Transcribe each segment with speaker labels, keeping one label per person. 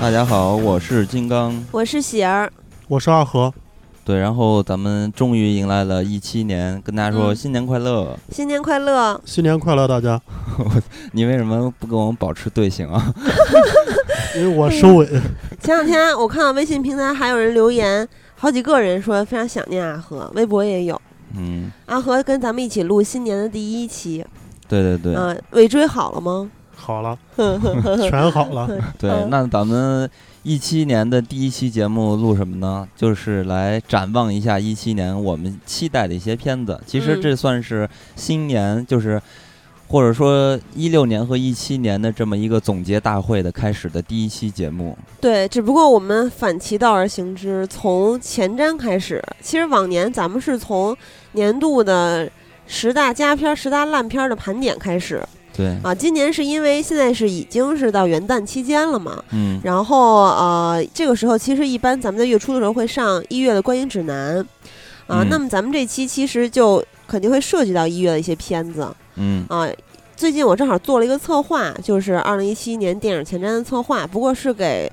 Speaker 1: 大家好，我是金刚。
Speaker 2: 我是喜儿，
Speaker 3: 我是二和，
Speaker 1: 对，然后咱们终于迎来了一七年，跟大家说
Speaker 2: 嗯
Speaker 1: 新年快乐。
Speaker 2: 新年快乐！
Speaker 3: 新年快乐，大家！
Speaker 1: 你为什么不跟我们保持队形啊？
Speaker 3: 因为我收尾，
Speaker 2: 嗯前两天我看到微信平台还有人留言，好几个人说非常想念阿和，微博也有。
Speaker 1: 嗯，
Speaker 2: 阿和跟咱们一起录新年的第一期，
Speaker 1: 对对对、
Speaker 2: 嗯、尾追好了吗？
Speaker 3: 好了， 全好 了，
Speaker 1: 对。
Speaker 2: 嗯
Speaker 1: 那咱们一七年的第一期节目录什么呢？就是来展望一下一七年我们期待的一些片子。其实
Speaker 2: 嗯
Speaker 1: 这算是新年，就是。或者说，一六年和一七年的这么一个总结大会的开始的第一期节目，
Speaker 2: 对，只不过我们反其道而行之，从前瞻开始。其实往年咱们是从年度的十大佳片儿、十大烂片儿的盘点开始
Speaker 1: 对，
Speaker 2: 啊，今年是因为现在是已经是到元旦期间了嘛，
Speaker 1: 嗯，
Speaker 2: 然后呃，这个时候其实一般咱们在月初的时候会上一月的观影指南啊、
Speaker 1: 嗯
Speaker 2: 那么咱们这期其实就肯定会涉及到一月的一些片子
Speaker 1: 嗯，
Speaker 2: 啊。最近我正好做了一个策划，就是二零一七年电影前瞻的策划，不过是给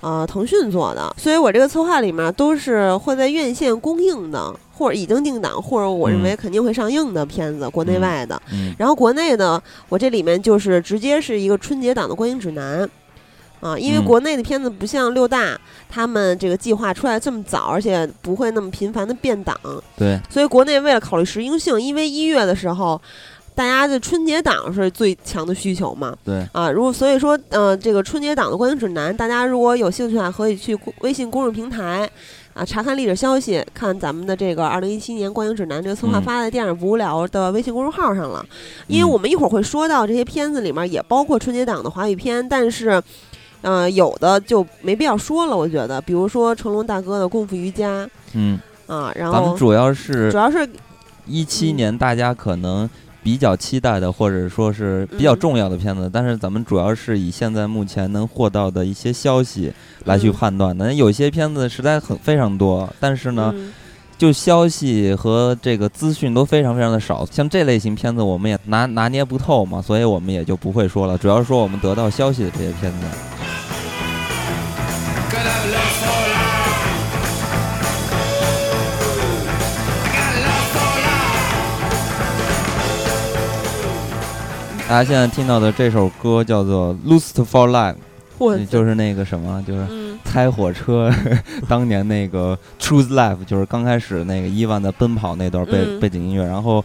Speaker 2: 呃腾讯做的，所以我这个策划里面都是会在院线公映的，或者已经定档，或者我认为肯定会上映的片子，国内
Speaker 1: 嗯
Speaker 2: 外的。
Speaker 1: 嗯，
Speaker 2: 然后国内呢，我这里面就是直接是一个春节档的观影指南。啊，因为
Speaker 1: 嗯
Speaker 2: 国内的片子不像六大他们这个计划出来这么早，而且不会那么频繁的变档，
Speaker 1: 对，
Speaker 2: 所以国内为了考虑实用性，因为一月的时候，大家的春节档是最强的需求嘛，
Speaker 1: 对，
Speaker 2: 啊，如果所以说，呃，这个春节档的观影指南，大家如果有兴趣啊，可以去公微信公众平台啊查看历史消息，看咱们的这个二零一七年观影指南这个策划
Speaker 1: 嗯
Speaker 2: 发在电影不无聊的微信公众号上了。因为
Speaker 1: 嗯
Speaker 2: 我们一会儿会说到这些片子里面也包括春节档的华语片，但是。呃，有的就没必要说了，我觉得，比如说成龙大哥的《功夫瑜伽
Speaker 1: 嗯，》
Speaker 2: 啊，然
Speaker 1: 咱们
Speaker 2: 后嗯
Speaker 1: 主要是
Speaker 2: 主要是
Speaker 1: 一七年大家可能比较期待的，或者说是比较
Speaker 2: 嗯
Speaker 1: 重要的片子，但是咱们主要是以现在目前能获到的一些消息来去
Speaker 2: 嗯
Speaker 1: 判断的。有些片子实在很非常多，但是呢，
Speaker 2: 嗯
Speaker 1: 就消息和这个资讯都非常非常的少，像这类型片子我们也拿拿捏不透嘛，所以我们也就不会说了。主要是说我们得到消息的这些片子，
Speaker 4: Cause I've loved for long. I got love for long.
Speaker 1: 大家现在听到的这首歌叫做《Lost for Life
Speaker 2: 我》，
Speaker 1: 就是那个什么，就是
Speaker 2: 嗯
Speaker 1: 猜火车当年那个《Choose Life》，就是刚开始那个伊万在奔跑那段背、
Speaker 2: 嗯
Speaker 1: 背景音乐，然后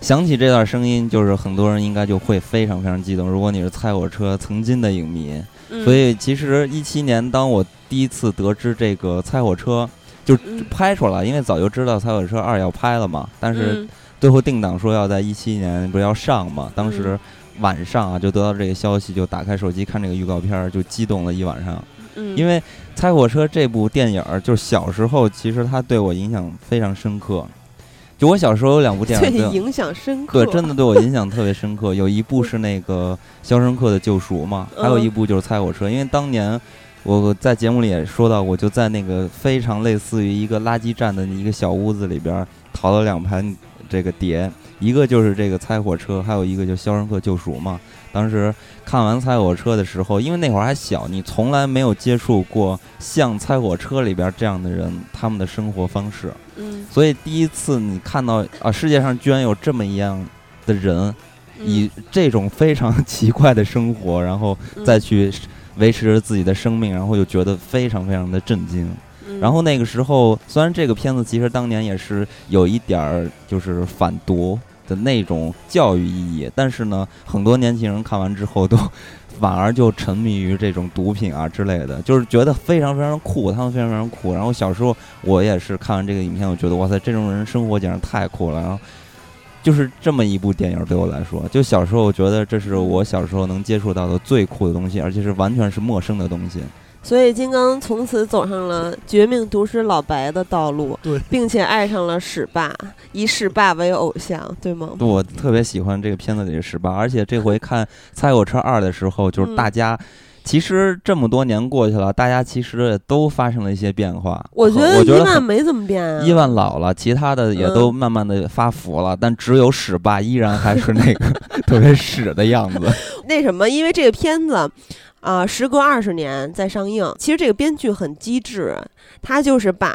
Speaker 1: 想起这段声音，就是很多人应该就会非常非常激动。如果你是猜火车曾经的影迷，
Speaker 2: 嗯，
Speaker 1: 所以其实一七年当我第一次得知这个猜火车就
Speaker 2: 嗯
Speaker 1: 拍出来，因为早就知道猜火车二要拍了嘛，但是
Speaker 2: 嗯
Speaker 1: 最后定档说要在一七年不是要上嘛，当时
Speaker 2: 嗯。
Speaker 1: 晚上啊，就得到这个消息，就打开手机看这个预告片儿，就激动了一晚上。
Speaker 2: 嗯
Speaker 1: 因为《猜火车》这部电影儿，就是小时候其实它对我影响非常深刻。就我小时候有两部电
Speaker 2: 对
Speaker 1: 影
Speaker 2: 你
Speaker 1: 对
Speaker 2: 影响深刻，
Speaker 1: 对，真的对我影响特别深刻。有一部是那个《肖申克的救赎》嘛，还有一
Speaker 2: 嗯
Speaker 1: 部就是《猜火车》，因为当年。我在节目里也说到，我就在那个非常类似于一个垃圾站的一个小屋子里边儿淘了两盘这个碟，一个就是这个《猜火车》，还有一个就是《肖申克救赎》嘛。当时看完《猜火车》的时候，因为那会儿还小，你从来没有接触过像《猜火车》里边这样的人，他们的生活方式。
Speaker 2: 嗯，
Speaker 1: 所以第一次你看到啊，世界上居然有这么一样的人，
Speaker 2: 嗯
Speaker 1: 以这种非常奇怪的生活，然后
Speaker 2: 嗯
Speaker 1: 再去维持自己的生命，然后就觉得非常非常的震惊。
Speaker 2: 嗯
Speaker 1: 然后那个时候，虽然这个片子其实当年也是有一点儿就是反毒的那种教育意义，但是呢，很多年轻人看完之后都反而就沉迷于这种毒品啊之类的，就是觉得非常非常酷，他们非常非常酷。然后小时候我也是看完这个影片，我觉得哇塞，这种人生活简直太酷了。然后。就是这么一部电影对我来说，就小时候我觉得这是我小时候能接触到的最酷的东西，而且是完全是陌生的东西。
Speaker 2: 所以金刚从此走上了绝命毒师老白的道路，
Speaker 3: 对，
Speaker 2: 并且爱上了史爸，以史爸为偶像，对吗？
Speaker 1: 我特别喜欢这个片子里的十八，而且这回看《猜我车二》的时候，就是
Speaker 2: 嗯
Speaker 1: 大家、其实这么多年过去了，大家其实也都发生了一些变化。
Speaker 2: 我觉
Speaker 1: 我
Speaker 2: 得伊
Speaker 1: 觉得
Speaker 2: 万嗯
Speaker 1: 很
Speaker 2: 没怎么变啊，
Speaker 1: 伊万老了，其他的也都慢慢的发福了，但只有屎 爸依然还是那个特别屎的样子。
Speaker 2: 那什么，因为这个片子。啊、时隔二十年再上映。其实这个编剧很机智，他就是把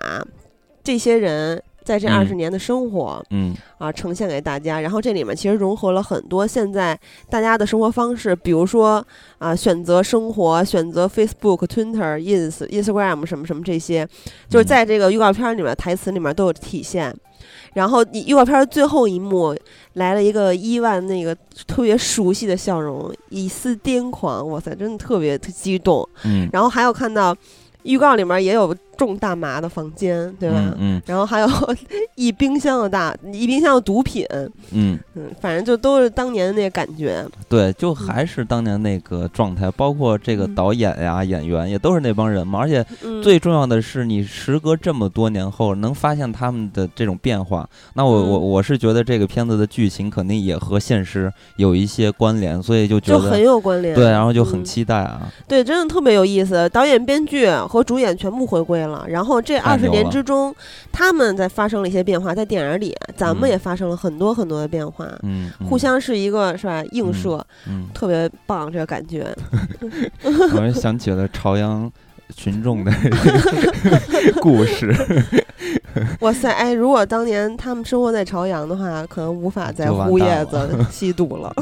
Speaker 2: 这些人在这
Speaker 1: 嗯
Speaker 2: 二十年的生活、
Speaker 1: 嗯
Speaker 2: 啊呈现给大家。然后这里面其实融合了很多现在大家的生活方式，比如说啊选择生活、选择 Facebook、Twitter、Ins、Instagram 什么什么这些，就是
Speaker 1: 嗯
Speaker 2: 在这个预告片里面台词里面都有体现。然后你预告片最后一幕来了一个伊万那个特别熟悉的笑容，一丝癫狂，哇塞，真的特别激动。
Speaker 1: 嗯，
Speaker 2: 然后还有看到预告里面也有种大麻的房间，对吧？
Speaker 1: 嗯嗯
Speaker 2: 然后还有 一冰箱的大一冰箱的毒品，
Speaker 1: 嗯，
Speaker 2: 嗯，反正就都是当年的那感觉，
Speaker 1: 对，就还是当年那个状态，包括这个
Speaker 2: 嗯
Speaker 1: 导演呀、演员也都是那帮人嘛。而且
Speaker 2: 嗯，
Speaker 1: 最重要的是，你时隔这么多年后能发现他们的这种变化，那我我
Speaker 2: 嗯
Speaker 1: 我是觉得这个片子的剧情肯定也和现实有一些关联，所以就觉
Speaker 2: 就很
Speaker 1: 得
Speaker 2: 有关联，
Speaker 1: 对，然后就很
Speaker 2: 嗯
Speaker 1: 期待啊。
Speaker 2: 对，真的特别有意思。导演、编剧和主演全部回归了，然后这
Speaker 1: 太
Speaker 2: 二
Speaker 1: 牛
Speaker 2: 十
Speaker 1: 了
Speaker 2: 年之中，他们在发生了一些变化，在电影里，咱们
Speaker 1: 嗯
Speaker 2: 也发生了很多很多的变化，
Speaker 1: 嗯，嗯
Speaker 2: 互相是一个是吧映射，
Speaker 1: 嗯，
Speaker 2: 特别棒，这个感觉。
Speaker 1: 我也想起了朝阳群众 的 故事，
Speaker 2: 哇塞，哎，如果当年他们生活在朝阳的话，可能无法再
Speaker 1: 就完
Speaker 2: 呼
Speaker 1: 蛋
Speaker 2: 叶
Speaker 1: 了
Speaker 2: 子吸毒了。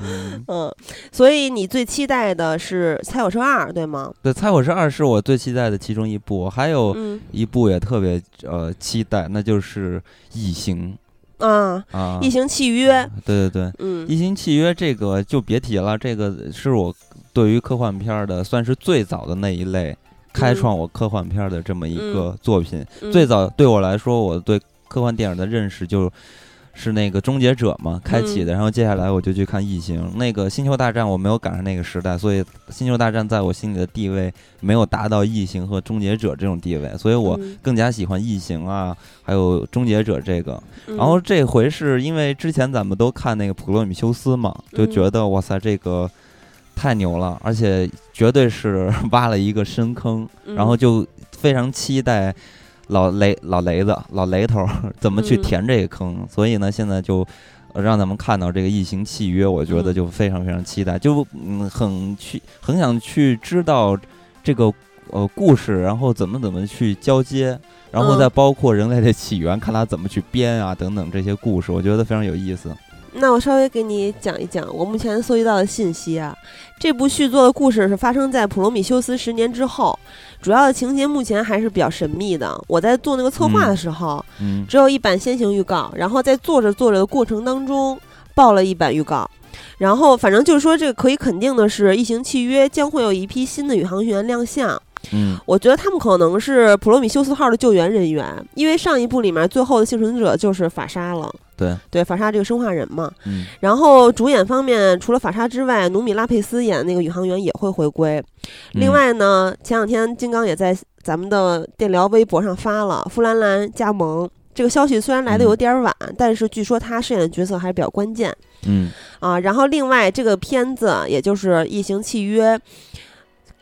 Speaker 1: 嗯
Speaker 2: 嗯，所以你最期待的是《猜火车二》，对吗？
Speaker 1: 对，《猜火车二》是我最期待的其中一部，还有
Speaker 2: 嗯
Speaker 1: 一部也特别呃期待，那就是《异形
Speaker 2: 啊，》
Speaker 1: 啊，
Speaker 2: 《异形契约》
Speaker 1: 对对对，《
Speaker 2: 嗯
Speaker 1: 异形契约》这个就别提了，这个是我对于科幻片儿的算是最早的那一类，开
Speaker 2: 嗯
Speaker 1: 创我科幻片儿的这么一个作品。
Speaker 2: 嗯，
Speaker 1: 最早对我来说，我对科幻电影的认识就是那个《终结者》嘛开启
Speaker 2: 嗯
Speaker 1: 的，然后接下来我就去看《异形》。那个《星球大战》我没有赶上那个时代，所以《星球大战》在我心里的地位没有达到《异形》和《终结者》这种地位，所以我
Speaker 2: 嗯
Speaker 1: 更加喜欢《异形》啊，还有《终结者》这个。
Speaker 2: 嗯
Speaker 1: 然后这回是因为之前咱们都看那个《普罗米修斯》嘛，就
Speaker 2: 嗯
Speaker 1: 觉得哇塞这个。太牛了，而且绝对是挖了一个深坑，然后
Speaker 2: 嗯
Speaker 1: 就非常期待老雷老雷子老雷头儿 怎么去
Speaker 2: 嗯
Speaker 1: 填这个坑。所以呢，现在就呃让咱们看到这个《异形契约》，我觉得
Speaker 2: 嗯
Speaker 1: 就非常非常期待，就嗯很去很想去知道这个呃故事，然后怎么怎么去交接。然后
Speaker 2: 嗯
Speaker 1: 再包括人类的起源，看他怎么去编啊，等等这些故事，我觉得非常有意思。
Speaker 2: 那我稍微给你讲一讲我目前搜集到的信息啊。这部续作的故事是发生在普罗米修斯十年之后，主要的情节目前还是比较神秘的。我在做那个策划的时候，
Speaker 1: 嗯
Speaker 2: 只有一版先行预告，然后在做着做着的过程当中爆了一版预告。然后，反正就是说，这个可以肯定的是，《异形契约》将会有一批新的宇航员亮相。
Speaker 1: 嗯
Speaker 2: 我觉得他们可能是普罗米修斯号的救援人员，因为上一部里面最后的幸存者就是法沙了，
Speaker 1: 嗯对，
Speaker 2: 对，法沙这个生化人嘛。
Speaker 1: 嗯
Speaker 2: 然后主演方面，除了法沙之外，努米拉佩斯演那个宇航员也会回归。另
Speaker 1: 嗯
Speaker 2: 外呢，前两天金刚也在咱们的电聊微博上发了傅兰兰加盟这个消息，虽然来的有点晚，但是据说她饰演的角色还是比较关键
Speaker 1: 嗯
Speaker 2: 啊。然后另外这个片子，也就是《异形契约》，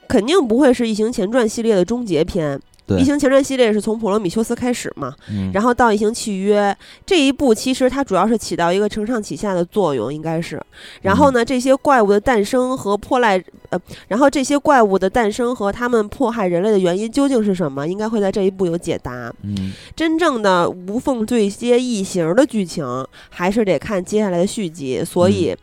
Speaker 2: 肯定不会是《异形前传》系列的终结篇。
Speaker 1: 对
Speaker 2: 异形前传》系列是从普罗米修斯开始嘛，
Speaker 1: 嗯，
Speaker 2: 然后到《异形契约》这一部，其实它主要是起到一个承上启下的作用，应该是。然后
Speaker 1: 嗯
Speaker 2: 呢，这些怪物的诞生和破赖，呃，然后这些怪物的诞生和他们迫害人类的原因究竟是什么，应该会在这一部有解答。
Speaker 1: 嗯
Speaker 2: 真正的无缝对接异形的剧情，还是得看接下来的续集。所以。
Speaker 1: 嗯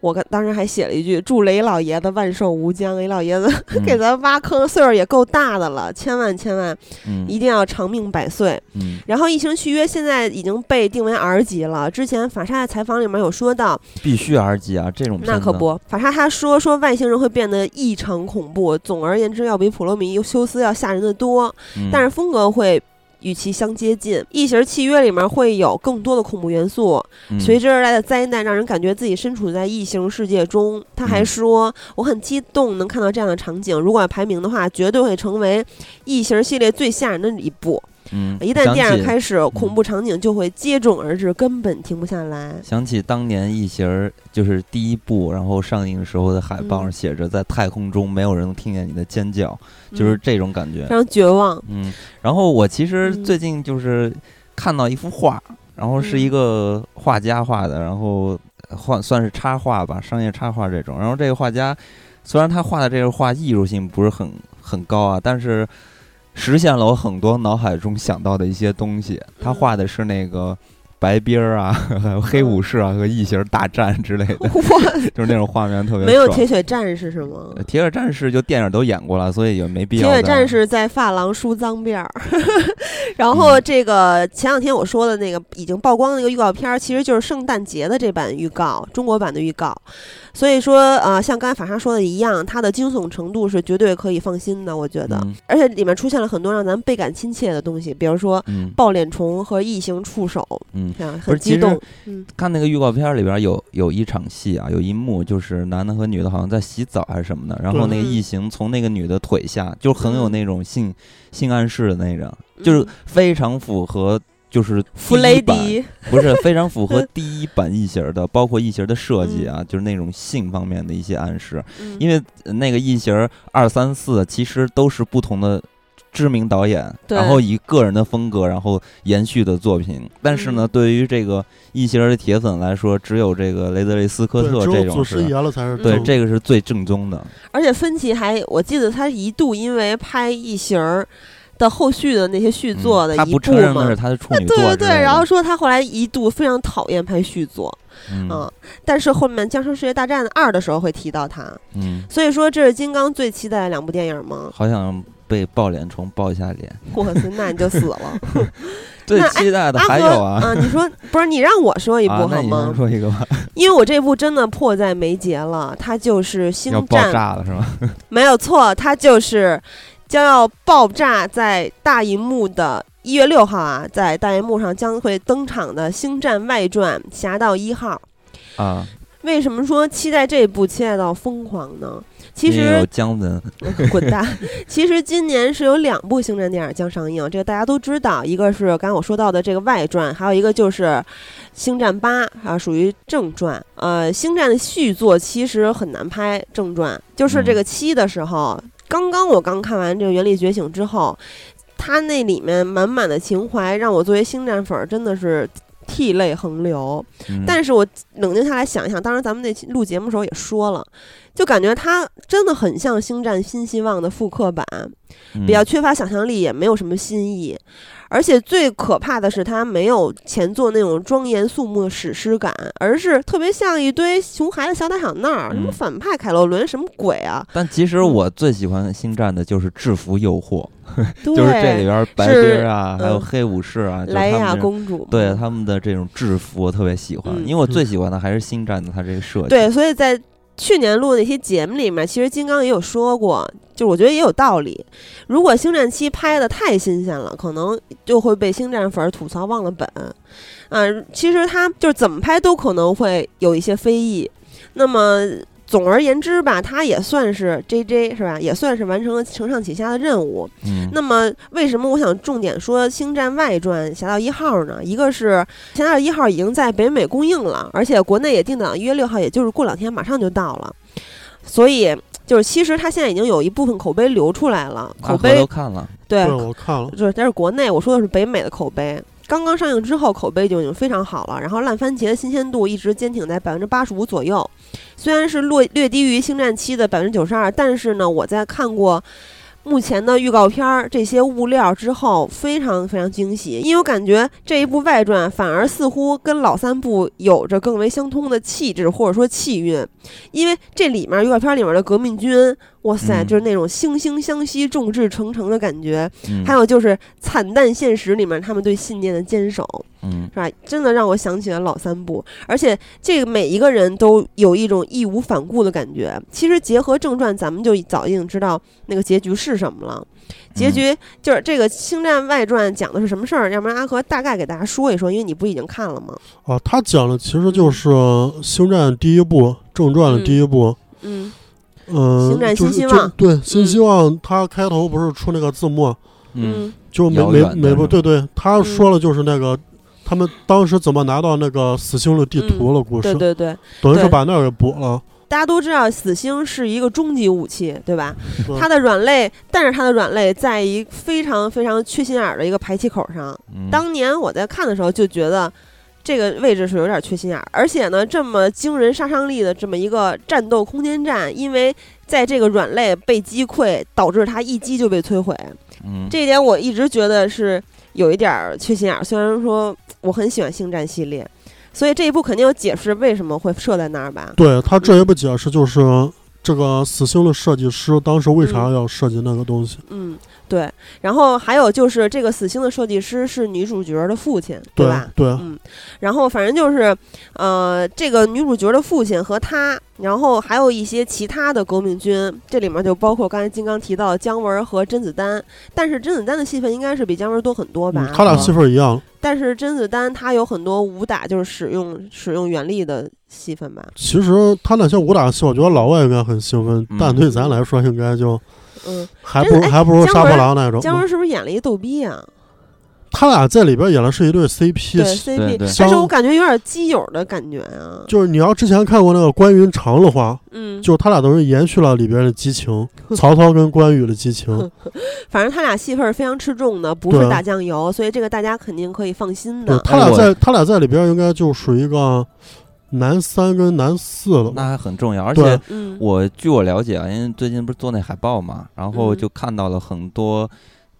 Speaker 2: 我刚当时还写了一句：“祝雷老爷子万寿无疆！”雷老爷子
Speaker 1: 嗯
Speaker 2: 给咱挖坑，岁数也够大的了，千万千万
Speaker 1: 嗯
Speaker 2: 一定要长命百岁。
Speaker 1: 嗯，
Speaker 2: 然后《异形续约》现在已经被定为 R 级了。之前法沙的采访里面有说到，
Speaker 1: 必须 R 级啊，这种
Speaker 2: 那
Speaker 1: 片
Speaker 2: 可
Speaker 1: 子，
Speaker 2: 不，法沙他说说外星人会变得异常恐怖，总而言之要比普罗米修斯要吓人的多，
Speaker 1: 嗯
Speaker 2: 但是风格会。与其相接近，《异形契约》里面会有更多的恐怖元素，
Speaker 1: 嗯
Speaker 2: 随之而来的灾难让人感觉自己身处在异形世界中。他还说：“我很激动能看到这样的场景，如果要排名的话，绝对会成为《异形》系列最吓人的一部。”
Speaker 1: 嗯，
Speaker 2: 一旦
Speaker 1: 想
Speaker 2: 电影
Speaker 1: 起
Speaker 2: 开始，
Speaker 1: 嗯
Speaker 2: 恐怖场景就会接踵而至，根本停不下来。
Speaker 1: 想起当年《异形》儿就是第一部，然后上映时候的海报上
Speaker 2: 嗯
Speaker 1: 写着“在太空中没有人能听见你的尖叫”，就是
Speaker 2: 嗯
Speaker 1: 这种感觉
Speaker 2: 非。常绝望。
Speaker 1: 嗯，然后我其实
Speaker 2: 嗯
Speaker 1: 最近就是看到一幅画，然后是
Speaker 2: 嗯
Speaker 1: 一个呃画家画的，然后画算是插画吧，商业插画这种。然后这个画家虽然他画的这个画艺术性不是很很高啊，但是实现了我很多脑海中想到的一些东西。
Speaker 2: 嗯
Speaker 1: 他画的是那个白边儿啊、 还有黑武士啊和异形大战之类的，
Speaker 2: 我
Speaker 1: 就是那种画面特别
Speaker 2: 没有
Speaker 1: 爽
Speaker 2: 铁血战士是吗？
Speaker 1: 呃铁血战士就电影都演过了，所以也没必
Speaker 2: 铁
Speaker 1: 要。
Speaker 2: 血战，士在发廊梳脏辫儿， 然
Speaker 1: 嗯
Speaker 2: 后这个前两天我说的那个已经曝光的那个预告片儿，其实就是圣诞节的这版预告，中国版的预告。所以说，呃，像刚才法沙说的一样，它的惊悚程度是绝对可以放心的，我觉得。
Speaker 1: 嗯
Speaker 2: 而且里面出现了很多让咱倍感亲切的东西，比如说
Speaker 1: 嗯
Speaker 2: 抱脸虫和异形触手，
Speaker 1: 嗯，
Speaker 2: 啊，
Speaker 1: 不
Speaker 2: 很
Speaker 1: 是，其
Speaker 2: 激
Speaker 1: 实
Speaker 2: 动。嗯
Speaker 1: 看那个预告片里边有有一场戏啊，有一幕就是男的和女的好像在洗澡还是什么的，然后那个
Speaker 2: 嗯
Speaker 1: 异形从那个女的腿下，就很有那种性性暗示的那种，
Speaker 2: 嗯
Speaker 1: 就是非常符合就是
Speaker 2: 弗
Speaker 1: 第一
Speaker 2: 雷
Speaker 1: 版
Speaker 2: 迪，
Speaker 1: 不是非常符 合第一版异形的，包括异形的设计啊，就是那种性方面的一些暗示，
Speaker 2: 嗯
Speaker 1: 因为呃那个异形二三四其实都是不同的。知名导演，
Speaker 2: 对
Speaker 1: 然后以个人的风格，然后延续的作品。但是
Speaker 2: 嗯
Speaker 1: 呢，对于这个异形的铁粉来说，只有这个雷德利·斯科
Speaker 3: 对，
Speaker 1: 特
Speaker 3: 只
Speaker 1: 这
Speaker 3: 有
Speaker 1: 种
Speaker 3: 祖师
Speaker 1: 是，
Speaker 3: 爷了才是
Speaker 1: 对
Speaker 3: 正
Speaker 1: 这个是最正宗的。
Speaker 2: 而且芬奇还，我记得他一度因为拍异形儿的后续的那些续
Speaker 1: 嗯
Speaker 2: 作的
Speaker 1: 他
Speaker 2: 一
Speaker 1: 不
Speaker 2: 部
Speaker 1: 承认
Speaker 2: 嘛，啊
Speaker 1: 那是他的处女作
Speaker 2: 对
Speaker 1: 之类的。
Speaker 2: 对对，然后说他后来一度非常讨厌拍续作，
Speaker 1: 嗯
Speaker 2: 嗯，但是后面《僵尸世界大战二》的时候会提到他，
Speaker 1: 嗯，
Speaker 2: 所以说这是金刚最期待的两部电影吗？
Speaker 1: 好想被抱脸虫抱一下脸。
Speaker 2: 我操，那你就死了！
Speaker 1: 最
Speaker 2: 那哎
Speaker 1: 期待的
Speaker 2: 阿
Speaker 1: 还
Speaker 2: 和
Speaker 1: 有啊，
Speaker 2: 啊，你说不是你让我说一部
Speaker 1: 啊，那
Speaker 2: 好
Speaker 1: 你先
Speaker 2: 吗？
Speaker 1: 说一个吧，
Speaker 2: 因为我这部真的迫在眉睫了，它就是《星
Speaker 1: 要爆
Speaker 2: 战》
Speaker 1: 炸了是吧？
Speaker 2: 没有错，它就是将要爆炸在大荧幕的一月六号啊，在大荧幕上将会登场的《星战外传：侠盗一号》。
Speaker 1: 啊，
Speaker 2: 为什么说期待这部期待到疯狂呢？其
Speaker 1: 因为有
Speaker 2: 实
Speaker 1: 姜文，
Speaker 2: 滚蛋！其实今年是有两部星战电影将上映，这个大家都知道，一个是刚才我说到的这个外传，还有一个就是《星战八》啊，属于正传。呃，《星战》的续作其实很难拍正传，就是这个七的时候，刚刚我刚看完这个《原力觉醒》之后，它那里面满满的情怀，让我作为星战粉儿真的是涕泪横流。
Speaker 1: 嗯
Speaker 2: 但是我冷静下来想一想，当时咱们那期录节目时候也说了，就感觉它真的很像《星战：新希望》的复刻版，
Speaker 1: 嗯
Speaker 2: 比较缺乏想象力，也没有什么新意。而且最可怕的是，它没有前作那种庄严肃穆的史诗感，而是特别像一堆熊孩子小打小闹，什么
Speaker 1: 嗯
Speaker 2: 反派凯洛伦，什么鬼啊？
Speaker 1: 但其实我最喜欢星战的就是制服诱惑，
Speaker 2: 对，
Speaker 1: 就是这里边儿白
Speaker 2: 是
Speaker 1: 边儿啊，还有
Speaker 2: 嗯
Speaker 1: 黑武士啊，就是
Speaker 2: 莱
Speaker 1: 他们
Speaker 2: 娅
Speaker 1: 这
Speaker 2: 公主，
Speaker 1: 对他们的这种制服我特别喜欢，
Speaker 2: 嗯
Speaker 1: 因为我最喜欢的还是星战的它这个设计。
Speaker 2: 对，所以在去年录的那些节目里面，其实金刚也有说过，就是我觉得也有道理。如果《星战七》拍的太新鲜了，可能就会被星战粉儿吐槽忘了本。嗯、其实他就是怎么拍都可能会有一些非议。那么。总而言之吧，他也算是 J J 是吧？也算是完成了承上启下的任务。
Speaker 1: 嗯，
Speaker 2: 那么，为什么我想重点说《星战外传：侠盗一号》呢？一个是《侠盗一号》已经在北美公映了，而且国内也定档，一月六号，也就是过两天马上就到了。所以，就是其实它现在已经有一部分口碑流出来了，
Speaker 1: 阿
Speaker 2: 口
Speaker 1: 和
Speaker 2: 碑
Speaker 1: 都看了，
Speaker 2: 对
Speaker 3: 对，我看了，
Speaker 2: 就是但是国内，我说的是北美的口碑。刚刚上映之后，口碑就已经非常好了，然后烂番茄的新鲜度一直坚挺在百分之八十五左右，虽然是略略低于《星战七》的百分之九十二，但是呢，我在看过目前的预告片儿这些物料之后，非常非常惊喜，因为我感觉这一部外传反而似乎跟老三部有着更为相通的气质或者说气韵，因为这里面预告片里面的革命军，哇塞，
Speaker 1: 嗯
Speaker 2: 就是那种惺惺相惜、众志成城的感觉。
Speaker 1: 嗯
Speaker 2: 还有就是惨淡现实里面他们对信念的坚守，
Speaker 1: 嗯
Speaker 2: 是吧？真的让我想起了老三部，而且这个每一个人都有一种义无反顾的感觉。其实结合正传，咱们就早已经知道那个结局是什么
Speaker 1: 嗯
Speaker 2: 了。结局就是这个《星战外传》讲的是什么事儿？要不然阿和大概给大家说一说，因为你不已经看了吗？
Speaker 3: 啊，他讲的其实就是《星战》第一部，正传的第一部，
Speaker 2: 嗯
Speaker 3: 嗯，
Speaker 2: 星战
Speaker 3: 就是
Speaker 2: 新希
Speaker 3: 就
Speaker 2: 望
Speaker 3: 对，新
Speaker 2: 嗯
Speaker 3: 希望，它开头不是出那个字幕，
Speaker 1: 嗯，
Speaker 3: 就每
Speaker 1: 遥远
Speaker 3: 每
Speaker 1: 的
Speaker 3: 每部
Speaker 1: 是吧
Speaker 3: 对对，他
Speaker 2: 嗯
Speaker 3: 说了就是那个。他们当时怎么拿到那个死星的地图了？故事、
Speaker 2: 嗯对对对，
Speaker 3: 等于是
Speaker 2: 对
Speaker 3: 把那儿给补了。
Speaker 2: 大家都知道死星是一个终极武器，对吧
Speaker 3: 对？
Speaker 1: 嗯
Speaker 2: 它的软肋，但是它的软肋在一非常非常缺心眼儿的一个排气口上。
Speaker 1: 嗯
Speaker 2: 当年我在看的时候就觉得，这个位置是有点缺心眼儿。而且呢，这么惊人杀伤力的这么一个战斗空间站，因为在这个软肋被击溃，导致它一击就被摧毁。
Speaker 1: 嗯，
Speaker 2: 这一点我一直觉得是有一点儿缺心眼儿。虽然说我很喜欢星战系列，所以这一部肯定有解释为什么会设在那儿吧？
Speaker 3: 对他这一步解释就是这个死星的设计师当时为啥要设计那个东西？
Speaker 2: 嗯，对。然后还有就是这个死星的设计师是女主角的父亲，对
Speaker 3: 对
Speaker 2: 吧？
Speaker 3: 对
Speaker 2: 嗯，然后反正就是，呃，这个女主角的父亲和她，然后还有一些其他的革命军，这里面就包括刚才金刚提到的姜文和甄子丹，但是甄子丹的戏份应该是比姜文多很多吧？
Speaker 3: 嗯，他俩
Speaker 1: 嗯
Speaker 3: 戏份一样，
Speaker 2: 但是甄子丹他有很多武打，就是使用使用原力的戏份吧？
Speaker 3: 其实他那些武打戏，我觉得老外应该很兴奋，
Speaker 1: 嗯
Speaker 3: 但对咱来说应该就
Speaker 2: 嗯，
Speaker 3: 还不如
Speaker 2: 真的哎
Speaker 3: 还不如
Speaker 2: 姜
Speaker 3: 杀破
Speaker 2: 文
Speaker 3: 狼哦那种。
Speaker 2: 姜文是不是演了一逗逼啊？
Speaker 3: 他俩在里边演的是一对 CP，
Speaker 2: 对
Speaker 1: 对
Speaker 2: CP，
Speaker 1: 对
Speaker 2: 但是
Speaker 3: 姜
Speaker 2: 我感觉有点基友的感觉啊。
Speaker 3: 就是你要之前看过那个关云长的话，
Speaker 2: 嗯，
Speaker 3: 就是他俩都是延续了里边的激情， 曹操跟关羽的激情。
Speaker 2: 反正他俩戏份儿非常吃重的，不是
Speaker 3: 对
Speaker 2: 打酱油，所以这个大家肯定可以放心
Speaker 3: 对
Speaker 2: 的。
Speaker 3: 他
Speaker 1: 哎
Speaker 3: 俩
Speaker 1: 我
Speaker 3: 在他俩在里边应该就属于一个男三跟男四了吧。
Speaker 1: 那还很重要，而
Speaker 3: 对
Speaker 1: 且
Speaker 2: 嗯，
Speaker 1: 我据我了解啊，因为最近不是做那海报嘛，然后
Speaker 2: 嗯
Speaker 1: 就看到了很多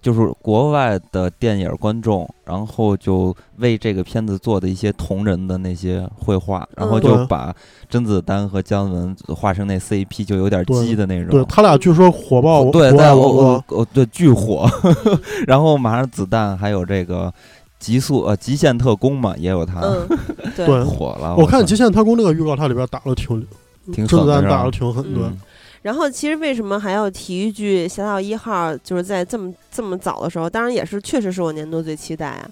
Speaker 1: 就是国外的电影观众，然后就为这个片子做的一些同人的那些绘画，然后
Speaker 2: 嗯
Speaker 1: 就
Speaker 3: 对啊
Speaker 1: 把甄子丹和姜文画成那 CP，就有点
Speaker 3: 对
Speaker 1: 鸡的那种。
Speaker 3: 对他俩据说火爆国
Speaker 1: 哦对，
Speaker 3: 外
Speaker 1: 在我
Speaker 3: 网啊络
Speaker 1: 我，我对巨火， 然后马上子弹还有这个极速呃极限特工嘛，也有他、
Speaker 2: 嗯，对
Speaker 3: 对
Speaker 1: 火了。
Speaker 3: 我看《
Speaker 1: 操
Speaker 3: 极限特工》那个预告，它里边打的挺，
Speaker 1: 挺
Speaker 3: 甄
Speaker 1: 狠
Speaker 3: 子
Speaker 1: 的
Speaker 3: 丹
Speaker 1: 是
Speaker 3: 打的
Speaker 1: 吧？
Speaker 3: 挺狠，对，
Speaker 2: 嗯然后其实为什么还要提一句《侠盗一号》，就是在这么这么早的时候，当然也是确实是我年度最期待啊。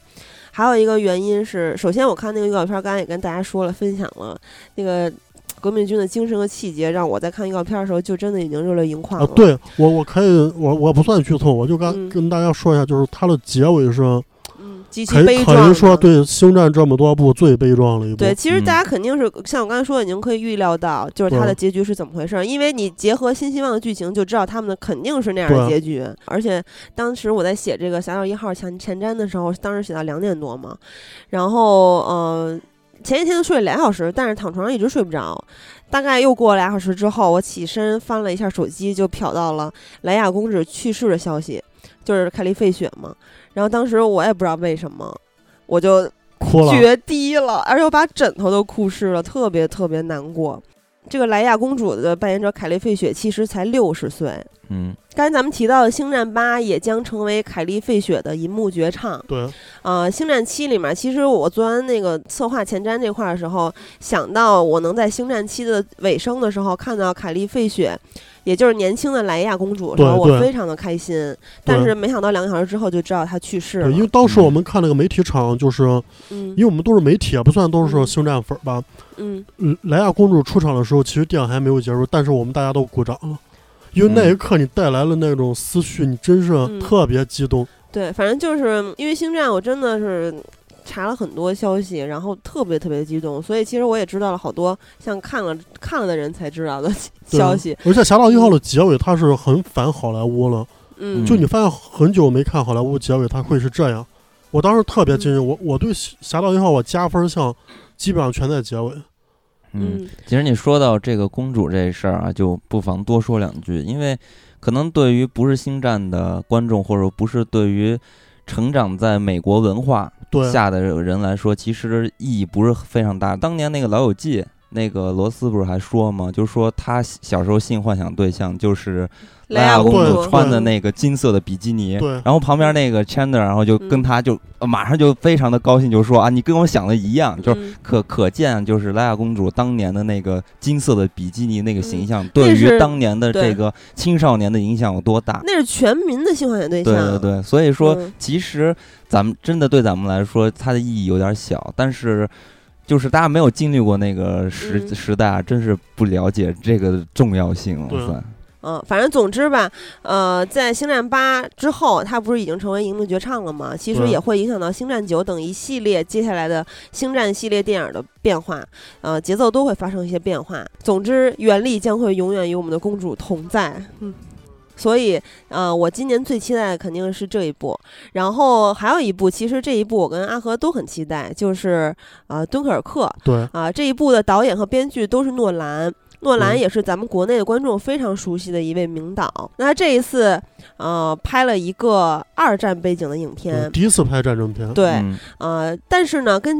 Speaker 2: 还有一个原因是，首先我看那个预告片儿，刚才也跟大家说了，分享了那个革命军的精神和气节，让我在看预告片儿的时候就真的已经热泪盈眶
Speaker 3: 啊
Speaker 2: 了。，
Speaker 3: 对我我可以，我我不算剧透，我就
Speaker 2: 嗯
Speaker 3: 跟跟大家说一下，就是它的结尾是
Speaker 2: 嗯，极其
Speaker 3: 可以
Speaker 2: 悲
Speaker 3: 可
Speaker 2: 壮
Speaker 3: 以
Speaker 2: 的。
Speaker 3: 说对《星战》这么多部最悲壮的一部，
Speaker 2: 对，其实
Speaker 1: 嗯
Speaker 2: 大家肯定是、像我刚才说，的，已经可以预料到，就是它的
Speaker 3: 对
Speaker 2: 结局是怎么回事儿，因为你结合新希望的剧情，就知道他们的肯定是那样的
Speaker 3: 对
Speaker 2: 结局。而且当时我在写这个《侠盗一号》前前瞻的时候，当时写到两点多嘛，然后呃，前一天睡了俩小时，但是躺床上一直睡不着。大概又过了俩小时之后，我起身翻了一下手机，就瞟到了莱娅公主去世的消息，就是凯莉·费雪嘛。然后当时我也不知道为什么，我就
Speaker 3: 哭了，
Speaker 2: 决堤了，而且我把枕头都哭湿了，特别特别难过。这个莱娅公主的扮演者凯莉·费雪其实才六十岁。
Speaker 1: 嗯，
Speaker 2: 刚才咱们提到的《星战八》也将成为凯莉·费雪的银幕绝唱。
Speaker 3: 对，
Speaker 2: 呃，《星战七》里面，其实我做完那个策划前瞻这块儿的时候，想到我能在《星战七》的尾声的时候看到凯莉·费雪，也就是年轻的莱娅公主的时候，
Speaker 3: 对
Speaker 2: 我
Speaker 3: 对
Speaker 2: 非常的开心。但是没想到两个小时之后就知道她去世
Speaker 3: 对，因
Speaker 2: 了
Speaker 3: 为。当时我们看那个媒体场，就是
Speaker 2: 嗯
Speaker 3: 因为我们都是媒体，也啊不算都是
Speaker 2: 嗯
Speaker 3: 星战粉儿吧。
Speaker 2: 嗯，
Speaker 3: 嗯莱娅公主出场的时候，其实电影还没有结束，但是我们大家都鼓掌了，因为
Speaker 1: 嗯
Speaker 3: 那一刻你带来了那种思绪，你
Speaker 2: 嗯
Speaker 3: 真是特别激动。
Speaker 2: 对，反正就是因为星战，我真的是查了很多消息，然后特别特别激动，所以其实我也知道了好多像看了看了的人才知道 的
Speaker 3: 对
Speaker 1: 啊
Speaker 2: 消息。
Speaker 3: 而且《侠盗一号》的结尾，它是很反好莱坞了。
Speaker 2: 嗯，
Speaker 3: 就你发现很久没看好莱坞结尾，它会是这样。我当时特别惊人，我我对《侠盗一号》我加分项基本上全在结尾。
Speaker 1: 嗯，
Speaker 2: 嗯
Speaker 1: 其实你说到这个公主这事儿啊，就不妨多说两句，因为可能对于不是星战的观众，或者不是对于成长在美国文化
Speaker 3: 对，
Speaker 1: 下的人来说，其实意义不是非常大。当年那个《老友记》，那个罗斯不是还说吗？就是说他小时候性幻想对象就是
Speaker 2: 莱
Speaker 1: 娅
Speaker 2: 娅
Speaker 1: 公
Speaker 3: 公
Speaker 1: 主
Speaker 3: 主
Speaker 1: 穿的那个金色的比基尼，
Speaker 3: 对
Speaker 1: 然后旁边那个 Chandler，然后就跟
Speaker 2: 嗯
Speaker 1: 他就呃马上就非常的高兴，就说啊，你跟我想的一样，就是。
Speaker 2: 嗯
Speaker 1: 可可见，就是莱娅公主当年的那个金色的比基尼那个形象，
Speaker 2: 嗯那
Speaker 1: 对
Speaker 2: 是
Speaker 1: 于当年的
Speaker 2: 对
Speaker 1: 这个青少年的影响有多大？
Speaker 2: 那是全民的性幻想对象。
Speaker 1: 对对对，所以说，
Speaker 2: 嗯
Speaker 1: 其实咱们真的对咱们来说，它的意义有点小，但是。就是大家没有经历过那个时、
Speaker 2: 嗯
Speaker 1: 时代啊，真是不了解这个重要性。
Speaker 3: 对
Speaker 1: 哇塞
Speaker 2: 嗯，反正总之吧，呃，在《星战八》之后，它不是已经成为荧幕绝唱了吗？其实
Speaker 3: 对
Speaker 2: 也会影响到《星战九》等一系列接下来的星战系列电影的变化，呃，节奏都会发生一些变化。总之，原力将会永远与我们的公主同在。嗯，所以，呃，我今年最期待的肯定是这一部，然后还有一部，其实这一部我跟阿和都很期待，就是呃《敦刻尔克》
Speaker 3: 对，
Speaker 2: 啊、这一部的导演和编剧都是诺兰。诺兰
Speaker 3: 嗯
Speaker 2: 也是咱们国内的观众非常熟悉的一位名导。那他这一次，呃，拍了一个二战背景的影片
Speaker 3: 嗯，第一次拍战争片，
Speaker 2: 对，
Speaker 1: 嗯
Speaker 2: 呃，但是呢，跟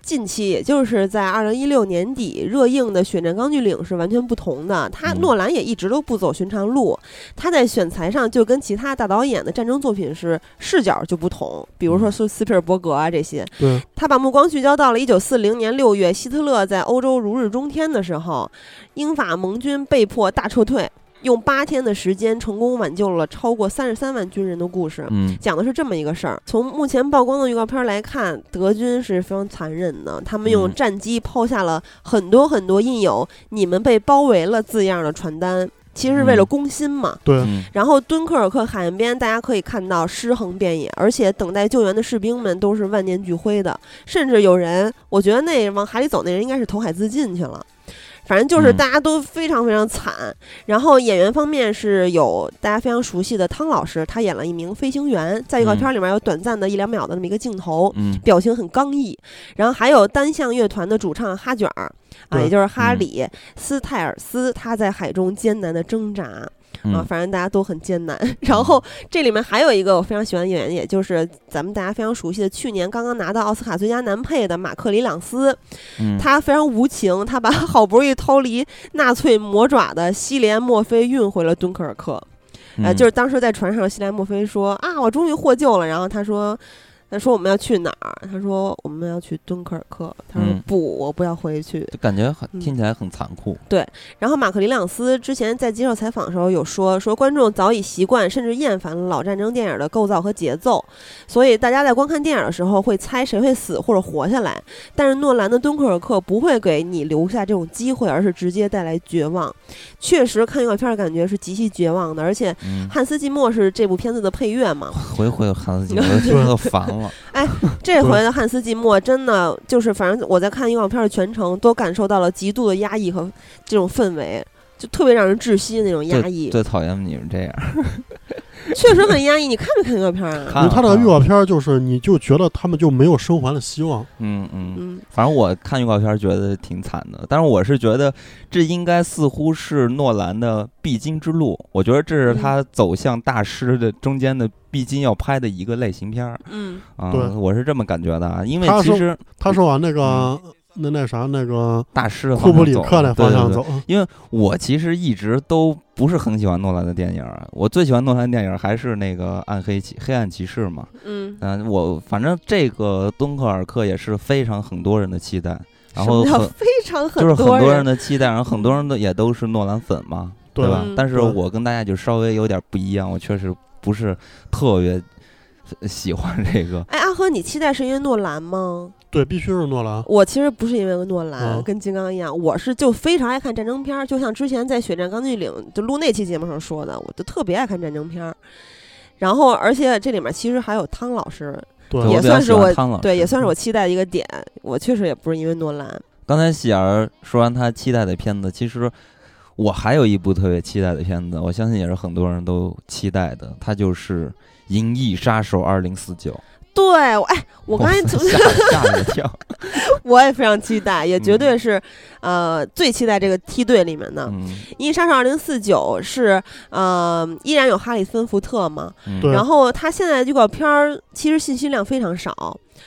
Speaker 2: 近期，也就是在二零一六年底热映的《血战钢锯岭》是完全不同的。他
Speaker 1: 嗯
Speaker 2: 诺兰也一直都不走寻常路，他在选材上就跟其他大导演的战争作品是视角就不同，比如说
Speaker 1: 嗯
Speaker 2: 斯斯皮尔伯格啊这些，
Speaker 3: 对，
Speaker 2: 他把目光聚焦到了一九四零年六月，希特勒在欧洲如日中天的时候，英法盟军被迫大撤退，用八天的时间成功挽救了超过三十三万军人的故事。
Speaker 1: 嗯
Speaker 2: 讲的是这么一个事儿。从目前曝光的预告片来看，德军是非常残忍的，他们用
Speaker 1: 嗯
Speaker 2: 战机抛下了很多很多印有“你们被包围了”字样的传单，其实是为了
Speaker 1: 嗯
Speaker 2: 攻心嘛。
Speaker 3: 对，
Speaker 1: 嗯
Speaker 2: 然后敦刻尔克海岸边，大家可以看到尸横遍野，而且等待救援的士兵们都是万念俱灰的，甚至有人，我觉得那往海里走那人应该是投海自尽去了。反正就是
Speaker 1: 嗯
Speaker 2: 大家都非常非常惨，然后演员方面是有大家非常熟悉的汤老师，他演了一名飞行员，在预告片里面有短暂的一两秒的那么一个镜头，
Speaker 1: 嗯
Speaker 2: 表情很刚毅。然后还有单向乐团的主唱哈卷儿啊，
Speaker 3: 对
Speaker 2: 也就是哈里、
Speaker 1: 嗯
Speaker 2: 斯泰尔斯，他在海中艰难的挣扎啊，
Speaker 1: 嗯
Speaker 2: 反正大家都很艰难。 然后这里面还有一个我非常喜欢的演员，也就是咱们大家非常熟悉的，去年刚刚拿到奥斯卡最佳男配的马克·里朗斯，
Speaker 1: 嗯，
Speaker 2: 他非常无情，他把好不容易逃离纳粹魔爪的西连墨菲运回了敦刻尔克。
Speaker 1: 嗯
Speaker 2: 呃，就是是当时在船上，西连墨菲说啊，我终于获救了。然后他说，他说我们要去哪儿？他说我们要去敦刻尔克。他说
Speaker 1: 嗯
Speaker 2: 不，我不要回去。
Speaker 1: 就感觉很
Speaker 2: 嗯
Speaker 1: 听起来很残酷，
Speaker 2: 然后马克·里朗斯之前在接受采访的时候有说，说观众早已习惯甚至厌烦了老战争电影的构造和节奏，所以大家在观看电影的时候会猜谁会死或者活下来。但是诺兰的《敦刻尔克》不会给你留下这种机会，而是直接带来绝望。确实，看预告片儿感觉是极其绝望的，而且
Speaker 1: 嗯，
Speaker 2: 汉斯季默是这部片子的配乐嘛，
Speaker 1: 回回汉斯季默我听得烦 了，
Speaker 2: 这回的汉斯季默真的就是，反正我在看预告片的全程都感受到了极度的压抑和这种氛围，就特别让人窒息的那种压抑，
Speaker 1: 最讨厌你们这样，
Speaker 2: 确实很压抑。你看没看预告片啊？
Speaker 1: 看
Speaker 3: 因为他
Speaker 1: 了
Speaker 3: 的
Speaker 1: 嗯看
Speaker 3: 预
Speaker 1: 了
Speaker 3: 告片就是，你就觉得他们就没有生还的希望，
Speaker 1: 嗯嗯。
Speaker 2: 嗯，
Speaker 1: 反正我看预告片儿觉得挺惨的，但是我是觉得这应该似乎是诺兰的必经之路，我觉得这是
Speaker 3: 嗯
Speaker 1: 他走向大师的中间的必经要拍的一个类型片儿
Speaker 2: 嗯，
Speaker 1: 啊
Speaker 3: 对，
Speaker 1: 我是这么感觉的啊，因为
Speaker 3: 他是
Speaker 1: 其实
Speaker 3: 他是往那个
Speaker 1: 嗯
Speaker 3: 那那啥那个
Speaker 1: 大师的方
Speaker 3: 库布
Speaker 1: 向
Speaker 3: 里
Speaker 1: 走
Speaker 3: 克那方向。
Speaker 1: 对对对
Speaker 3: 走，嗯
Speaker 1: 我其实一直都不是很喜欢诺兰的电影儿，我最喜欢诺兰电影儿还是那个《暗黑骑黑暗骑士》嘛，
Speaker 2: 嗯，
Speaker 1: 嗯、我反正这个敦刻尔克也是非常很多人的期待，然
Speaker 2: 什么
Speaker 1: 后
Speaker 2: 叫
Speaker 1: 很
Speaker 2: 非常
Speaker 1: 就是很
Speaker 2: 多
Speaker 1: 多人的期待，然后很多人都也都是诺兰粉嘛，
Speaker 3: 对
Speaker 1: 吧
Speaker 2: 嗯？
Speaker 1: 但是
Speaker 3: 对
Speaker 1: 我跟大家就稍微有点不一样，我确实不是特别呃喜欢这个。
Speaker 2: 哎，阿和，你期待是因为诺兰吗？
Speaker 3: 对，必须是诺兰。
Speaker 2: 我其实不是因为诺兰，
Speaker 3: 嗯
Speaker 2: 跟金刚一样，我是就非常爱看战争片儿，就像之前在《血战钢锯岭》就录那期节目上说的，我就特别爱看战争片儿。然后，而且这里面其实还有汤老师，
Speaker 3: 对，
Speaker 1: 对嗯
Speaker 2: 也
Speaker 1: 我比较
Speaker 2: 算是
Speaker 1: 喜欢
Speaker 2: 我
Speaker 1: 汤老
Speaker 2: 对，
Speaker 1: 师嗯
Speaker 2: 也算是我期待的一个点。我确实也不是因为诺兰，
Speaker 1: 刚才喜儿说完她期待的片子，其实我还有一部特别期待的片子，我相信也是很多人都期待的，它就是《银翼杀手二零四九》。
Speaker 2: 对，我哎，我刚才从
Speaker 1: 吓吓了一 跳，
Speaker 2: 我也非常期待，也绝
Speaker 1: 嗯
Speaker 2: 对是，呃，最期待这个梯队里面的《
Speaker 1: 嗯，
Speaker 2: 银翼杀手二零四九》是，呃，依然有哈里森福特嘛，
Speaker 1: 嗯
Speaker 3: 对
Speaker 2: 然后他现在的预告片儿其实信息量非常少，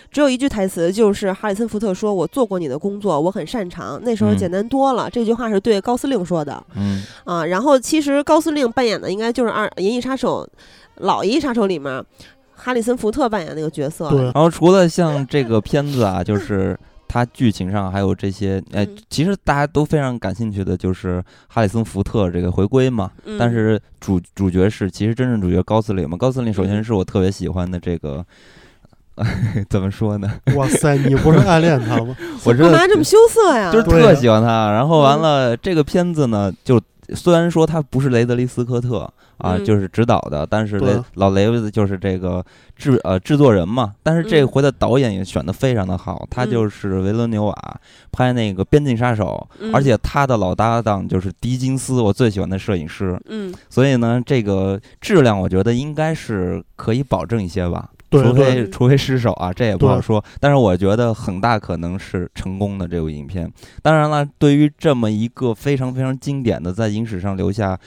Speaker 2: 只有一句台词，就是哈里森福特说：“我做过你的工作，我很擅长。”那时候
Speaker 1: 嗯
Speaker 2: 简单多了，这句话是对高司令说的
Speaker 1: 嗯
Speaker 2: 啊。然后其实高司令扮演的应该就是二《银翼杀手》老《银翼杀手》里面哈里森福特扮演那个角色。
Speaker 3: 对，
Speaker 1: 然后除了像这个片子啊，就是它剧情上还有这些，呃
Speaker 2: 嗯，
Speaker 1: 其实大家都非常感兴趣的就是哈里森福特这个回归嘛。
Speaker 2: 嗯，
Speaker 1: 但是主主角是其实真正主角高司令嘛，高司令首
Speaker 2: 嗯
Speaker 1: 先是我特别喜欢的这个。 怎么说呢？
Speaker 3: 哇塞，你不是暗恋他 吗？
Speaker 1: 我
Speaker 2: 干嘛
Speaker 1: 这
Speaker 2: 这么羞涩呀？
Speaker 1: 就是
Speaker 3: 对
Speaker 1: 特
Speaker 3: 啊
Speaker 2: 嗯
Speaker 1: 喜欢他。然后完了，这个片子呢，就虽然说他不是雷德利·斯科特啊，
Speaker 2: 嗯
Speaker 1: 就是执导的，但是
Speaker 3: 对啊
Speaker 1: 雷老雷子就是这个制呃制作人嘛。但是这
Speaker 2: 嗯
Speaker 1: 回的导演也选的非常的好，他
Speaker 2: 嗯
Speaker 1: 就是维伦纽瓦拍那个《边境杀手》，
Speaker 2: 嗯
Speaker 1: 而且他的老搭档就是迪金斯，我最喜欢的摄影师。
Speaker 2: 嗯，
Speaker 1: 所以呢，这个质量我觉得应该是可以保证一些吧，
Speaker 3: 对
Speaker 1: 除
Speaker 3: 对
Speaker 1: 非除非失手啊，这也不好
Speaker 3: 对
Speaker 1: 说。但是我觉得很大可能是成功的这部影片。当然了，对于这么一个非常非常经典的，在影史上留下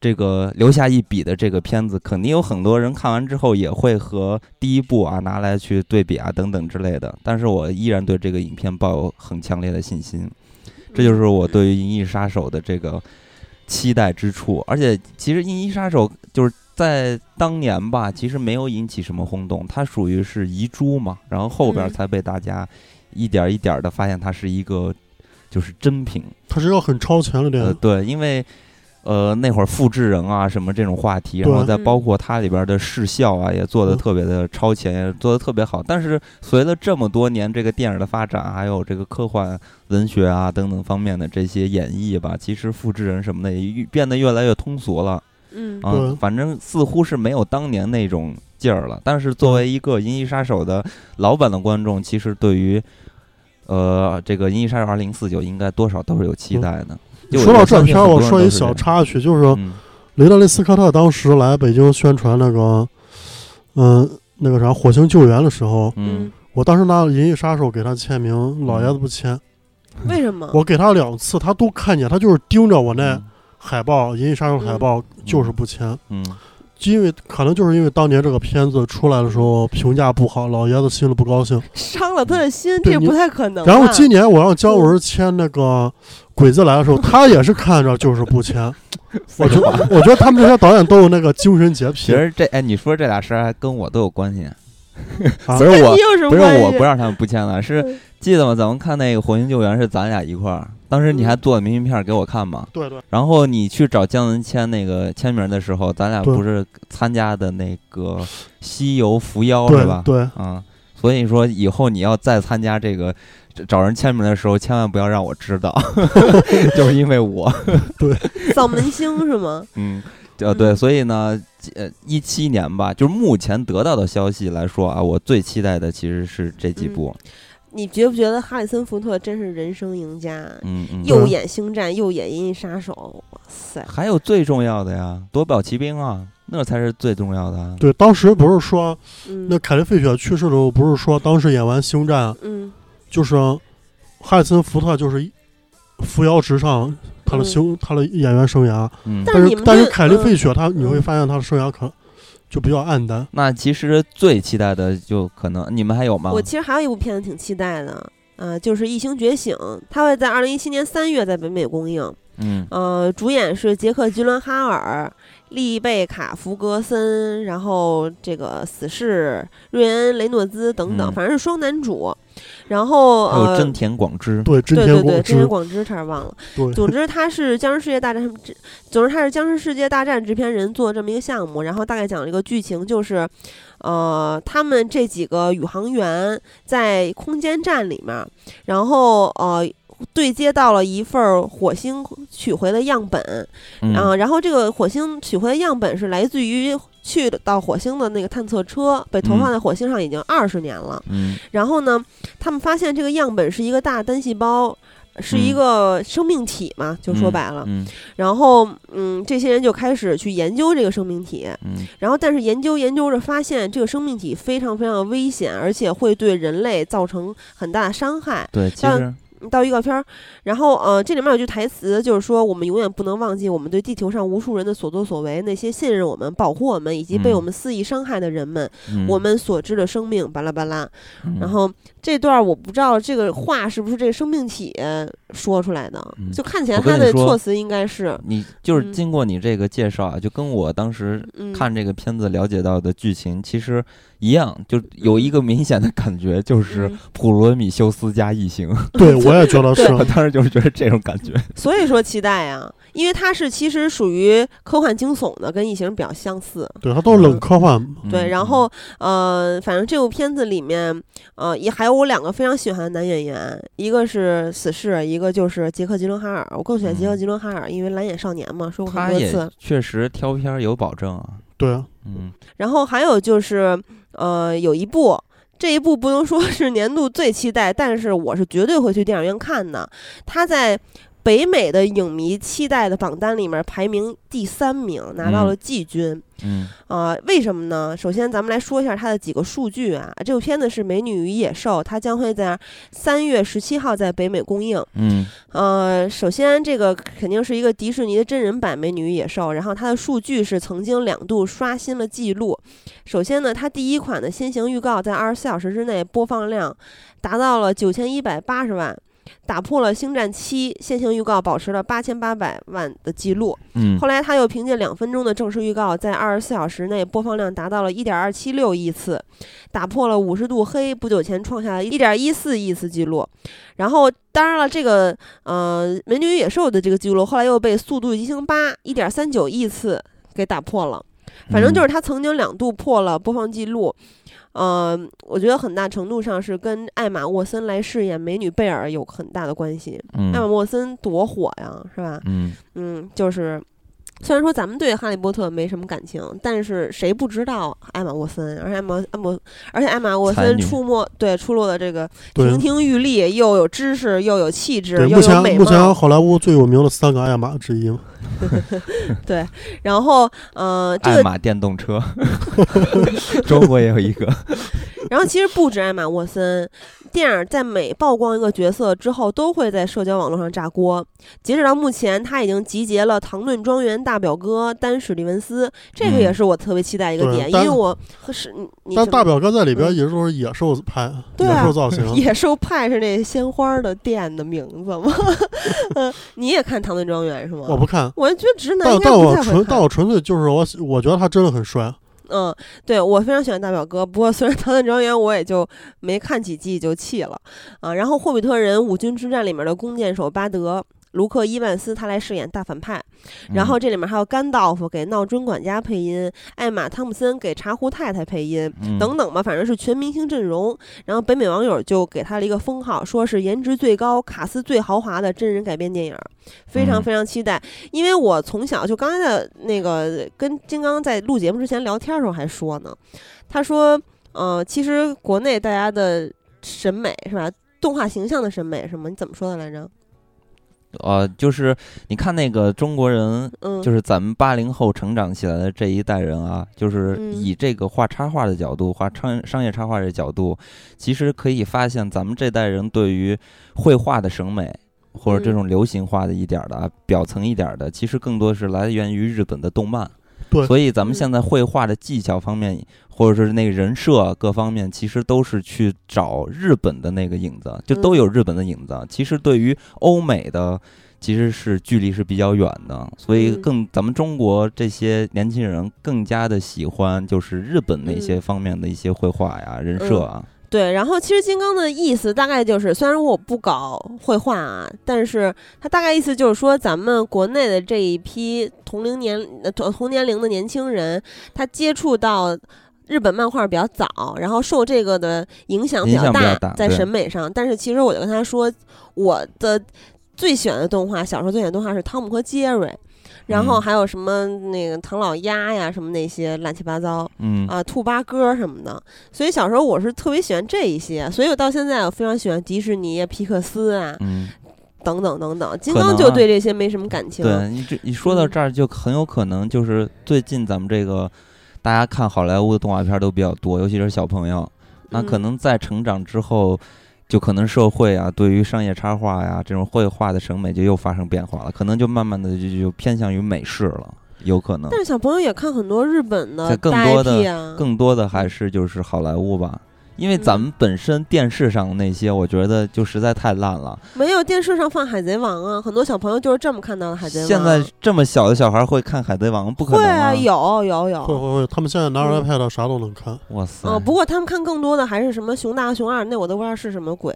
Speaker 1: 这个留下一笔的这个片子，肯定有很多人看完之后也会和第一部啊拿来去对比啊等等之类的。但是我依然对这个影片抱有很强烈的信心。
Speaker 2: 嗯
Speaker 1: 这就是我对于《银翼杀手》的这个期待之处。而且，其实《银翼杀手》就是在当年吧，其实没有引起什么轰动，它属于是遗珠嘛，然后后边
Speaker 2: 嗯
Speaker 1: 才被大家一点一点的发现它是一个就是真品。
Speaker 3: 它是一个很超前的电
Speaker 1: 呃，
Speaker 3: 影，
Speaker 1: 对，因为。呃，那会儿复制人啊，什么这种话题，然后
Speaker 3: 对
Speaker 1: 再包括它里边的视效啊，也做的
Speaker 3: 嗯
Speaker 1: 特别的超前，也做的特别好。但是随着这么多年这个电影的发展，还有这个科幻文学啊等等方面的这些演绎吧，其实复制人什么的也越变得越来越通俗了
Speaker 2: 嗯
Speaker 1: 啊
Speaker 3: 对，
Speaker 1: 反正似乎是没有当年那种劲儿了。但是作为一个《银翼杀手》的老版的观众，其实对于呃这个《银翼杀手二零四九》应该多少都是有期待的。
Speaker 3: 你
Speaker 1: 就
Speaker 3: 说到
Speaker 1: 我
Speaker 3: 这
Speaker 1: 相信
Speaker 3: 片儿，
Speaker 1: 很多
Speaker 3: 我
Speaker 1: 人
Speaker 3: 说
Speaker 1: 都
Speaker 3: 一
Speaker 1: 是这
Speaker 3: 小
Speaker 1: 样
Speaker 3: 插曲，就是说
Speaker 1: 嗯
Speaker 3: 雷德利·斯科特当时来北京宣传那个，嗯、那个啥《火星救援》的时候，
Speaker 1: 嗯，
Speaker 3: 我当时拿《银翼杀手》给他签名，老爷子不
Speaker 1: 嗯
Speaker 3: 签。
Speaker 2: 嗯为什么？
Speaker 3: 我给他两次，他都看见，他就是盯着我那
Speaker 1: 嗯
Speaker 3: 海报《银翼杀手》海报，就是不签。
Speaker 1: 嗯
Speaker 3: 因为可能就是因为当年这个片子出来的时候评价不好，老爷子心里不高兴。
Speaker 2: 伤了他的心，
Speaker 3: 对
Speaker 2: 这
Speaker 3: 你
Speaker 2: 不太可能吧。啊
Speaker 3: 然后 今年我让
Speaker 1: 嗯
Speaker 3: 姜文签那个《鬼子来》的时候，他也是看着就是不签。我觉得，我觉得他们这些导演都有那个精神洁
Speaker 1: 其
Speaker 3: 癖。
Speaker 1: 实这哎，你说这俩事儿还跟我都有关系，
Speaker 3: 啊
Speaker 1: 不是我
Speaker 2: 你有什么
Speaker 1: 不是
Speaker 2: 关
Speaker 1: 我
Speaker 2: 系
Speaker 1: 不让他们不签了，是
Speaker 2: 嗯
Speaker 1: 记得吗？咱们看那个《火星救援》是咱俩一块儿，当时你还做明信片给我看嘛。
Speaker 3: 对对，
Speaker 1: 然后你去找姜文签那个签名的时候，咱俩
Speaker 3: 对
Speaker 1: 不是参加的那个西游伏妖是
Speaker 3: 对
Speaker 1: 吧？
Speaker 3: 对，
Speaker 1: 啊，所以说以后你要再参加这个找人签名的时候，千万不要让我知道， 就是因为我。
Speaker 2: 扫门星是吗？
Speaker 1: 嗯，呃，对，
Speaker 2: 嗯
Speaker 1: 所以呢，呃，一七年吧，就是目前得到的消息来说啊，我最期待的其实是这几部，
Speaker 2: 你觉不觉得哈里森福特真是人生赢家？
Speaker 1: 嗯嗯，
Speaker 2: 又演《星战》，又演《银翼杀手》，哇塞！
Speaker 1: 还有最重要的呀，夺宝奇兵啊，那才是最重要的啊。
Speaker 3: 对，当时不是说
Speaker 2: 嗯，
Speaker 3: 那凯利·费雪去世的时候，不是说当时演完《星战》，
Speaker 2: 嗯
Speaker 3: 就是汉森·福特就是一扶摇直上，他的星、他的演员生涯。
Speaker 1: 嗯，
Speaker 2: 嗯但
Speaker 3: 但
Speaker 2: 是
Speaker 3: 是
Speaker 2: 你们
Speaker 3: 但是
Speaker 2: 这
Speaker 3: 凯利·
Speaker 2: 嗯
Speaker 3: 费雪他你会发现他的生涯可就比较暗淡。
Speaker 1: 那其实最期待的就可能你们还有吗？
Speaker 2: 我其实还有一部片子挺期待的，啊、就是《异星觉醒》，它会在二零一七年三月在北美公映。
Speaker 1: 嗯
Speaker 2: 呃，主演是杰克·吉伦哈尔、丽贝卡·福格森，然后这个死侍瑞恩·雷诺兹等等，
Speaker 1: 嗯
Speaker 2: 反正是双男主。然后
Speaker 1: 还有
Speaker 2: 呃
Speaker 1: 真，田广之，
Speaker 3: 对，真
Speaker 2: 对
Speaker 3: 田
Speaker 2: 对对，真
Speaker 3: 广之
Speaker 2: 田，广之差点忘了。
Speaker 3: 对
Speaker 2: 总之，他是《僵尸世界大战》制，总之他是《僵尸世界大战》制片人做这么一个项目，然后大概讲了一个剧情，就是，呃，他们这几个宇航员在空间站里面，然后呃。对接到了一份儿火星取回的样本，
Speaker 1: 嗯
Speaker 2: 啊，然后这个火星取回的样本是来自于去到火星的那个探测车，被投放
Speaker 1: 嗯
Speaker 2: 在火星上已经二十年了。
Speaker 1: 嗯
Speaker 2: 然后呢，他们发现这个样本是一个大单细胞，是一
Speaker 1: 嗯
Speaker 2: 个生命体嘛，就说
Speaker 1: 嗯
Speaker 2: 白了。
Speaker 1: 嗯
Speaker 2: 然后，嗯，这些人就开始去研究这个生命体，
Speaker 1: 嗯
Speaker 2: 然后但是研究研究着发现这个生命体非常非常危险，而且会对人类造成很大的伤害。
Speaker 1: 对，其
Speaker 2: 但
Speaker 1: 实
Speaker 2: 到预告片儿，然后呃，这里面有句台词，就是说我们永远不能忘记我们对地球上无数人的所作所为，那些信任我们、保护我们以及被
Speaker 1: 嗯
Speaker 2: 我们肆意伤害的人们，
Speaker 1: 嗯
Speaker 2: 我们所知的生命，巴拉巴拉。
Speaker 1: 嗯
Speaker 2: 然后这段儿我不知道这个话是不是这个生命体说出来的，
Speaker 1: 嗯
Speaker 2: 就看起来
Speaker 1: 我跟
Speaker 2: 他
Speaker 1: 你
Speaker 2: 的
Speaker 1: 说
Speaker 2: 措辞应该是，
Speaker 1: 你就是
Speaker 2: 嗯
Speaker 1: 经过你这个介绍啊，就跟我当时
Speaker 2: 嗯，
Speaker 1: 看这个片子了解到的剧情其实一样，就有一个明显的感觉，就是
Speaker 2: 嗯
Speaker 1: 《普罗米修斯加异形》，
Speaker 3: 对我也觉得是
Speaker 2: 对。
Speaker 1: 我当时就是觉得这种感觉。
Speaker 2: 所以说期待啊，因为它是其实属于科幻惊悚的，跟异形比较相似。
Speaker 3: 对，它都是冷科幻嘛，
Speaker 1: 嗯
Speaker 2: 对，然后呃，反正这部片子里面，呃，也还有我两个非常喜欢的男演员，一个是死侍，一个就是杰克·吉伦哈尔。我更喜欢杰克·
Speaker 1: 嗯
Speaker 2: 吉伦哈尔，因为蓝眼少年嘛，说过
Speaker 1: 他
Speaker 2: 很多
Speaker 1: 也
Speaker 2: 次。
Speaker 1: 确实挑片儿有保证啊，
Speaker 3: 对啊，
Speaker 1: 嗯，
Speaker 2: 然后还有就是，呃，有一部。这一部不能说是 年度最期待，但是我是绝对会去电影院看的。它在北美的影迷期待的榜单里面排名第三名，拿
Speaker 1: 嗯
Speaker 2: 到了季军。
Speaker 1: 嗯
Speaker 2: 啊，为什么呢？首先，咱们来说一下它的几个数据啊。这部片子是《美女与野兽》，它将会在三月十七号在北美公映。
Speaker 1: 嗯
Speaker 2: 呃，首先这个肯定是一个迪士尼的真人版《美女与野兽》，然后它的数据是曾经两度刷新了记录。首先呢，它第一款的先行预告在二十四小时之内播放量达到了九千一百八十万。打破了《星战七》先行预告保持了八千八百万的记录，
Speaker 1: 嗯
Speaker 2: 后来他又凭借两分钟的正式预告，在二十四小时内播放量达到了一点二七六亿次，打破了五十度黑不久前创下的一点一四亿次记录。然后，当然了，这个呃《美女与野兽》的这个记录后来又被《速度与激情八》一点三九亿次给打破了。反
Speaker 1: 嗯
Speaker 2: 正就是他曾经两度破了播放记录，呃，我觉得很大程度上是跟艾玛沃森来饰演美女贝尔有很大的关系。艾玛
Speaker 1: 嗯
Speaker 2: 沃森多火呀，是吧？
Speaker 1: 嗯
Speaker 2: 嗯，就是虽然说咱们对哈利波特没什么感情，但是谁不知道艾玛沃森？啊而且艾玛艾玛，而且艾玛沃
Speaker 1: 才
Speaker 2: 森
Speaker 1: 女
Speaker 2: 出没对出落的这个
Speaker 3: 对
Speaker 2: 亭亭玉立，又有知识，又有气质，
Speaker 3: 对，
Speaker 2: 又
Speaker 3: 目
Speaker 2: 有美
Speaker 3: 前目前
Speaker 2: 貌。
Speaker 3: 好莱坞最有名的三个爱玛之一嘛，
Speaker 2: 然后，呃，这
Speaker 1: 爱
Speaker 2: 个，
Speaker 1: 玛电动 车，中国也有一个，
Speaker 2: 然后其实不止艾玛沃森，电影在每曝光一个角色之后，都会在社交网络上炸锅。截止到目前，他已经集结了《唐顿庄园》大表哥丹·史蒂文斯，这个
Speaker 1: 嗯
Speaker 2: 也是我特别期待一个
Speaker 3: 对
Speaker 2: 点，因
Speaker 3: 丹
Speaker 2: 为我和是你你
Speaker 3: 但
Speaker 2: 什么
Speaker 3: 大表哥在里边
Speaker 2: 嗯
Speaker 3: 也都是野兽拍，
Speaker 2: 对啊，
Speaker 3: 野兽造型
Speaker 2: 野兽派是那鲜花的店的名字吗？ 嗯，你也看《唐顿庄园》是吗？
Speaker 3: 我不看。
Speaker 2: 我觉得直男
Speaker 3: 但
Speaker 2: 应该
Speaker 3: 但
Speaker 2: 不
Speaker 3: 我
Speaker 2: 太会
Speaker 3: 纯但
Speaker 2: 看。
Speaker 3: 我纯粹就是我喜我觉得他真的很帅，
Speaker 2: 嗯，对我非常喜欢大表哥，不过虽然《唐顿庄园》我也就没看几季就弃了啊。然后《霍比特人：五军之战》里面的弓箭手巴德。卢克·伊万斯他来饰演大反派，
Speaker 3: 嗯
Speaker 2: 然后这里面还有甘道夫给闹钟管家配音，艾玛·汤姆森给茶壶太太配音，
Speaker 1: 嗯
Speaker 2: 等等吧，反正是全明星阵容。然后北美网友就给他了一个封号，说是颜值最高、卡斯最豪华的真人改编电影，非常
Speaker 1: 嗯
Speaker 2: 非常期待。因为我从小就刚才在那个跟金刚在录节目之前聊天的时候还说呢，他说，呃，其实国内大家的审美是吧？动画形象的审美是吗？你怎么说的来着？
Speaker 1: 呃，就是你看那个中国人，
Speaker 2: 嗯，
Speaker 1: 就是咱们八零后成长起来的这一代人啊，就是
Speaker 2: 嗯
Speaker 1: 以这个画插画的角度，画商商业插画的角度，其实可以发现咱们这代人对于绘画的审美。或者这
Speaker 2: 嗯
Speaker 1: 种流行化的一点儿的啊，表层一点儿的，其实更多是来源于日本的动漫。
Speaker 3: 对
Speaker 1: 所以咱们
Speaker 2: 嗯
Speaker 1: 现在绘画的技巧方面，或者是那个人设啊各方面，其实都是去找日本的那个影子，就都
Speaker 2: 嗯
Speaker 1: 有日本的影子。其实对于欧美的，其实是距离是比较远的，所以
Speaker 2: 嗯
Speaker 1: 更咱们中国这些年轻人更加的喜欢就是日本那些
Speaker 2: 嗯
Speaker 1: 方面的一些绘画呀、人设啊，
Speaker 2: 对，然后其实金刚的意思大概就是，虽然我不搞绘画啊，但是他大概意思就是说，咱们国内的这一批同龄年呃同同年龄的年轻人，他接触到。日本漫画比较早，然后受这个的影响比
Speaker 1: 影响
Speaker 2: 较
Speaker 1: 比
Speaker 2: 大，
Speaker 1: 较大
Speaker 2: 在
Speaker 1: 对
Speaker 2: 审美上。但是其实我就跟他说，我的最喜欢的动画，小时候最喜欢的动画是《汤姆和杰瑞》，然后
Speaker 1: 嗯
Speaker 2: 还有什么那个唐老鸭呀，什么那些乱七八糟。
Speaker 1: 嗯
Speaker 2: 啊，兔八哥什么的。所以小时候我是特别喜欢这一些，所以我到现在我非常喜欢迪士尼、皮克斯啊
Speaker 1: 嗯，
Speaker 2: 等等等等。金
Speaker 1: 可
Speaker 2: 刚
Speaker 1: 能
Speaker 2: 就
Speaker 1: 啊
Speaker 2: 对这些没什么感情。
Speaker 1: 对你这你说到
Speaker 2: 嗯
Speaker 1: 这儿，就很有可能就是最近咱们这个大家看好莱坞的动画片儿都比较多，尤其是小朋友，那可
Speaker 2: 嗯
Speaker 1: 能在成长之后。就可能社会啊，对于商业插画呀、这种绘画的审美就又发生变化了，可能就慢慢的就就偏向于美式了，有可能。
Speaker 2: 但是小朋友也看很多日本的
Speaker 1: 在更
Speaker 2: 大
Speaker 1: 多的
Speaker 2: IP 啊，
Speaker 1: 更多的还是就是好莱坞吧，因
Speaker 2: 嗯
Speaker 1: 为咱们本身电视上那些，我觉得就实在太烂了。
Speaker 2: 没有电视上放《海贼王》啊，很多小朋友就是这么看到的《海贼王》。
Speaker 1: 现在这么小的小孩会看《海贼王》，不可
Speaker 2: 会
Speaker 1: 能
Speaker 2: 啊，
Speaker 1: 啊！
Speaker 2: 有有有。
Speaker 3: 会会会，他们现在拿
Speaker 2: 嗯
Speaker 3: 着 iPad 啥都能看。
Speaker 1: 哇塞！
Speaker 2: 哦，不过他们看更多的还是什么熊大熊二，那我都不知道是什么鬼，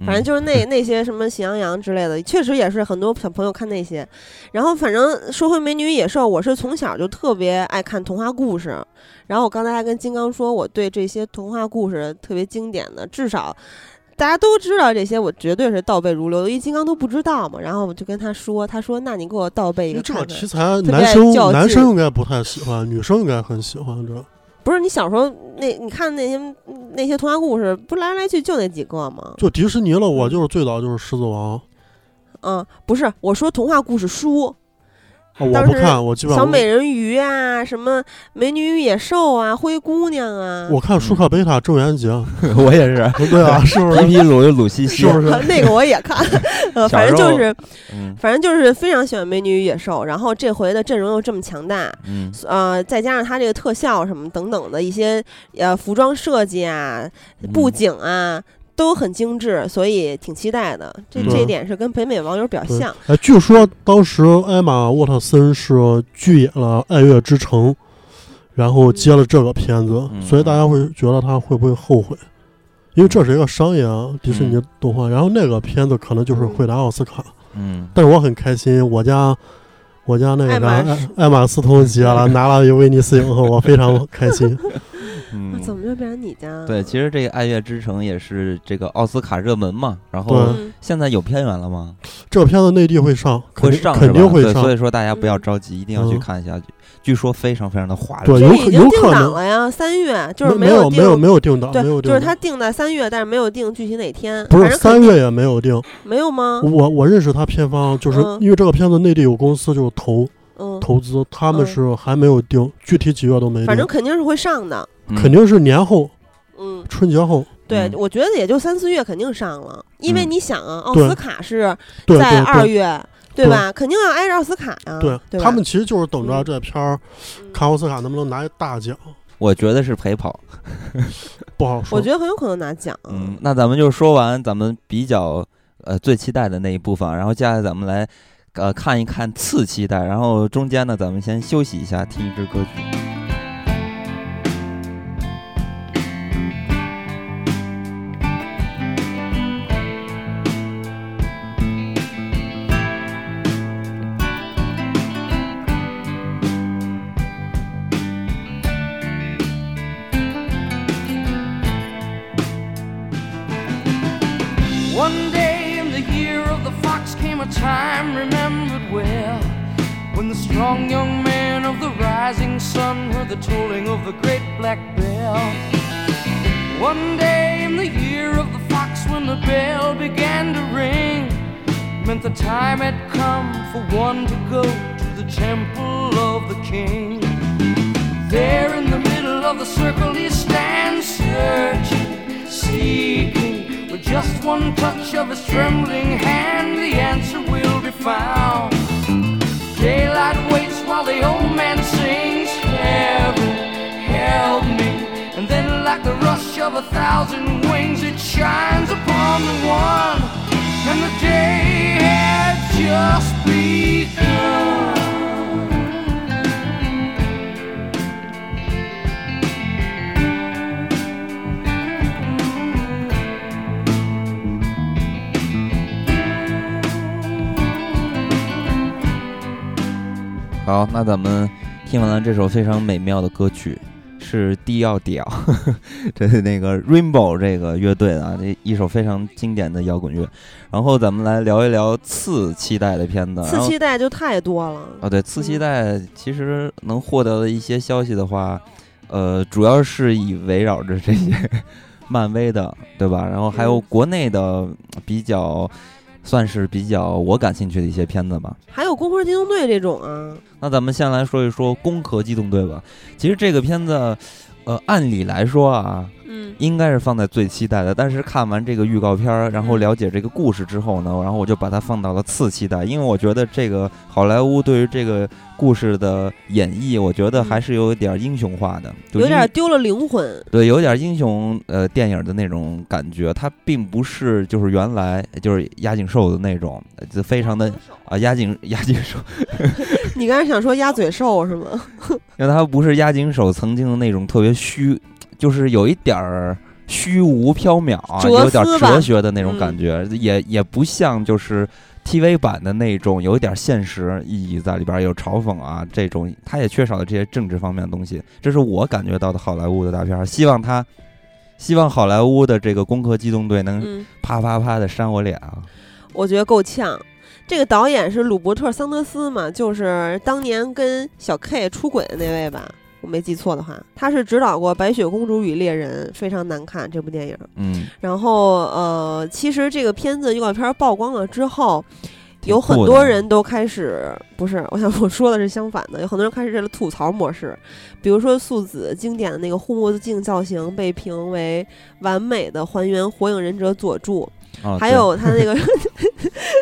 Speaker 1: 嗯，
Speaker 2: 反正就是那那些什么喜羊羊之类的，确实也是很多小朋友看那些。然后反正说回美女与野兽，我是从小就特别爱看童话故事。然后我刚才还跟金刚说，我对这些童话故事特别经典的，至少大家都知道这些，我绝对是倒背如流的，因为金刚都不知道嘛。然后我就跟他说，他说那你给我倒背一
Speaker 3: 因
Speaker 2: 个
Speaker 3: 为这
Speaker 2: 看
Speaker 3: 个
Speaker 2: 看。
Speaker 3: 题材，
Speaker 2: 别
Speaker 3: 男生
Speaker 2: 较劲
Speaker 3: 男生应该不太喜欢，女生应该很喜欢这。
Speaker 2: 不是你小时候那你看那些那些童话故事，不来来去就那几个吗？
Speaker 3: 就迪士尼了，我就是最早就是《狮子王》啊
Speaker 2: 嗯，不是，我说童话故事书，
Speaker 3: 啊，我
Speaker 2: 当
Speaker 3: 不
Speaker 2: 时
Speaker 3: 看，我基本
Speaker 2: 小
Speaker 3: 上
Speaker 2: 美人鱼啊，什么美女与野兽啊，灰姑娘啊，
Speaker 3: 我 看舒克贝塔郑 渊洁，
Speaker 1: 我也是，
Speaker 3: 对啊，是不
Speaker 1: 皮
Speaker 3: 是？
Speaker 1: 皮鲁又鲁西西
Speaker 3: 是，不是？
Speaker 2: 那个我也 看，呃，
Speaker 1: 小
Speaker 2: 反正
Speaker 1: 时候
Speaker 2: 就是
Speaker 1: 嗯
Speaker 2: 反正就是非常喜欢美女与野兽，然后这回的阵容又这么强大，
Speaker 1: 嗯，
Speaker 2: 呃，再加上它这个特效什么等等的一些呃服装设计啊、
Speaker 3: 嗯
Speaker 1: 嗯
Speaker 2: 布景啊。都很精致，所以挺期待的。这这一
Speaker 3: 嗯
Speaker 2: 点是跟北美网友比较
Speaker 3: 对
Speaker 2: 像。
Speaker 3: 哎，据说当时艾玛沃特森是拒演了《爱乐之城》，然后接了这个片子，
Speaker 1: 嗯
Speaker 3: 所以大家会觉得他会不会后悔？因为这是一个商业啊迪士尼动画，然后那个片子可能就是会拿奥斯卡，
Speaker 1: 嗯
Speaker 3: 但是我很开心，我家我家那个
Speaker 2: 爱
Speaker 3: 啥
Speaker 2: 马
Speaker 3: 艾艾玛斯通结了，拿了一威尼斯影后，我非常开心。
Speaker 2: 啊怎
Speaker 1: 嗯，
Speaker 2: 么又变成你家了？
Speaker 1: 对，其实这个《爱乐之城》也是这个奥斯卡热门嘛，然
Speaker 3: 对
Speaker 1: 后
Speaker 2: 嗯
Speaker 1: 现在有片源了吗？
Speaker 3: 这个片子内地会上，肯
Speaker 1: 会
Speaker 3: 定
Speaker 1: 上
Speaker 3: 肯
Speaker 1: 是
Speaker 3: 定
Speaker 1: 吧
Speaker 3: 会
Speaker 1: 对
Speaker 3: 上
Speaker 1: 所，以说大家不要着急，一定要去
Speaker 3: 嗯
Speaker 1: 看一下，据据说非常非常的华丽。
Speaker 3: 对
Speaker 2: 这
Speaker 3: 有
Speaker 2: 已
Speaker 3: 可
Speaker 2: 经
Speaker 3: 有
Speaker 2: 定
Speaker 3: 可
Speaker 2: 档
Speaker 3: 能
Speaker 2: 了呀，三月就是
Speaker 3: 没
Speaker 2: 有
Speaker 3: 有
Speaker 2: 定，
Speaker 3: 没有没有定档，啊没有
Speaker 2: 对，
Speaker 3: 定
Speaker 2: 就是
Speaker 3: 档。
Speaker 2: 他定在三月，但是没有定具体哪天。
Speaker 3: 不
Speaker 2: 反
Speaker 3: 是
Speaker 2: 正
Speaker 3: 三
Speaker 2: 肯
Speaker 3: 月也没有定，
Speaker 2: 没有吗？
Speaker 3: 我我认识他片方，就是
Speaker 2: 嗯
Speaker 3: 因为这个片子内地有公司就是投
Speaker 2: 嗯，
Speaker 3: 投资，他们
Speaker 2: 嗯
Speaker 3: 是还没有定，具体几月都没
Speaker 2: 反正
Speaker 3: 定，
Speaker 2: 肯定是会上的。
Speaker 1: 嗯
Speaker 3: 肯定是年后
Speaker 2: 嗯，
Speaker 3: 春节后，
Speaker 2: 对
Speaker 1: 嗯，
Speaker 2: 我觉得也就三四月肯定上了，因为
Speaker 1: 嗯
Speaker 2: 你想啊，奥
Speaker 3: 对
Speaker 2: 斯卡是
Speaker 3: 对
Speaker 2: 在
Speaker 3: 对
Speaker 2: 二
Speaker 3: 对
Speaker 2: 月，对吧？肯定要挨着奥斯卡呀，
Speaker 3: 对，
Speaker 2: 对吧
Speaker 3: 他们其实就是等着
Speaker 2: 嗯
Speaker 3: 这片儿
Speaker 2: 嗯
Speaker 3: 看奥斯卡能不能拿一大奖，
Speaker 1: 我觉得是陪跑。
Speaker 3: 不好
Speaker 2: 我
Speaker 3: 说
Speaker 2: 觉。得很有可能拿奖。
Speaker 1: 嗯，那咱们就说完咱们比较呃最期待的那一部分，然后接下来咱们来呃看一看次期待，然后中间呢咱们先休息一下，听一支歌曲。
Speaker 5: One day in the year of the fox came a time remembered well when the strong young man of the rising sun heard the tolling of the great black bell. One day in the year of the fox when the bell began to ring meant the time had come for one to go to the temple of the king. There in the middle of the circle he stands searching, seeking. With just one touch of his trembling hand, the answer will be found. Daylight waits while the old man sings, Heaven, help me. And then, like the rush of a thousand wings, it shines upon the one. And the day had just begun.
Speaker 1: 好，那咱们听完了这首非常美妙的歌曲。是迪奥迪奥，啊 这是那个 Rainbow 这个乐队的啊，这一首非常经典的摇滚乐。然后咱们来聊一聊次期待的片子。
Speaker 2: 次
Speaker 1: 然后
Speaker 2: 期待就太多了。
Speaker 1: 啊，对，次期
Speaker 2: 嗯
Speaker 1: 待其实能获得的一些消息的话，呃，主要是以围绕着这些 漫威的，对吧？然后还有
Speaker 2: 嗯
Speaker 1: 国内的比较，算是比较我感兴趣的一些片子吧。
Speaker 2: 还有《攻壳机动队》这种啊，
Speaker 1: 那咱们先来说一说《攻壳机动队》吧。其实这个片子，呃，按理来说啊，
Speaker 2: 嗯
Speaker 1: 应该是放在最期待的，但是看完这个预告片儿，然
Speaker 2: 嗯
Speaker 1: 后了解这个故事之后呢，然后我就把它放到了次期待，因为我觉得这个好莱坞对于这个故事的演绎，我觉得还是有一点儿英雄化的，就
Speaker 2: 有
Speaker 1: 英
Speaker 2: 点丢了灵魂，
Speaker 1: 对，有点英雄呃电影的那种感觉，它并不是就是原来就是压井兽的那种，呃就非常的啊压井压井兽，
Speaker 2: 你刚才想说鸭嘴兽是吗？
Speaker 1: 因为它不是压井手曾经的那种特别虚，就是有一点儿虚无缥缈啊，
Speaker 2: 哲
Speaker 1: 有点
Speaker 2: 思吧嗯
Speaker 1: 哲学的那种感觉，也也不像就是 TV 版的那种有一点现实意义在里边儿，有嘲讽啊这种，它也缺少了这些政治方面的东西，这是我感觉到的好莱坞的大片儿，希望它。希望好莱坞的这个《攻壳机动队》能
Speaker 2: 嗯，
Speaker 1: 啪啪啪的扇我脸啊！
Speaker 2: 我觉得够呛。这个导演是鲁伯特·桑德斯嘛，就是当年跟小 K 出轨的那位吧，我没记错的话，他是指导过《白雪公主与猎人》，非常难看这部电影。
Speaker 1: 嗯，
Speaker 2: 然后呃，其实这个片子预告片曝光了之后，有很
Speaker 1: 挺酷的
Speaker 2: 多人都开始不是，我想 我说的是相反的，有很多人开始这个吐槽模式，比如说素子经典的那个护目镜造型被评为完美的还原《火影忍者》佐助，
Speaker 1: 啊
Speaker 2: 还
Speaker 1: 对
Speaker 2: 有他 那个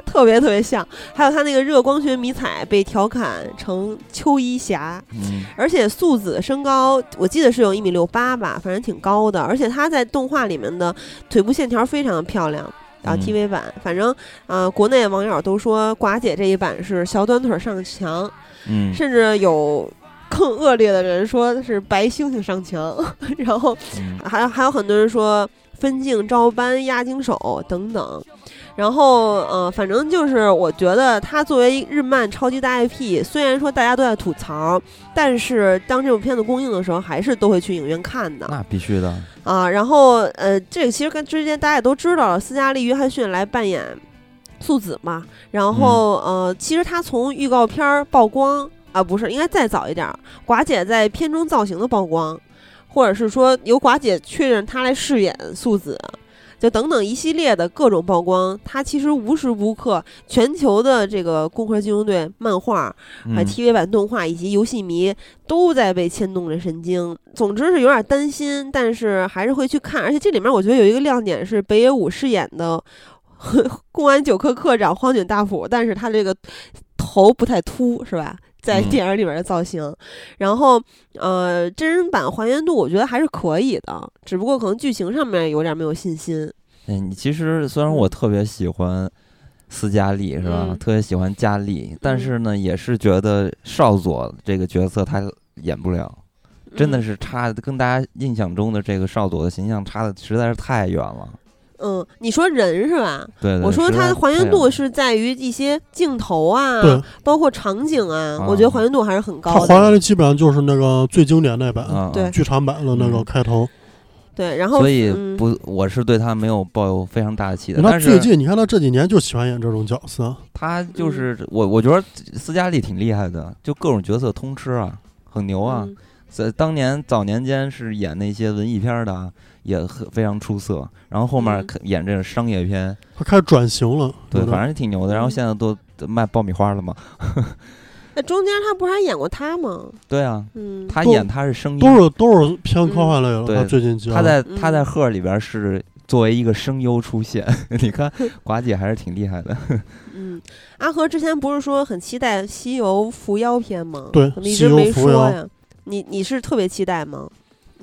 Speaker 2: 特别特别像，还有他那个热光学迷彩被调侃成秋衣侠，
Speaker 1: 嗯
Speaker 2: 而且素子身高，我记得是有一米六八吧，反正挺高的。而且她在动画里面的腿部线条非常漂亮。啊
Speaker 1: 嗯
Speaker 2: ，TV 版，反正啊、呃国内网友都说寡姐这一版是小短腿上墙，
Speaker 1: 嗯
Speaker 2: 甚至有更恶劣的人说是白猩猩上墙， 然后
Speaker 1: 嗯
Speaker 2: 还有还有很多人说分镜照搬压惊手等等，然后呃，反正就是我觉得它作为日漫超级大 IP，虽然说大家都在吐槽，但是当这部片子公映的时候，还是都会去影院看的
Speaker 1: 那必须的，
Speaker 2: 啊。然后呃，这个其实跟之前大家也都知道了，斯嘉丽·约翰逊来扮演素子嘛。然后、呃，其实她从预告片儿曝光啊，不是应该再早一点儿，寡姐在片中造型的曝光，或者是说由寡姐确认她来饰演素子。就等等一系列的各种曝光，她其实无时无刻，全球的这个《攻壳机动队》漫画，还
Speaker 1: 嗯
Speaker 2: TV 版动画以及游戏迷都在被牵动着神经。总之是有点担心，但是还是会去看。而且这里面我觉得有一个亮点是北野武饰演的 公安九课课长荒井大辅，但是他这个头不太秃，是吧？在
Speaker 1: 嗯
Speaker 2: 电影里面的造型，然后呃，真人版还原度我觉得还是可以的，只不过可能剧情上面有点没有信心。
Speaker 1: 哎，你其实虽然我特别喜欢斯嘉丽是吧，
Speaker 2: 嗯
Speaker 1: 特别喜欢佳丽，但是呢，也是觉得少佐这个角色他演不了，真的
Speaker 2: 嗯
Speaker 1: 是差的，跟大家印象中的这个少佐的形象差的实在是太远了。
Speaker 2: 嗯，你说人是吧？
Speaker 1: 对对，啊
Speaker 2: 我说
Speaker 1: 实在
Speaker 2: 它
Speaker 1: 是
Speaker 2: 的还
Speaker 1: 太
Speaker 2: 原
Speaker 1: 远
Speaker 2: 度
Speaker 1: 了
Speaker 2: 是在于一些镜头啊，
Speaker 3: 对，
Speaker 2: 包括场景啊，
Speaker 1: 啊
Speaker 2: 我觉得还原度还是很
Speaker 3: 它
Speaker 2: 高
Speaker 3: 还
Speaker 2: 的。
Speaker 3: 原的基本上就是那个最经典那版
Speaker 1: 啊，嗯啊
Speaker 2: 对
Speaker 3: 剧场版的那个开头。
Speaker 2: 对，然后
Speaker 1: 所以
Speaker 2: 嗯
Speaker 1: 不，我是对他没有抱有非常大的期待。
Speaker 3: 他
Speaker 1: 但
Speaker 3: 最
Speaker 1: 是
Speaker 3: 近你看他这几年就喜欢演这种角色，
Speaker 1: 他就是
Speaker 2: 嗯
Speaker 1: 我，我觉得斯嘉丽挺厉害的，就各种角色通吃啊，很牛啊。
Speaker 2: 嗯
Speaker 1: 在当年早年间是演那些文艺片儿的啊，也很非常出色。然后后面
Speaker 2: 嗯
Speaker 1: 可演这种商业片，
Speaker 3: 他开始转型了。
Speaker 1: 对，
Speaker 3: 有点
Speaker 1: 反正挺牛的。然后
Speaker 2: 嗯
Speaker 1: 现在都卖爆米花了嘛？
Speaker 2: 那、中间他不是还演过他吗？
Speaker 1: 对啊，
Speaker 2: 嗯，
Speaker 1: 他
Speaker 3: 都
Speaker 1: 演他是声
Speaker 3: 都
Speaker 1: 优，
Speaker 3: 是都是偏科幻类的。
Speaker 1: 对
Speaker 3: 他最近就
Speaker 1: 他在
Speaker 2: 嗯
Speaker 1: 他在《赫》里边是作为一个声优出现。 你 看，寡姐还是挺厉害的。
Speaker 2: 嗯，阿和之前不是说很期待《西游伏妖篇》吗？
Speaker 3: 对
Speaker 2: 怎么一
Speaker 3: 西
Speaker 2: 直
Speaker 3: 游
Speaker 2: 没
Speaker 3: 伏
Speaker 2: 说
Speaker 3: 妖
Speaker 2: 呀？你你是特别期待吗？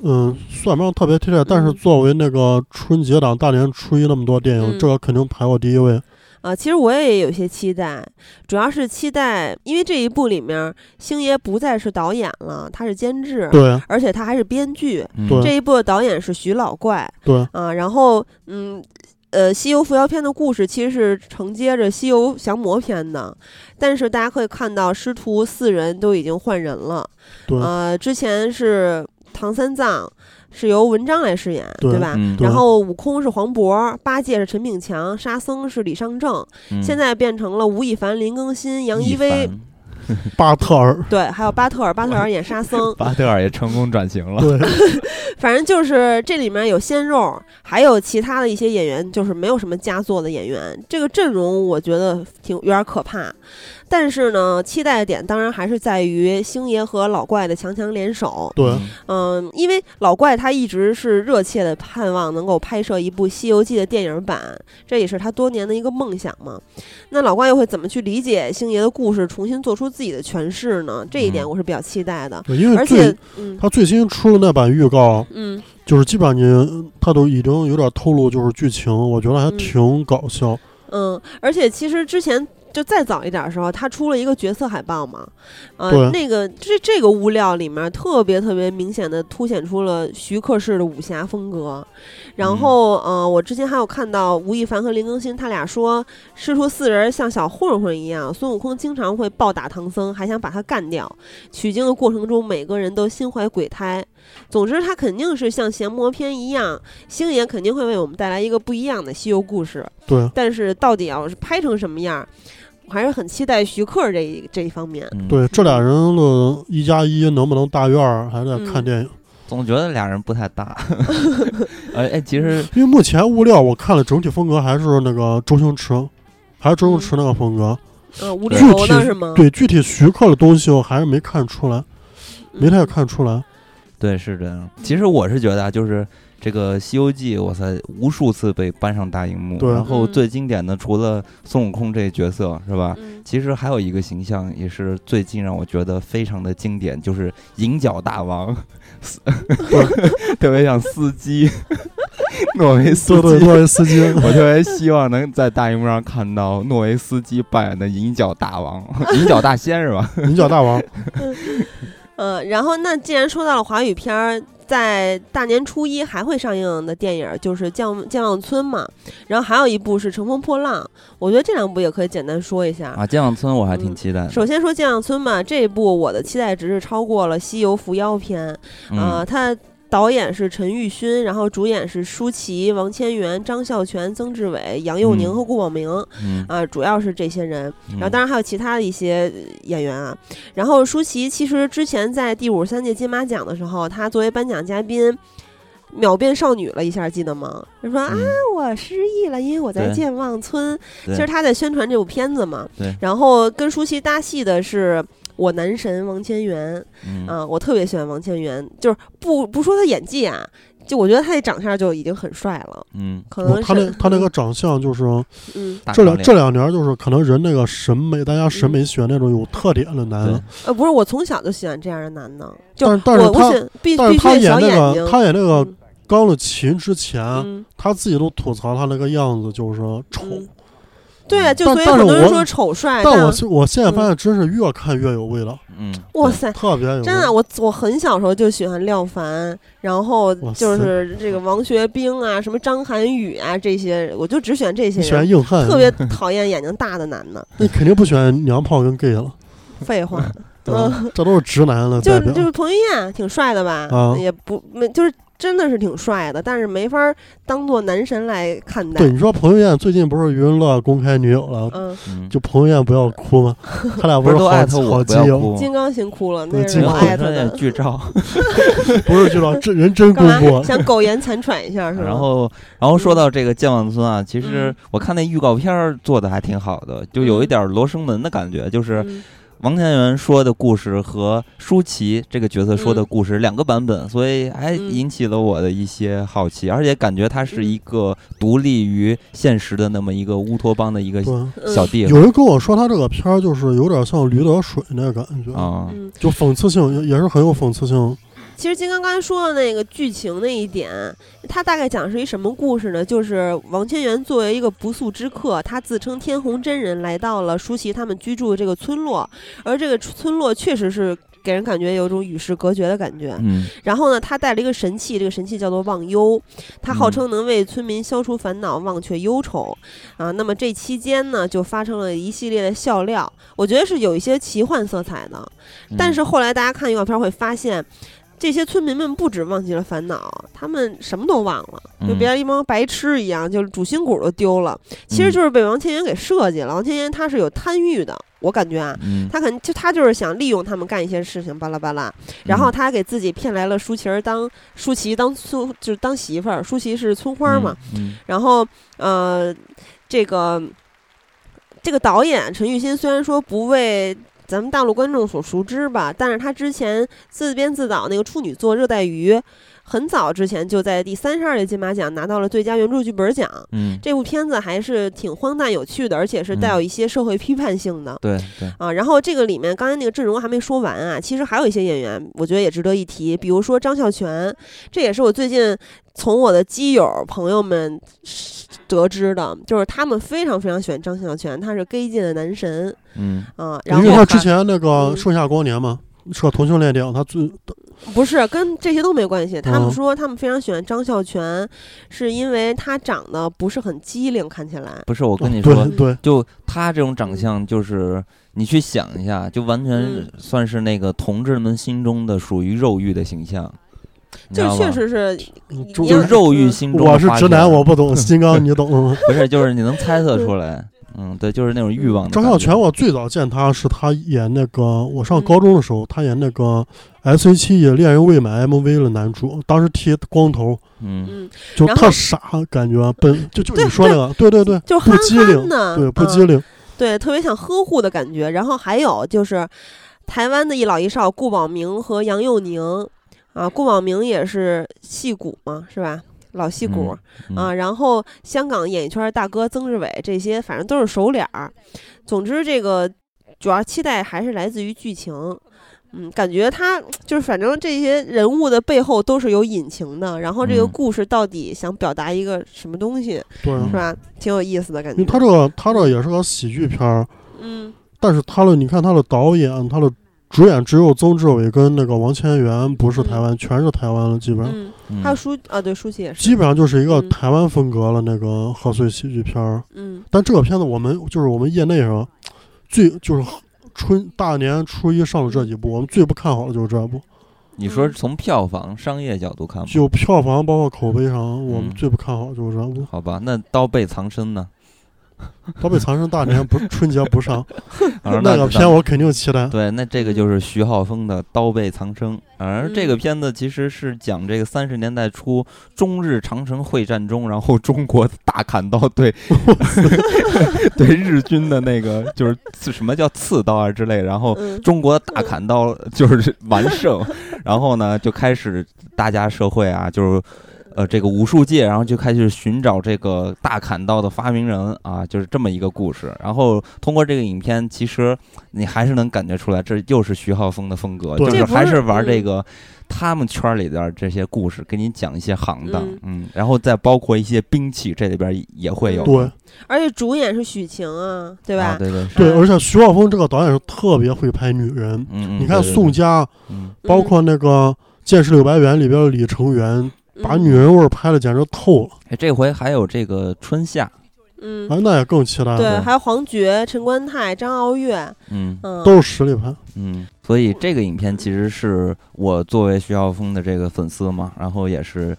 Speaker 3: 嗯，算不上特别期待，
Speaker 2: 嗯
Speaker 3: 但是作为那个春节档大年初一那么多电影，
Speaker 2: 嗯
Speaker 3: 这个肯定排我第一位。
Speaker 2: 啊，其实我也有些期待，主要是期待，因为这一部里面星爷不再是导演了，他是监制，
Speaker 3: 对
Speaker 2: 而且他还是编剧。
Speaker 1: 嗯
Speaker 3: 对
Speaker 2: 这一部的导演是徐老怪，
Speaker 3: 对，
Speaker 2: 啊，然后嗯。呃，《西游伏妖篇》的故事其实是承接着《西游降魔篇》的，但是大家可以看到，师徒四人都已经换人了。
Speaker 3: 对
Speaker 2: 呃，之前是唐三藏是由文章来饰演，
Speaker 3: 对
Speaker 2: 吧？
Speaker 1: 嗯
Speaker 3: 对
Speaker 2: 然后悟空是黄渤，八戒是陈炳强，沙僧是李尚正，
Speaker 1: 嗯
Speaker 2: 现在变成了吴亦凡、林更新、杨
Speaker 1: 一
Speaker 2: 一威
Speaker 1: 帆，
Speaker 3: 巴 特尔，
Speaker 2: 对，还有巴特尔，巴特尔演沙僧
Speaker 1: 巴特尔也成功转型了。
Speaker 3: 对，
Speaker 2: 反正就是这里面有鲜肉，还有其他的一些演员，就是没有什么佳作的演员。这个阵容我觉得挺有点可怕，但是呢，期待的点当然还是在于星爷和老怪的强强联手。
Speaker 3: 对，
Speaker 2: 嗯，因为老怪他一直是热切的盼望能够拍摄一部《西游记》的电影版，这也是他多年的一个梦想嘛。那老怪又会怎么去理解星爷的故事，重新做出自己的诠释呢？这一点
Speaker 1: 嗯
Speaker 2: 我是比较期待的。
Speaker 3: 对因为
Speaker 2: 而且
Speaker 3: 最，
Speaker 2: 嗯
Speaker 3: 他最新出的那版预告，
Speaker 2: 嗯，
Speaker 3: 就是基本上您他都已经有点透露，就是剧情，我觉得还挺搞笑。
Speaker 2: 嗯，而且其实之前就再早一点的时候，他出了一个角色海报嘛，呃
Speaker 3: 对，
Speaker 2: 那个这这个物料里面特别特别明显的凸显出了徐克式的武侠风格。然后，呃，我之前还有看到吴亦凡和林更新他俩说，师徒四人像小混混一样，孙悟空经常会暴打唐僧，还想把他干掉。取经的过程中，每个人都心怀鬼胎。总之，他肯定是像降魔篇一样，星爷肯定会为我们带来一个不一样的西游故事。
Speaker 3: 对，
Speaker 2: 但是到底要是拍成什么样儿，我还是很期待徐克这一这一方面。
Speaker 1: 嗯，
Speaker 3: 对，这俩人的一加一能不能大院儿，还得
Speaker 2: 嗯
Speaker 3: 看电影。
Speaker 1: 总觉得俩人不太 搭。 呃，哎，其实
Speaker 3: 因为目前物料我看了，整体风格还是那个周星驰，还是周星驰那个风格。
Speaker 2: 嗯，无
Speaker 1: 具
Speaker 2: 厘
Speaker 1: 体
Speaker 2: 头的是吗？
Speaker 3: 对，具体徐克的东西我还是没看出来，
Speaker 2: 嗯，
Speaker 3: 没太看出来。
Speaker 1: 对是这样。其实我是觉得啊，就是这个《西游记》，我操，无数次被搬上大荧幕。
Speaker 3: 对
Speaker 1: 然后
Speaker 2: 嗯
Speaker 1: 最经典的，除了孙悟空这角色是吧？
Speaker 2: 嗯。
Speaker 1: 其实还有一个形象也是最近让我觉得非常的经典，就是银角大 王，司特别像司机，诺维斯
Speaker 3: 对对，
Speaker 1: 基。
Speaker 3: 诺维斯基，
Speaker 1: 我特别希望能在大荧幕上看到诺维斯基扮演的银角大 王，银角大仙是吧？
Speaker 3: 银角大王，
Speaker 2: 呃，然后那既然说到了华语片儿，在大年初一还会上映的电影儿就是《将将望村》嘛，然后还有一部是《乘风破浪》，我觉得这两部也可以简单说一下。
Speaker 1: 啊，剑网村我还挺期待的。
Speaker 2: 首嗯先说《将望村》嘛，这一部我的期待值是超过了《西游伏妖篇》啊、
Speaker 1: 嗯，
Speaker 2: 它导演是陈玉勋，然后主演是舒淇、王千源、张孝全、曾志伟、杨佑宁
Speaker 1: 嗯
Speaker 2: 和顾宝明、
Speaker 1: 嗯，
Speaker 2: 啊，主要是这些人。
Speaker 1: 然
Speaker 2: 然后当然还有其他的一些呃演员啊。然后舒淇其实之前在第五十三届金马奖的时候，她作为颁奖嘉宾。秒变少女了一下，记得吗？就说啊，我失忆了，因为我在
Speaker 1: 嗯对
Speaker 2: 健忘村。
Speaker 1: 对
Speaker 2: 其实她在宣传这部片子嘛。
Speaker 1: 对
Speaker 2: 然后跟舒淇搭戏的是我男神王千源，
Speaker 1: 嗯
Speaker 2: 啊，我特别喜欢王千源，就是不不说他演技啊，就我觉得他这长相就已经很帅了，
Speaker 1: 嗯，
Speaker 2: 可能
Speaker 3: 我
Speaker 2: 是
Speaker 3: 他那他那个长相就是
Speaker 2: 嗯
Speaker 1: 大
Speaker 3: 这两
Speaker 1: 长
Speaker 3: 这
Speaker 1: 脸
Speaker 3: 两年就是可能人那个审美，大家审美喜欢那种有特点的男
Speaker 1: 对
Speaker 3: 的，
Speaker 2: 呃不是，我从小就喜欢这样的男的，就
Speaker 3: 但是但
Speaker 2: 我
Speaker 3: 是
Speaker 2: 我
Speaker 3: 他
Speaker 2: 选必
Speaker 3: 但
Speaker 2: 必
Speaker 3: 是
Speaker 2: 须
Speaker 3: 他
Speaker 2: 得
Speaker 3: 演
Speaker 2: 小
Speaker 3: 那
Speaker 2: 眼
Speaker 3: 个
Speaker 2: 睛，
Speaker 3: 他演那个
Speaker 2: 嗯
Speaker 3: 钢了琴之前，
Speaker 2: 嗯
Speaker 3: 他自己都吐槽他那个样子就是丑，嗯
Speaker 2: 嗯哎对啊，就
Speaker 3: 但
Speaker 2: 所以
Speaker 3: 但
Speaker 2: 很
Speaker 3: 是
Speaker 2: 多人
Speaker 3: 我
Speaker 2: 说丑帅，
Speaker 3: 但我
Speaker 2: 但
Speaker 3: 是我现
Speaker 2: 嗯
Speaker 3: 在发现真是越看越有味道，
Speaker 1: 嗯，
Speaker 2: 哇
Speaker 1: 对
Speaker 2: 塞。
Speaker 3: 特别有味
Speaker 2: 哎真的，
Speaker 3: 道。
Speaker 2: 我我很小时候就喜欢廖凡，然后
Speaker 3: 哇
Speaker 2: 就
Speaker 3: 塞
Speaker 2: 是这个王学兵啊，什么张涵予啊这些，我就只选这些
Speaker 3: 你喜欢
Speaker 2: 人，
Speaker 3: 硬汉，
Speaker 2: 特 别讨厌眼睛大的男的。
Speaker 3: 你肯定不喜欢娘炮跟 gay 了，
Speaker 2: 废 话，
Speaker 3: 对吧？这都是直男的
Speaker 2: 嗯就
Speaker 3: 代表
Speaker 2: 就。是彭于晏挺帅的吧，
Speaker 3: 啊
Speaker 2: 也不没就是真的是挺帅的，但是没法儿当做男神来看待
Speaker 3: 对，。你说彭于晏最近不是余文乐公开女友了，
Speaker 2: 嗯，
Speaker 1: 嗯，
Speaker 3: 就彭于晏不要哭吗？他俩
Speaker 1: 不
Speaker 3: 是
Speaker 1: 是都
Speaker 3: 好
Speaker 1: 艾特我
Speaker 3: 好
Speaker 1: 不
Speaker 3: 基
Speaker 1: 要
Speaker 3: 友，
Speaker 1: 哭，
Speaker 2: 金刚先哭了，
Speaker 3: 对
Speaker 2: 那是
Speaker 3: 金
Speaker 2: 我
Speaker 3: 刚
Speaker 2: 艾特
Speaker 1: 那
Speaker 2: 的。
Speaker 1: 剧照，
Speaker 3: 不是知道这人真公
Speaker 2: 干嘛
Speaker 3: 布。
Speaker 2: 想苟延残喘一下是
Speaker 3: 啊
Speaker 2: 吧？
Speaker 1: 然后，然后说到这个健忘村啊，其
Speaker 2: 嗯
Speaker 1: 实我看那预告片儿做的还挺好的，就有一点儿罗生门的感觉，就是
Speaker 2: 嗯
Speaker 1: 王千源说的故事和舒淇这个角色说的故事两个版本，所以还
Speaker 2: 嗯
Speaker 1: 引起了我的一些好奇，而且感觉它是一个独立于现实的那么一个乌托邦的一个
Speaker 3: 对，
Speaker 2: 嗯
Speaker 1: 小地方
Speaker 3: 有人跟我说他这个片儿就是有点像驴得水那感觉，
Speaker 1: 啊，
Speaker 2: 嗯，
Speaker 3: 就讽刺性也也是很有讽刺性。
Speaker 2: 其实金刚刚才说的那个剧情那一点，他大概讲的是一什么故事呢？就是王千源作为一个不速之客，他自称天红真人，来到了舒淇他们居住的这个村落，而这个村落确实是给人感觉有种与世隔绝的感觉。
Speaker 1: 嗯
Speaker 2: 然后呢，他带了一个神器，这个神器叫做忘忧，它号
Speaker 1: 嗯
Speaker 2: 称能为村民消除烦恼、忘却忧愁啊。那么这期间呢，就发生了一系列的笑料，我觉得是有一些奇幻色彩的。
Speaker 1: 嗯，
Speaker 2: 但是后来大家看预告片会发现，这些村民们不止忘记了烦恼，他们什么都忘了，就
Speaker 1: 嗯
Speaker 2: 别一帮白痴一样，就是主心骨都丢了。其实就是被王千源给设计了。王千源他是有贪欲的，我感觉啊，
Speaker 1: 嗯，
Speaker 2: 他可能就他就是想利用他们干一些事情，巴拉巴拉。然后
Speaker 1: 嗯
Speaker 2: 他给自己骗来了舒淇儿当舒淇当村就是当媳妇儿，舒淇是村花嘛。，
Speaker 1: 嗯
Speaker 2: 然后呃，这个这个导演陈玉新虽然说不为咱们大陆观众所熟知吧，但是他之前自编自导那个处女作《热带鱼》，很早之前就在第三十二届金马奖拿到了最佳原著剧本奖。
Speaker 1: 嗯，
Speaker 2: 这部片子还是挺荒诞有趣的，而且是带有一些社会批判性的。
Speaker 1: 对对，
Speaker 2: 啊，然后这个里面刚才那个阵容还没说完啊，其实还有一些演员，我觉得也值得一提，比如说张孝全，这也是我最近从我的基友朋友们得知的，就是他们非常非常喜欢张孝全，他是 gay 界的男神
Speaker 1: 嗯
Speaker 2: 啊。然
Speaker 3: 因为
Speaker 2: 后他
Speaker 3: 他之前那个
Speaker 2: 嗯
Speaker 3: 《盛夏光年》嘛，说同性恋电影，他最
Speaker 2: 不是跟这些都没关系，他们
Speaker 3: 嗯
Speaker 2: 说他们非常喜欢张孝全，是因为他长得不是很机灵，看起来。
Speaker 1: 不是，我跟你
Speaker 3: 哦对
Speaker 1: 说，
Speaker 3: 对，
Speaker 1: 就他这种长相，就是你去想一下，就完全
Speaker 2: 嗯
Speaker 1: 算是那个同志们心中的属于肉欲的形象，你知
Speaker 2: 就
Speaker 1: 道
Speaker 2: 确
Speaker 1: 吗？
Speaker 2: 实是
Speaker 3: 嗯
Speaker 2: 一，
Speaker 3: 就
Speaker 2: 一
Speaker 1: 就
Speaker 2: 样
Speaker 1: 是肉欲
Speaker 2: 嗯
Speaker 1: 心中的
Speaker 3: 我是
Speaker 1: 花
Speaker 3: 直男，
Speaker 1: 香
Speaker 3: 我不懂。金刚，你懂吗？
Speaker 1: 不是，就是你能猜测出来，嗯，对，就是那种欲望的
Speaker 3: 张
Speaker 1: 感
Speaker 3: 孝
Speaker 1: 觉
Speaker 3: 全，我最早见他是他演那个，我上
Speaker 2: 嗯
Speaker 3: 高中的时候，他演那个 S H E《恋人未满》MV 的男主，当时剃光头，
Speaker 1: 嗯，
Speaker 2: 嗯，
Speaker 3: 就
Speaker 2: 然后
Speaker 3: 特傻，感觉笨，就就
Speaker 2: 对
Speaker 3: 你说那个，对对对，
Speaker 2: 就是
Speaker 3: 不
Speaker 2: 憨
Speaker 3: 机
Speaker 2: 憨
Speaker 3: 灵，
Speaker 2: 的，
Speaker 3: 对，不
Speaker 2: 嗯
Speaker 3: 机灵，
Speaker 2: 对，特别想呵护的感觉。然后还有就是，台湾的一老一少顾宝明和杨佑宁啊，顾宝明也是戏骨嘛，是吧？老戏骨、
Speaker 1: 嗯嗯
Speaker 2: 啊，然后香港演艺圈大哥曾志伟这些，反正都是熟脸儿。总之，这个主要期待还是来自于剧情。嗯，感觉他就是，反正这些人物的背后都是有隐情的。然后这个
Speaker 1: 嗯
Speaker 2: 故事到底想表达一个什么东西，
Speaker 3: 对。
Speaker 1: 嗯
Speaker 2: 是吧？挺有意思的感
Speaker 3: 因
Speaker 2: 觉
Speaker 3: 为。他这个他这也是个喜剧片儿，
Speaker 2: 嗯
Speaker 3: 但是他的你看他的导演，他的主演只有曾志伟跟那个王千源不是台湾，全是台湾了，基本上。
Speaker 2: 嗯，
Speaker 1: 嗯
Speaker 2: 还有舒啊，对，舒淇也是。
Speaker 3: 基本上就是一个
Speaker 2: 嗯
Speaker 3: 台湾风格了，那个贺岁喜剧片儿。
Speaker 2: 嗯
Speaker 3: 但这个片子我们就是我们业内上最就是春大年初一上的这几部，我们最不看好的就是这部。
Speaker 1: 你说从票房商业角度看吧，
Speaker 3: 就票房包括口碑上，我们
Speaker 1: 嗯
Speaker 3: 最不看好就是这部。
Speaker 1: 好吧，那刀背藏身呢？
Speaker 3: 《刀背藏身》大年 不春节不上，
Speaker 1: 啊那
Speaker 3: 那个
Speaker 1: 咱
Speaker 3: 片我肯定期待。
Speaker 1: 对，那这个就是徐浩峰的《刀背藏身》，而这个
Speaker 2: 嗯
Speaker 1: 片子其实是讲这个三十年代初中日长城会战中，然后中国大砍刀对对日军的那个就是刺什么叫刺刀啊之类，然
Speaker 3: 哦
Speaker 1: 后
Speaker 2: 嗯
Speaker 1: 中国大砍刀 就是完胜，然后呢就开始大家社会啊，就是呃这个武术界，然后就开始寻找这个大砍刀的发明人啊，就是这么一个故事。然后通过这个影片，其实你还是能感觉出来，这又是徐浩峰的风格，
Speaker 3: 对
Speaker 1: 就
Speaker 3: 这
Speaker 1: 是
Speaker 2: 不
Speaker 1: 还
Speaker 2: 是
Speaker 1: 是玩
Speaker 2: 嗯
Speaker 1: 这个。他们圈里边这些故事，给你讲一些行当，
Speaker 2: 嗯
Speaker 1: 嗯然后再包括一些兵器，这里边也会有，
Speaker 3: 对
Speaker 2: 而且主演是许晴啊，对
Speaker 1: 啊
Speaker 2: 吧？
Speaker 1: 对对，是
Speaker 3: 对，而且徐浩峰这个导演是特别会拍女人。
Speaker 1: 嗯嗯，
Speaker 3: 你看
Speaker 1: 对对
Speaker 3: 宋
Speaker 1: 对
Speaker 3: 佳，
Speaker 1: 嗯
Speaker 3: 包括那个《剑士柳白猿》里边的李成元，
Speaker 2: 嗯
Speaker 3: 把女，人味儿拍的简直透了，
Speaker 1: 哎，这回还有这个春夏，
Speaker 2: 嗯，
Speaker 3: 哎，那也更期待
Speaker 2: 对，
Speaker 3: 了，
Speaker 2: 还有黄觉、陈观泰、张傲月，
Speaker 1: 嗯，
Speaker 2: 嗯，
Speaker 3: 都是实力派。
Speaker 1: 嗯，所以这个影片其实是我作为徐浩峰的这个粉丝嘛，然后也是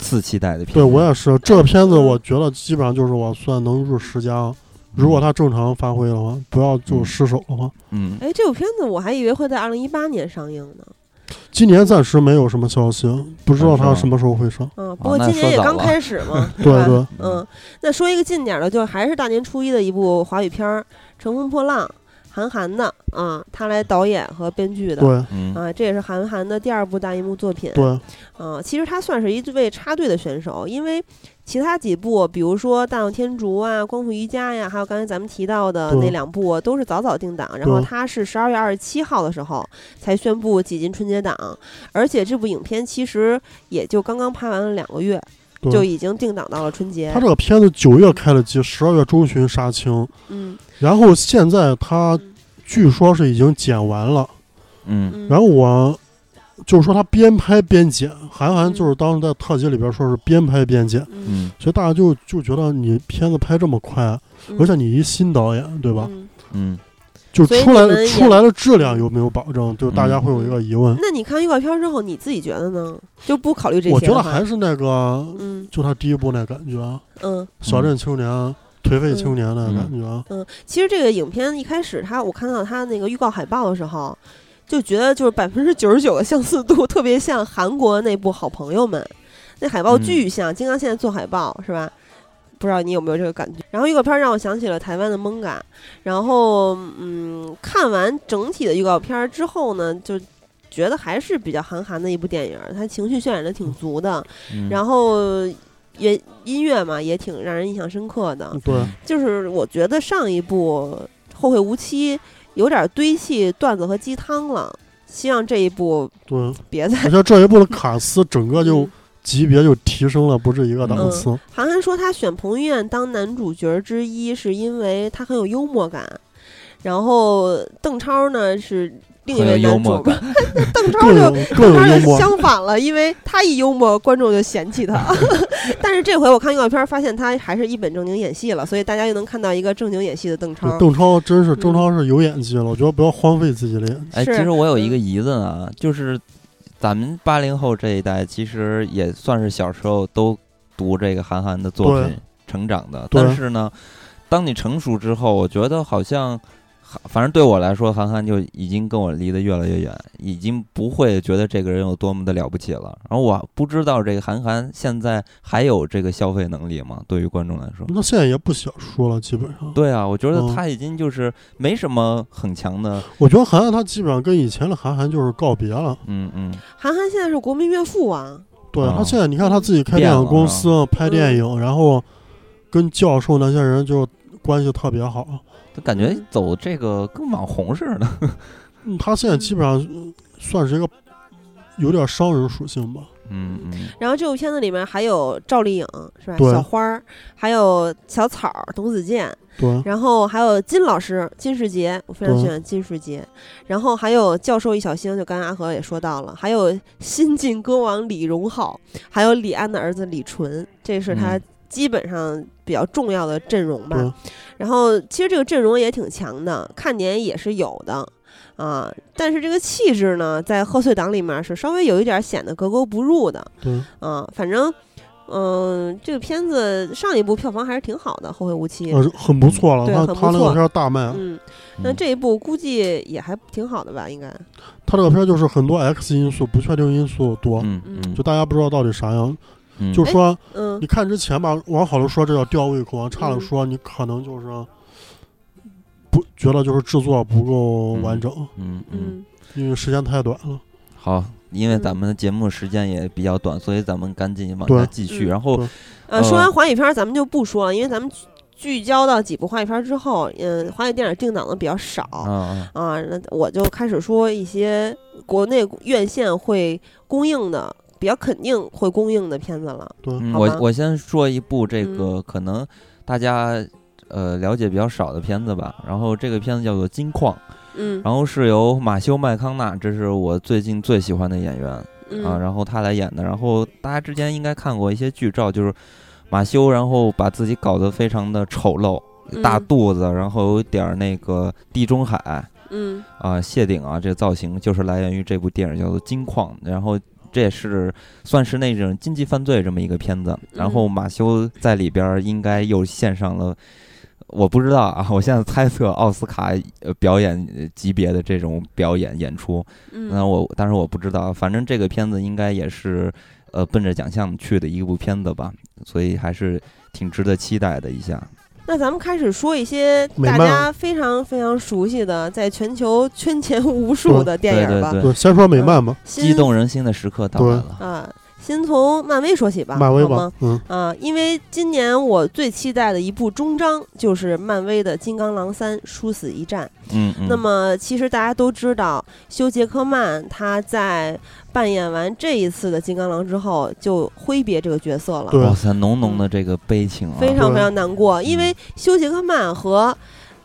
Speaker 1: 次期待的片。
Speaker 3: 对我也是，这个片子我觉得基本上就是我算能入十佳。
Speaker 2: 嗯
Speaker 3: 如果他正常发挥的话，不要就失手的话，
Speaker 1: 嗯，
Speaker 2: 哎，这部片子我还以为会在二零一八年上映呢，
Speaker 3: 今年暂时没有什么消息，不知道他什么时候会上。
Speaker 2: 嗯，不过
Speaker 1: 那
Speaker 2: 今年也
Speaker 1: 说早
Speaker 2: 刚
Speaker 1: 了
Speaker 2: 开始 嘛，
Speaker 3: 对
Speaker 2: 吧
Speaker 3: 对，
Speaker 2: 嗯，那说一个近点儿的，就还是大年初一的一部华语片儿《乘风破浪》，韩寒的，啊，他来导演和编剧的，
Speaker 3: 对
Speaker 1: 嗯
Speaker 2: 啊，这也是韩寒的第二部大荧幕作品，
Speaker 3: 对，
Speaker 2: 嗯，其实他算是一位插队的选手，因为其他几部，比如说《大闹天竺》啊、《功夫瑜伽》呀，还有刚才咱们提到的那
Speaker 3: 对
Speaker 2: 两部，都是早早定档。然后
Speaker 3: 对
Speaker 2: 他是十二月二十七号的时候才宣布挤进春节档，而且这部影片其实也就刚刚拍完了两个月，
Speaker 3: 对
Speaker 2: 就已经定档到了春节
Speaker 3: 他。这个片子九月开的机，十二月中旬杀青，
Speaker 2: 嗯
Speaker 3: 然后现在他据说是已经剪完了。
Speaker 1: 嗯
Speaker 2: 嗯，
Speaker 3: 然后我就是说他边拍边剪，韩寒就是当时在特辑里边说是边拍边剪，
Speaker 2: 嗯，
Speaker 1: 嗯
Speaker 3: 所以大家就就觉得你片子拍这么快，
Speaker 2: 嗯
Speaker 3: 而且你一新导演对吧？
Speaker 2: 嗯
Speaker 1: 嗯，
Speaker 3: 就
Speaker 2: 所以
Speaker 3: 是出来
Speaker 2: 你们
Speaker 3: 的
Speaker 2: 也
Speaker 3: 出来的质量有没有保证？就大家
Speaker 2: 嗯
Speaker 3: 会有一个疑问。
Speaker 2: 那你看预告片之后，你自己觉得呢？就不考虑这些
Speaker 3: 我觉
Speaker 2: 的
Speaker 3: 得
Speaker 2: 话
Speaker 3: 还是那个，
Speaker 2: 嗯
Speaker 3: 就他第一部那感觉啊，
Speaker 2: 嗯
Speaker 3: 小镇青年、颓废青年的感觉啊。
Speaker 2: 嗯。其实这个影片一开始它，我看到它那个预告海报的时候，就觉得就是百分之九十九的相似度，特别像韩国那部《好朋友们》，那海报
Speaker 1: 嗯
Speaker 2: 巨像。金刚现在做海报是吧？不知道你有没有这个感觉？然后预告片让我想起了台湾的蒙嘎，然后嗯，看完整体的预告片之后呢，就觉得还是比较韩寒的一部电影，它情绪渲染的挺足的，
Speaker 1: 嗯
Speaker 2: 然后也音乐嘛也挺让人印象深刻的。
Speaker 1: 嗯
Speaker 3: 对，
Speaker 2: 就是我觉得上一部《后会无期》有点堆砌段子和鸡汤了，希望这一部
Speaker 3: 对，我
Speaker 2: 别再。
Speaker 3: 觉得这一部的卡斯整个就
Speaker 2: 嗯
Speaker 3: 级别就提升了不止一个档次。
Speaker 2: 韩寒说他选彭于晏当男主角之一，是因为他很有幽默感。然后邓超呢是另一
Speaker 1: 很有
Speaker 2: 位
Speaker 1: 幽
Speaker 2: 男主
Speaker 1: 默，感，
Speaker 2: 邓超
Speaker 3: 更
Speaker 2: 就
Speaker 3: 有
Speaker 2: 当
Speaker 3: 更有幽
Speaker 2: 然
Speaker 3: 默，
Speaker 2: 相反了，因为他一幽默，观众就嫌弃他。 但是这回我看预告片，发现他还是一本正经演戏了，所以大家又能看到一个正经演戏的邓超
Speaker 3: 对。邓超真是
Speaker 2: 嗯
Speaker 3: 邓超是有演技了，我觉得不要荒废自己的演技。
Speaker 1: 哎，其
Speaker 2: 是
Speaker 1: 实我有一
Speaker 2: 嗯
Speaker 1: 个疑问啊，就是咱们八零后这一代，其实也算是小时候都读这个韩寒的作
Speaker 3: 对
Speaker 1: 品成长的，
Speaker 3: 对
Speaker 1: 但是呢，当你成熟之后，我觉得好像。反正对我来说，韩寒就已经跟我离得越来越远，已经不会觉得这个人有多么的了不起了。然后我不知道这个韩寒现在还有这个消费能力吗？对于观众来说，
Speaker 3: 那现在也不想说了，基本上。
Speaker 1: 对啊，我觉得
Speaker 3: 嗯
Speaker 1: 他已经就是没什么很强的，
Speaker 3: 我觉得韩寒他基本上跟以前的韩寒就是告别了。
Speaker 1: 嗯嗯，
Speaker 2: 韩寒现在是国民岳父啊，
Speaker 3: 对、
Speaker 1: 啊
Speaker 3: 他现在，你看他自己开
Speaker 1: 变
Speaker 3: 电
Speaker 1: 了
Speaker 3: 影公司拍电
Speaker 2: 嗯
Speaker 3: 影，然后跟教授那些人就关系特别好。
Speaker 1: 就感觉
Speaker 2: 嗯
Speaker 1: 走这个跟网红似的。
Speaker 3: 嗯他现在基本上
Speaker 2: 嗯
Speaker 3: 呃算是一个有点商人属性吧。
Speaker 1: 嗯嗯，
Speaker 2: 然后这部片子里面还有赵丽颖是吧？
Speaker 3: 对
Speaker 2: 小花儿，还有小草儿董子健，
Speaker 3: 对，
Speaker 2: 然后还有金老师金世杰，我非常
Speaker 3: 对
Speaker 2: 喜欢金世杰。然后还有教授易小星，就刚才阿和也说到了，还有新晋歌王李荣浩，还有李安的儿子李纯，这是他
Speaker 1: 嗯
Speaker 2: 基本上比较重要的阵容吧。
Speaker 3: 对
Speaker 2: 然后其实这个阵容也挺强的，看点也是有的。啊，但是这个气质呢，在贺岁档里面是稍微有一点显得格格不入的，
Speaker 3: 对，
Speaker 2: 啊，反正，嗯、这个片子上一部票房还是挺好的，《后会无期》
Speaker 3: 呃，很不错了。
Speaker 2: 对
Speaker 3: 他
Speaker 2: 很不
Speaker 3: 他那
Speaker 2: 错
Speaker 3: 个片儿大卖，
Speaker 2: 嗯，那
Speaker 1: 哦嗯
Speaker 2: 这一部估计也还挺好的吧？应该，
Speaker 3: 他这个片儿就是很多 X 因素、不确定因素多，
Speaker 1: 嗯
Speaker 2: 嗯
Speaker 1: 嗯，
Speaker 3: 就大家不知道到底啥样。
Speaker 1: 嗯
Speaker 3: 就说
Speaker 2: 嗯
Speaker 3: 你看之前吧，往好了说这叫吊胃口，往差了
Speaker 2: 嗯
Speaker 3: 说你可能就是不觉得就是制作不够完整，
Speaker 1: 嗯嗯，
Speaker 2: 嗯，
Speaker 3: 因为时间太短了。
Speaker 1: 好，因为
Speaker 2: 嗯
Speaker 1: 咱们的节目时间也比较短，所以咱们赶紧往下
Speaker 3: 对
Speaker 1: 继续。
Speaker 2: 嗯
Speaker 1: 然后
Speaker 3: 对
Speaker 2: 呃，
Speaker 1: 哦
Speaker 2: 说完华语片儿咱们就不说了，因为咱们聚聚焦到几部华语片儿之后，嗯，华语电影定档的比较少
Speaker 1: 啊啊，
Speaker 2: 啊，那我就开始说一些国内院线会公映的，比较肯定会公映的片子了。
Speaker 3: 对，
Speaker 1: 嗯
Speaker 2: 好吧嗯
Speaker 1: 我我先说一部这个可能大家呃了解比较少的片子吧。然后这个片子叫做《金矿》，
Speaker 2: 嗯
Speaker 1: 然后是由马修麦康纳，这是我最近最喜欢的演员。
Speaker 2: 嗯
Speaker 1: 啊，然后他来演的。然后大家之前应该看过一些剧照，就是马修，然后把自己搞得非常的丑陋，大
Speaker 2: 嗯
Speaker 1: 肚子，然后有点儿那个地中海啊、
Speaker 2: 嗯
Speaker 1: 谢顶啊，这个造型就是来源于这部电影叫做《金矿》，然后。这也是算是那种经济犯罪这么一个片子，然
Speaker 2: 嗯
Speaker 1: 后马修在里边儿应该又献上了，我不知道啊，我现在猜测奥斯卡呃表演呃级别的这种表演演出，那
Speaker 2: 嗯
Speaker 1: 我但是我不知道，反正这个片子应该也是呃奔着奖项去的一部片子吧，所以还是挺值得期待的一下。
Speaker 2: 那咱们开始说一些
Speaker 3: 美
Speaker 2: 大
Speaker 3: 漫
Speaker 2: 家非常非常熟悉的，在全球圈钱无数的电
Speaker 1: 对
Speaker 2: 影
Speaker 1: 嗯对
Speaker 2: 吧。
Speaker 1: 对，
Speaker 3: 对，先说美漫吧，
Speaker 2: 新
Speaker 1: 激动人心的时刻到来了。
Speaker 2: 啊，先从漫威说起吧，
Speaker 3: 漫威
Speaker 2: 好
Speaker 3: 吧
Speaker 2: 吗？，
Speaker 3: 嗯，
Speaker 2: 啊，因为今年我最期待的一部终章就是漫威的《金刚狼三：殊死一战》。
Speaker 1: 嗯嗯。
Speaker 2: 那么，其实大家都知道，休·杰克曼他在扮演完这一次的金刚狼之后，就挥别这个角色了。
Speaker 3: 对
Speaker 1: 哇塞，浓浓的这个悲情啊！
Speaker 2: 非常
Speaker 3: 对
Speaker 2: 非常难过，因为休·杰克曼和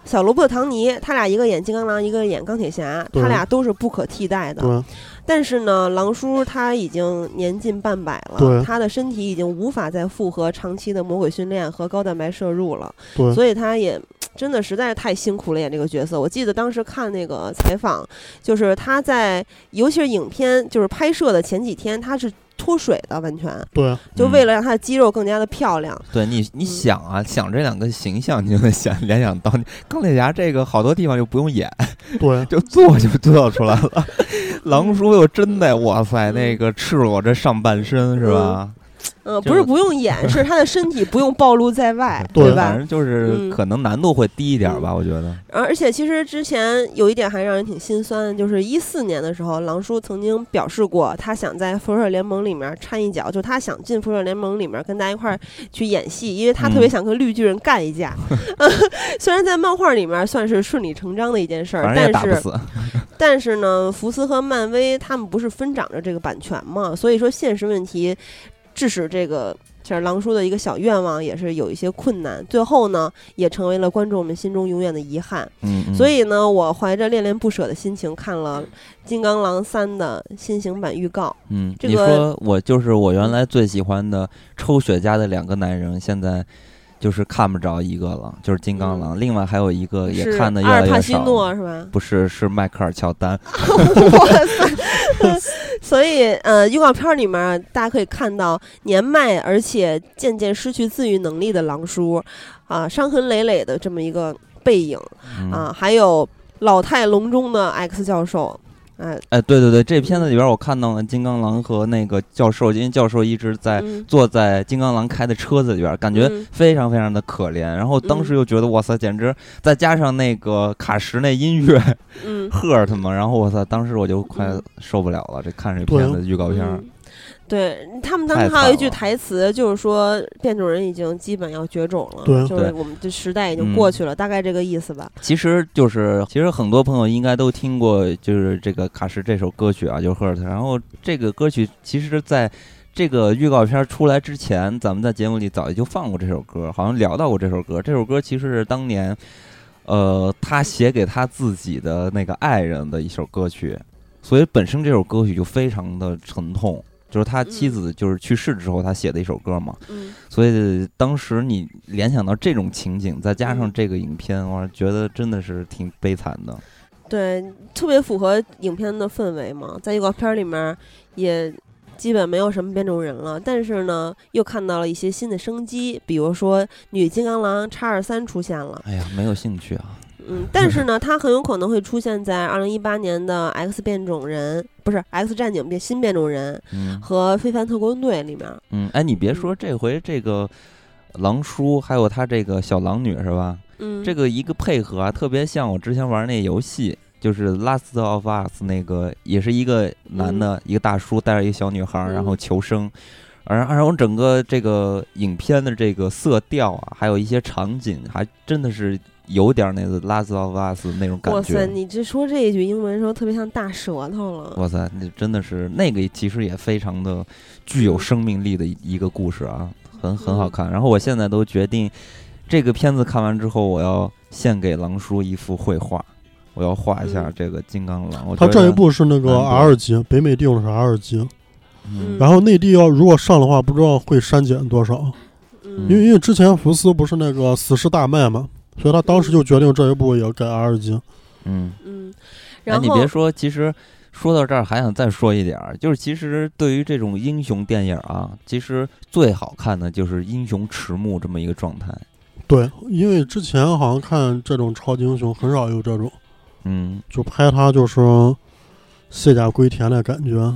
Speaker 2: 小罗伯特·唐尼，他俩一个演金刚狼，一个演钢铁侠，
Speaker 3: 对
Speaker 2: 他俩都是不可替代的。
Speaker 3: 对
Speaker 2: 但是呢，狼叔他已经年近半百了，
Speaker 3: 对
Speaker 2: 他的身体已经无法再负荷长期的魔鬼训练和高蛋白摄入了，
Speaker 3: 对，
Speaker 2: 所以他也真的实在是太辛苦了演这个角色。我记得当时看那个采访，就是他在尤其是影片就是拍摄的前几天，他是脱水的，完全
Speaker 3: 对，
Speaker 2: 就
Speaker 1: 嗯
Speaker 2: 为了让他的肌肉更加的漂亮。
Speaker 1: 对你，你想啊，想这两个形象，你就能想联想到钢铁侠这个好多地方就不用演，
Speaker 3: 对，
Speaker 1: 就做就做出来了。狼叔又真的，哇塞，那个赤裸着上半身是吧？
Speaker 2: 嗯，
Speaker 1: 就
Speaker 2: 不是不 用演，是他的身体不用暴露在外，
Speaker 3: 对
Speaker 2: 对吧
Speaker 1: 反？正就是
Speaker 2: 嗯
Speaker 1: 可能难度会低一点吧，我觉得。
Speaker 2: 而而且其实之前有一点还让人挺心酸的，就是一四年的时候，狼叔曾经表示过，他想在复仇者联盟里面掺一脚，就他想进复仇者联盟里面跟大家一块儿去演戏，因为他特别
Speaker 1: 嗯
Speaker 2: 想跟绿巨人干一架。 虽然在漫画里面算是顺理成章的一件事儿
Speaker 1: 反，正也
Speaker 2: 但
Speaker 1: 打不
Speaker 2: 是
Speaker 1: 死，
Speaker 2: 但是呢，福斯和漫威他们不是分掌着这个版权嘛，所以说现实问题致使这个。就是狼叔的一个小愿望，也是有一些困难，最后呢，也成为了观众们心中永远的遗憾。
Speaker 1: 嗯，嗯
Speaker 2: 所以呢，我怀着恋恋不舍的心情看了《金刚狼三》的新型版预告。
Speaker 1: 嗯，
Speaker 2: 这
Speaker 1: 你
Speaker 2: 个
Speaker 1: 说我就是我原来最喜欢的抽雪茄的两个男人，现在就是看不着一个了，就是金刚狼，另外还有一个呃也
Speaker 2: 嗯是
Speaker 1: 看的越
Speaker 2: 阿
Speaker 1: 来
Speaker 2: 尔帕
Speaker 1: 越
Speaker 2: 西
Speaker 1: 少
Speaker 2: 诺
Speaker 1: 了。？
Speaker 2: 是吧
Speaker 1: 不是，是迈克尔乔丹。
Speaker 2: 哇塞！所以，呃，预告片里面大家可以看到年迈而且渐渐失去自愈能力的狼叔，啊、伤痕累累的这么一个背影
Speaker 1: 嗯
Speaker 2: 啊、还有老态龙钟的 X 教授，哎、
Speaker 1: 哎，对对对，这片子里边我看到了金刚狼和那个教授，因为教授一直在
Speaker 2: 嗯
Speaker 1: 坐在金刚狼开的车子里边，哎感觉
Speaker 2: 嗯
Speaker 1: 非常非常的可怜。然后当时又觉得哇塞，简直再加上那个卡什那音 乐
Speaker 2: 嗯，
Speaker 1: ，hurt 嘛，然后我操，当时我就快
Speaker 2: 嗯
Speaker 1: 受不了了。这看这
Speaker 3: 对
Speaker 1: 片子预告片儿，
Speaker 2: 嗯对他们当
Speaker 1: 太
Speaker 2: 时还有一
Speaker 1: 惨
Speaker 2: 句
Speaker 1: 了
Speaker 2: 台词，就是说变种人已经基本要绝种了，
Speaker 3: 对
Speaker 2: 就是
Speaker 1: 对
Speaker 2: 我们这时代已经
Speaker 1: 嗯
Speaker 2: 过去了，大概这个意思吧。
Speaker 1: 其实就是，其实很多朋友应该都听过，就是这个卡什这首歌曲啊，就是 Hurt。然后这个歌曲其实在这个预告片出来之前，咱们在节目里早就放过这首歌，好像聊到过这首歌。这首歌其实是当年，呃，他写给他自己的那个爱人的一首歌曲，所以本身这首歌曲就非常的沉痛。就是他妻子就是去世之后他写的一首歌嘛，
Speaker 2: 嗯，
Speaker 1: 所以当时你联想到这种情景，再加上
Speaker 2: 嗯
Speaker 1: 这个影片，我觉得真的是挺悲惨的。
Speaker 2: 对，特别符合影片的氛围嘛，在预告片里面也基本没有什么变种人了，但是呢，又看到了一些新的生机，比如说女金刚狼叉二三出现了，
Speaker 1: 哎呀，没有兴趣啊！
Speaker 2: 嗯，但 是呢，它很有可能会出现在二零一八年的 X 变种人，不是 X 战警变新变种人
Speaker 1: 嗯
Speaker 2: 和非凡特工队里面。
Speaker 1: 嗯，哎，你别说，这回这个狼叔还有他这个小狼女是吧？
Speaker 2: 嗯，
Speaker 1: 这个一个配合啊，特别像我之前玩那游戏。就是《Last of Us》那个，也是一个男的，一个大叔带着一个小女孩儿，然后
Speaker 2: 嗯
Speaker 1: 求生，而而我整个这个影片的这个色调啊，还有一些场景，还真的是有点儿那个《Last of Us》那种感觉。
Speaker 2: 哇塞，你这说这一句英文的时候，特别像大舌头了。
Speaker 1: 哇塞，那真的是那个其实也非常的具有生命力的一一个故事啊，很很
Speaker 2: 嗯
Speaker 1: 好看。然后我现在都决定，这个片子看完之后，我要献给狼叔一幅绘画，我要画一下
Speaker 2: 嗯
Speaker 1: 这个金刚狼。我
Speaker 3: 它
Speaker 1: 觉
Speaker 3: 这一
Speaker 1: 得，
Speaker 3: 部是那个
Speaker 1: 难得
Speaker 3: R 级，北美地用的是 R 级，
Speaker 1: 嗯
Speaker 2: 嗯
Speaker 3: 然后内地要如果上的话，不知道会删减多少，
Speaker 2: 嗯
Speaker 3: 因为因为之前福斯不是那个死侍大卖嘛，所以他当时就决定这一部也改 R 级。
Speaker 1: 嗯，
Speaker 2: 嗯，
Speaker 1: 哎，
Speaker 2: 然
Speaker 1: 你
Speaker 2: 后、
Speaker 1: 别说，其实说到这儿还想再说一点儿，就是其实对于这种英雄电影啊，其实最好看的就是英雄迟暮这么一个状态。
Speaker 3: 对，因为之前好像看这种超级英雄很少有这种，
Speaker 1: 嗯，
Speaker 3: 就拍他就是卸甲归田的感觉。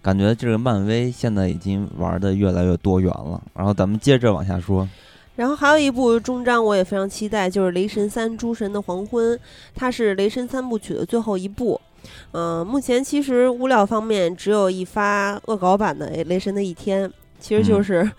Speaker 1: 感觉这个漫威现在已经玩的越来越多元了。然后咱们接着往下说，
Speaker 2: 然后还有一部终章我也非常期待，就是《雷神三：诸神的黄昏》，它是雷神三部曲的最后一部。嗯、目前其实物料方面只有一发恶搞版的《雷神的一天》，其实就
Speaker 1: 嗯
Speaker 2: 是、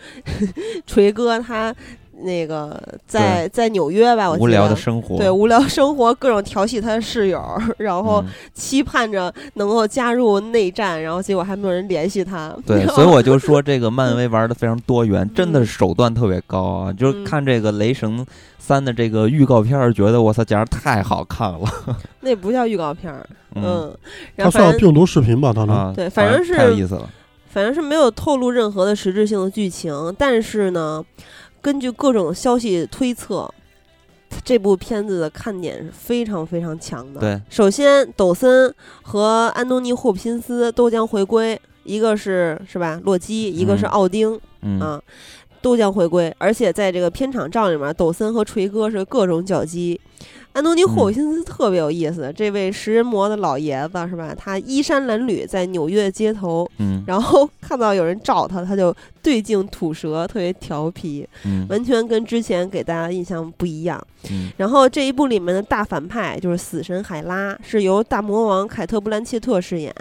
Speaker 2: 锤哥他那个在在纽约啊吧，我
Speaker 1: 无
Speaker 2: 记
Speaker 1: 聊
Speaker 2: 得
Speaker 1: 的生活，
Speaker 2: 对无聊生活，各种调戏他的室友， 然后
Speaker 1: 嗯
Speaker 2: 期盼着能够加入内战，然后结果还没有人联系他。
Speaker 1: 对，所以我就说这个漫威玩的非常多 元，真的手段特别高啊！就是
Speaker 2: 嗯
Speaker 1: 看这个《雷神三》的这个预告片儿，觉得我操，简直太好看了。
Speaker 2: 那不叫预告片儿，
Speaker 1: 嗯
Speaker 2: 嗯，然
Speaker 3: 他
Speaker 2: 后
Speaker 3: 算
Speaker 2: 反正
Speaker 3: 是病毒视频吧，他那。
Speaker 1: 啊，
Speaker 2: 对
Speaker 1: 反
Speaker 2: 反正
Speaker 1: 太有
Speaker 2: 是
Speaker 1: 意思了。
Speaker 2: 反正是没有透露任何的实质性的剧情，但是呢，根据各种消息推测。这部片子的看点是非常非常强的。
Speaker 1: 对，
Speaker 2: 首先抖森和安东尼·霍普金斯都将回归，一个是是吧，洛基，一个是
Speaker 1: 嗯
Speaker 2: 奥丁、
Speaker 1: 嗯，
Speaker 2: 啊，都将回归。而且在这个片场照里面，抖森和锤哥是各种搅基。安东尼·霍普
Speaker 1: 嗯
Speaker 2: 金斯特别有意思，这位食人魔的老爷子是吧？他衣衫褴褛，在纽约街头，
Speaker 1: 嗯
Speaker 2: 然后 看到有人找他，他就对镜吐舌，特别调皮，
Speaker 1: 嗯
Speaker 2: 完全跟之前给大家印象不一样。
Speaker 1: 嗯
Speaker 2: 然后这一部里面的大反派就是死神海拉，是由大魔王凯特·布兰切特饰演。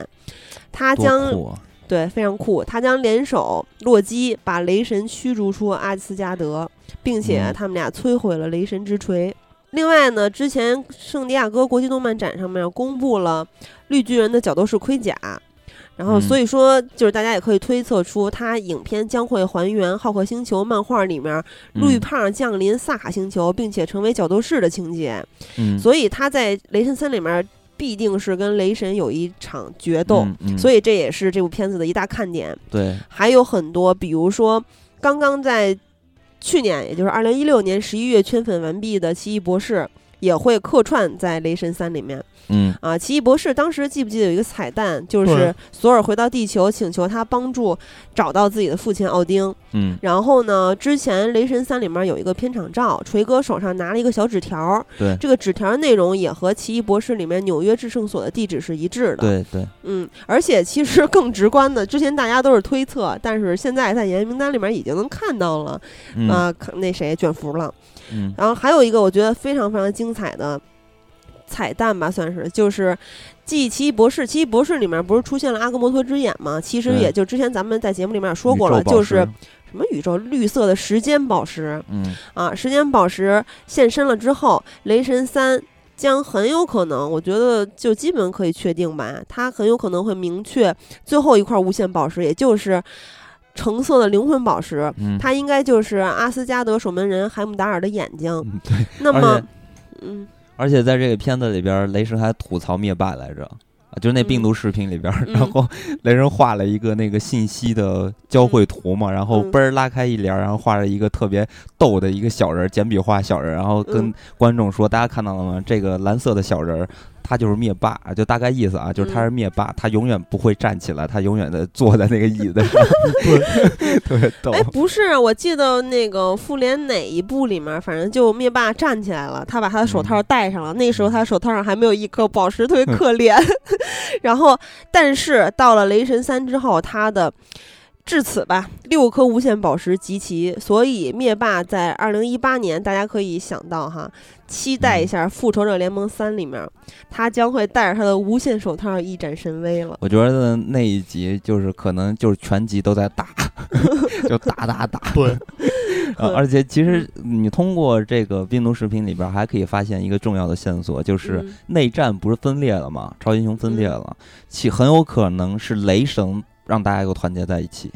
Speaker 2: 他
Speaker 1: 多
Speaker 2: 将
Speaker 1: 酷啊！
Speaker 2: 对非常酷，他将联手洛基把雷神驱逐出阿斯加德，并且
Speaker 1: 嗯
Speaker 2: 他们俩摧毁了雷神之锤。另外呢，之前圣地亚哥国际动漫展上面公布了绿巨人的角斗士盔甲，然后
Speaker 1: 嗯
Speaker 2: 所以说就是大家也可以推测出，他影片将会还原《浩克星球》漫画里面
Speaker 1: 嗯
Speaker 2: 路易胖降临萨卡星球，并且成为角斗士的情节，
Speaker 1: 嗯，
Speaker 2: 所以他在《雷神三》里面必定是跟雷神有一场决斗，
Speaker 1: 嗯，嗯
Speaker 2: 所以这也是这部片子的一大看点。
Speaker 1: 对，
Speaker 2: 还有很多，比如说刚刚在去年，也就是二零一六年十一月圈粉完毕的《奇异博士》。也会客串在《雷神三》里面
Speaker 1: 嗯
Speaker 2: 啊，《奇异博士》当时记不记得有一个彩蛋，就是
Speaker 3: 对
Speaker 2: 索尔回到地球，请求他帮助找到自己的父亲奥丁。
Speaker 1: 嗯，
Speaker 2: 然后呢，之前《雷神三》里面有一个片场照，锤哥手上拿了一个小纸条儿，
Speaker 1: 对
Speaker 2: 这个纸条儿内容也和《奇异博士》里面纽约制胜所的地址是一致的。，
Speaker 1: 对对，
Speaker 2: 嗯，而且其实更直观的，之前大家都是推测，但是现在在演员名单里面已经能看到了，
Speaker 1: 嗯
Speaker 2: 啊，可那谁卷福了。
Speaker 1: 嗯
Speaker 2: 然后还有一个我觉得非常非常精彩的彩蛋吧，算是就是。继《奇异博士》，《奇异博士》里面不是出现了阿格摩托之眼吗？其实
Speaker 1: 对
Speaker 2: 也就之前咱们在节目里面也说
Speaker 1: 宇
Speaker 2: 过了，
Speaker 1: 宙宝
Speaker 2: 就是
Speaker 1: 石
Speaker 2: 什么宇宙绿色的时间宝石
Speaker 1: 嗯
Speaker 2: 啊，时间宝石现身了之后，雷神三将很有可能，我觉得就基本可以确定吧，它很有可能会明确最后一块无限宝石，也就是橙色的灵魂宝石，
Speaker 1: 嗯，
Speaker 2: 它应该就是阿斯加德守门人海姆达尔的眼睛。
Speaker 1: 嗯对，
Speaker 2: 那
Speaker 1: 而
Speaker 2: 么
Speaker 1: 且，
Speaker 2: 嗯，
Speaker 1: 而且在这个片子里边儿，雷神还吐槽灭霸来着。啊就是那病毒视频里边儿，
Speaker 2: 嗯
Speaker 1: 然后雷神画了一个那个信息的交汇图嘛，然后
Speaker 2: 嗯
Speaker 1: 嘣儿拉开一帘儿，然后画了一个特别逗的一个小人儿，简笔画小人儿，然后跟
Speaker 2: 嗯
Speaker 1: 观众说：“大家看到了吗？这个蓝色的小人儿，他就是灭霸，就大概意思啊，就是他
Speaker 2: 嗯
Speaker 1: 是灭霸，他永远不会站起来，他永远的坐在那个椅子上， 特别逗。
Speaker 2: 哎，不是，我记得那个复联哪一部里面，反正就灭霸站起来了，他把他的手套戴上了。那时候他手套上还没有一颗宝石，特别可怜。 然后，但是到了雷神三之后，他的至此吧，六颗无限宝石集齐。所以灭霸在二零一八年，大家可以想到哈，期待一下《复仇者联盟三》里面，他将会带着他的无限手套一展神威了。
Speaker 1: 我觉得那一集就是可能就是全集都在 打，就打打打。
Speaker 3: 对，
Speaker 2: 嗯
Speaker 1: 呃，而且其实你通过这个病毒视频里边还可以发现一个重要的线索，就是
Speaker 2: 嗯
Speaker 1: 内战不是分裂了吗？超级英雄分裂了，其很有可能是雷神让大家又团结在一起。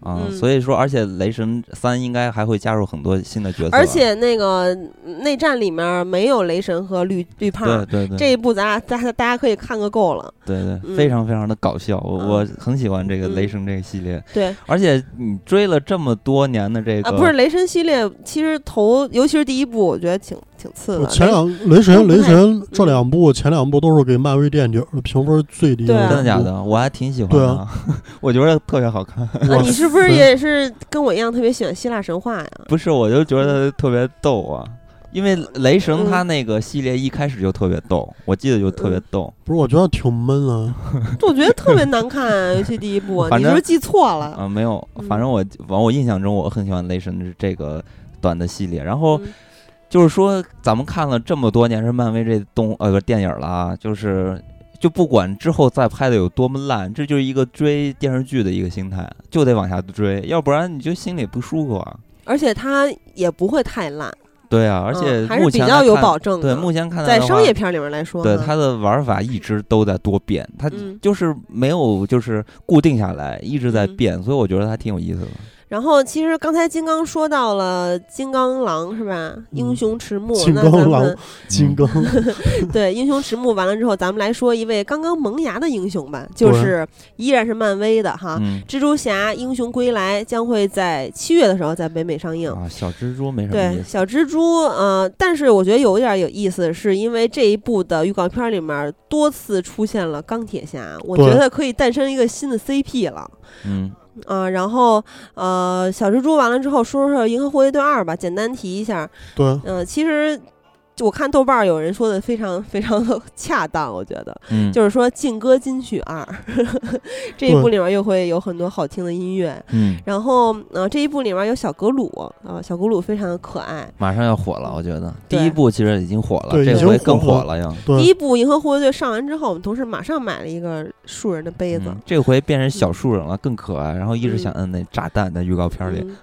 Speaker 1: 啊，
Speaker 2: 嗯
Speaker 1: 所以说，而且雷神三应该还会加入很多新的角色，
Speaker 2: 而且那个内战里面没有雷神和绿绿
Speaker 1: 对
Speaker 2: 胖，
Speaker 1: 对对，
Speaker 2: 这一部咱俩大家大家可以看个够了。
Speaker 1: 对对，
Speaker 2: 嗯
Speaker 1: 非常非常的搞笑，我、
Speaker 2: 嗯
Speaker 1: 我很喜欢这个
Speaker 2: 嗯
Speaker 1: 雷神这个系列，
Speaker 2: 对
Speaker 1: 而且你追了这么多年的这个，
Speaker 2: 啊，不是雷神系列，其实头尤其是第一部，我觉得挺挺次
Speaker 3: 我
Speaker 2: 的。
Speaker 3: 前
Speaker 2: 雷
Speaker 3: 两雷神雷神这
Speaker 2: 嗯
Speaker 3: 两部前两部都是给漫威电影的评分最低的
Speaker 2: 对啊
Speaker 3: 两部，
Speaker 1: 真的假的？我还挺喜欢的，
Speaker 3: 对
Speaker 1: 我觉得特别好看。
Speaker 2: 啊，
Speaker 3: 我
Speaker 2: 你是不是也是跟我一样特别喜欢希腊神话呀？
Speaker 1: 不是，我就觉得特别逗啊，因为雷
Speaker 2: 嗯
Speaker 1: 神他那个系列一开始就特别逗，我记得就特别逗。
Speaker 3: 不是，我觉得挺闷
Speaker 1: 嗯
Speaker 3: 啊。
Speaker 2: 我觉得特别难看啊，尤其第一部，
Speaker 1: 反
Speaker 2: 你是
Speaker 1: 正
Speaker 2: 不是记错了？
Speaker 1: 啊，没有，
Speaker 2: 嗯
Speaker 1: 反正我反正我印象中我很喜欢雷神这个短的系列。然后
Speaker 2: 嗯
Speaker 1: 就是说，咱们看了这么多年是漫威这动呃不是电影了啊，就是就不管之后再拍的有多么烂，这就是一个追电视剧的一个心态，就得往下追，要不然你就心里不舒服啊。
Speaker 2: 而且它也不会太烂，
Speaker 1: 对啊，而且
Speaker 2: 嗯还
Speaker 1: 目
Speaker 2: 是比
Speaker 1: 前
Speaker 2: 较
Speaker 1: 来
Speaker 2: 有
Speaker 1: 看
Speaker 2: 保证
Speaker 1: 对，
Speaker 2: 的。
Speaker 1: 目前看来
Speaker 2: 在
Speaker 1: 的
Speaker 2: 商
Speaker 1: 话
Speaker 2: 业片里面来说呢，
Speaker 1: 对它的玩法一直都在多变，它
Speaker 2: 嗯
Speaker 1: 就是没有就是固定下来，一直在
Speaker 2: 嗯
Speaker 1: 变，所以我觉得还挺有意思的。
Speaker 2: 然后其实刚才金刚说到了金刚狼是吧？英雄迟暮，
Speaker 3: 金
Speaker 2: 那
Speaker 3: 刚
Speaker 2: 咱
Speaker 3: 狼
Speaker 2: 们
Speaker 3: 金刚，
Speaker 2: 对英雄迟暮完了之后，咱们来说一位刚刚萌芽的英雄吧，就
Speaker 3: 对
Speaker 2: 是依然是漫威的哈。
Speaker 1: 嗯
Speaker 2: 蜘蛛侠：英雄归来将会在七月的时候在北美上映。
Speaker 1: 啊，小蜘蛛没什么
Speaker 2: 对
Speaker 1: 意，思，
Speaker 2: 小蜘蛛，呃，但是我觉得有一点有意思，是因为这一部的预告片里面多次出现了钢铁侠，我觉
Speaker 3: 对
Speaker 2: 得可以诞生一个新的 CP 了。
Speaker 1: 嗯
Speaker 2: 啊、然后呃，小蜘蛛完了之后，说说《银河护卫队二》吧，简单提一下。
Speaker 3: 对，
Speaker 2: 嗯、其实我看豆瓣儿有人说的非常非常的 恰当，我觉得
Speaker 1: 嗯，
Speaker 2: 就是说《劲歌金曲二》 这一部
Speaker 3: 对
Speaker 2: 里面又会有很多好听的音乐。
Speaker 1: 嗯，
Speaker 2: 然后，呃，这一部里面有小格鲁，啊、小格鲁非常可爱。
Speaker 1: 马上要火了，我觉得
Speaker 2: 对
Speaker 1: 第一部其实已经火了，
Speaker 3: 对
Speaker 1: 这
Speaker 3: 已经
Speaker 1: 回更
Speaker 3: 火
Speaker 1: 火
Speaker 3: 了
Speaker 1: 了要。
Speaker 3: 对
Speaker 2: 第一部《银河护卫队》上完之后，我们同事马上买了一个树人的杯子
Speaker 1: 嗯，这回变成小树人了，更可爱。然后一直想摁那炸弹的预告片里，
Speaker 2: 嗯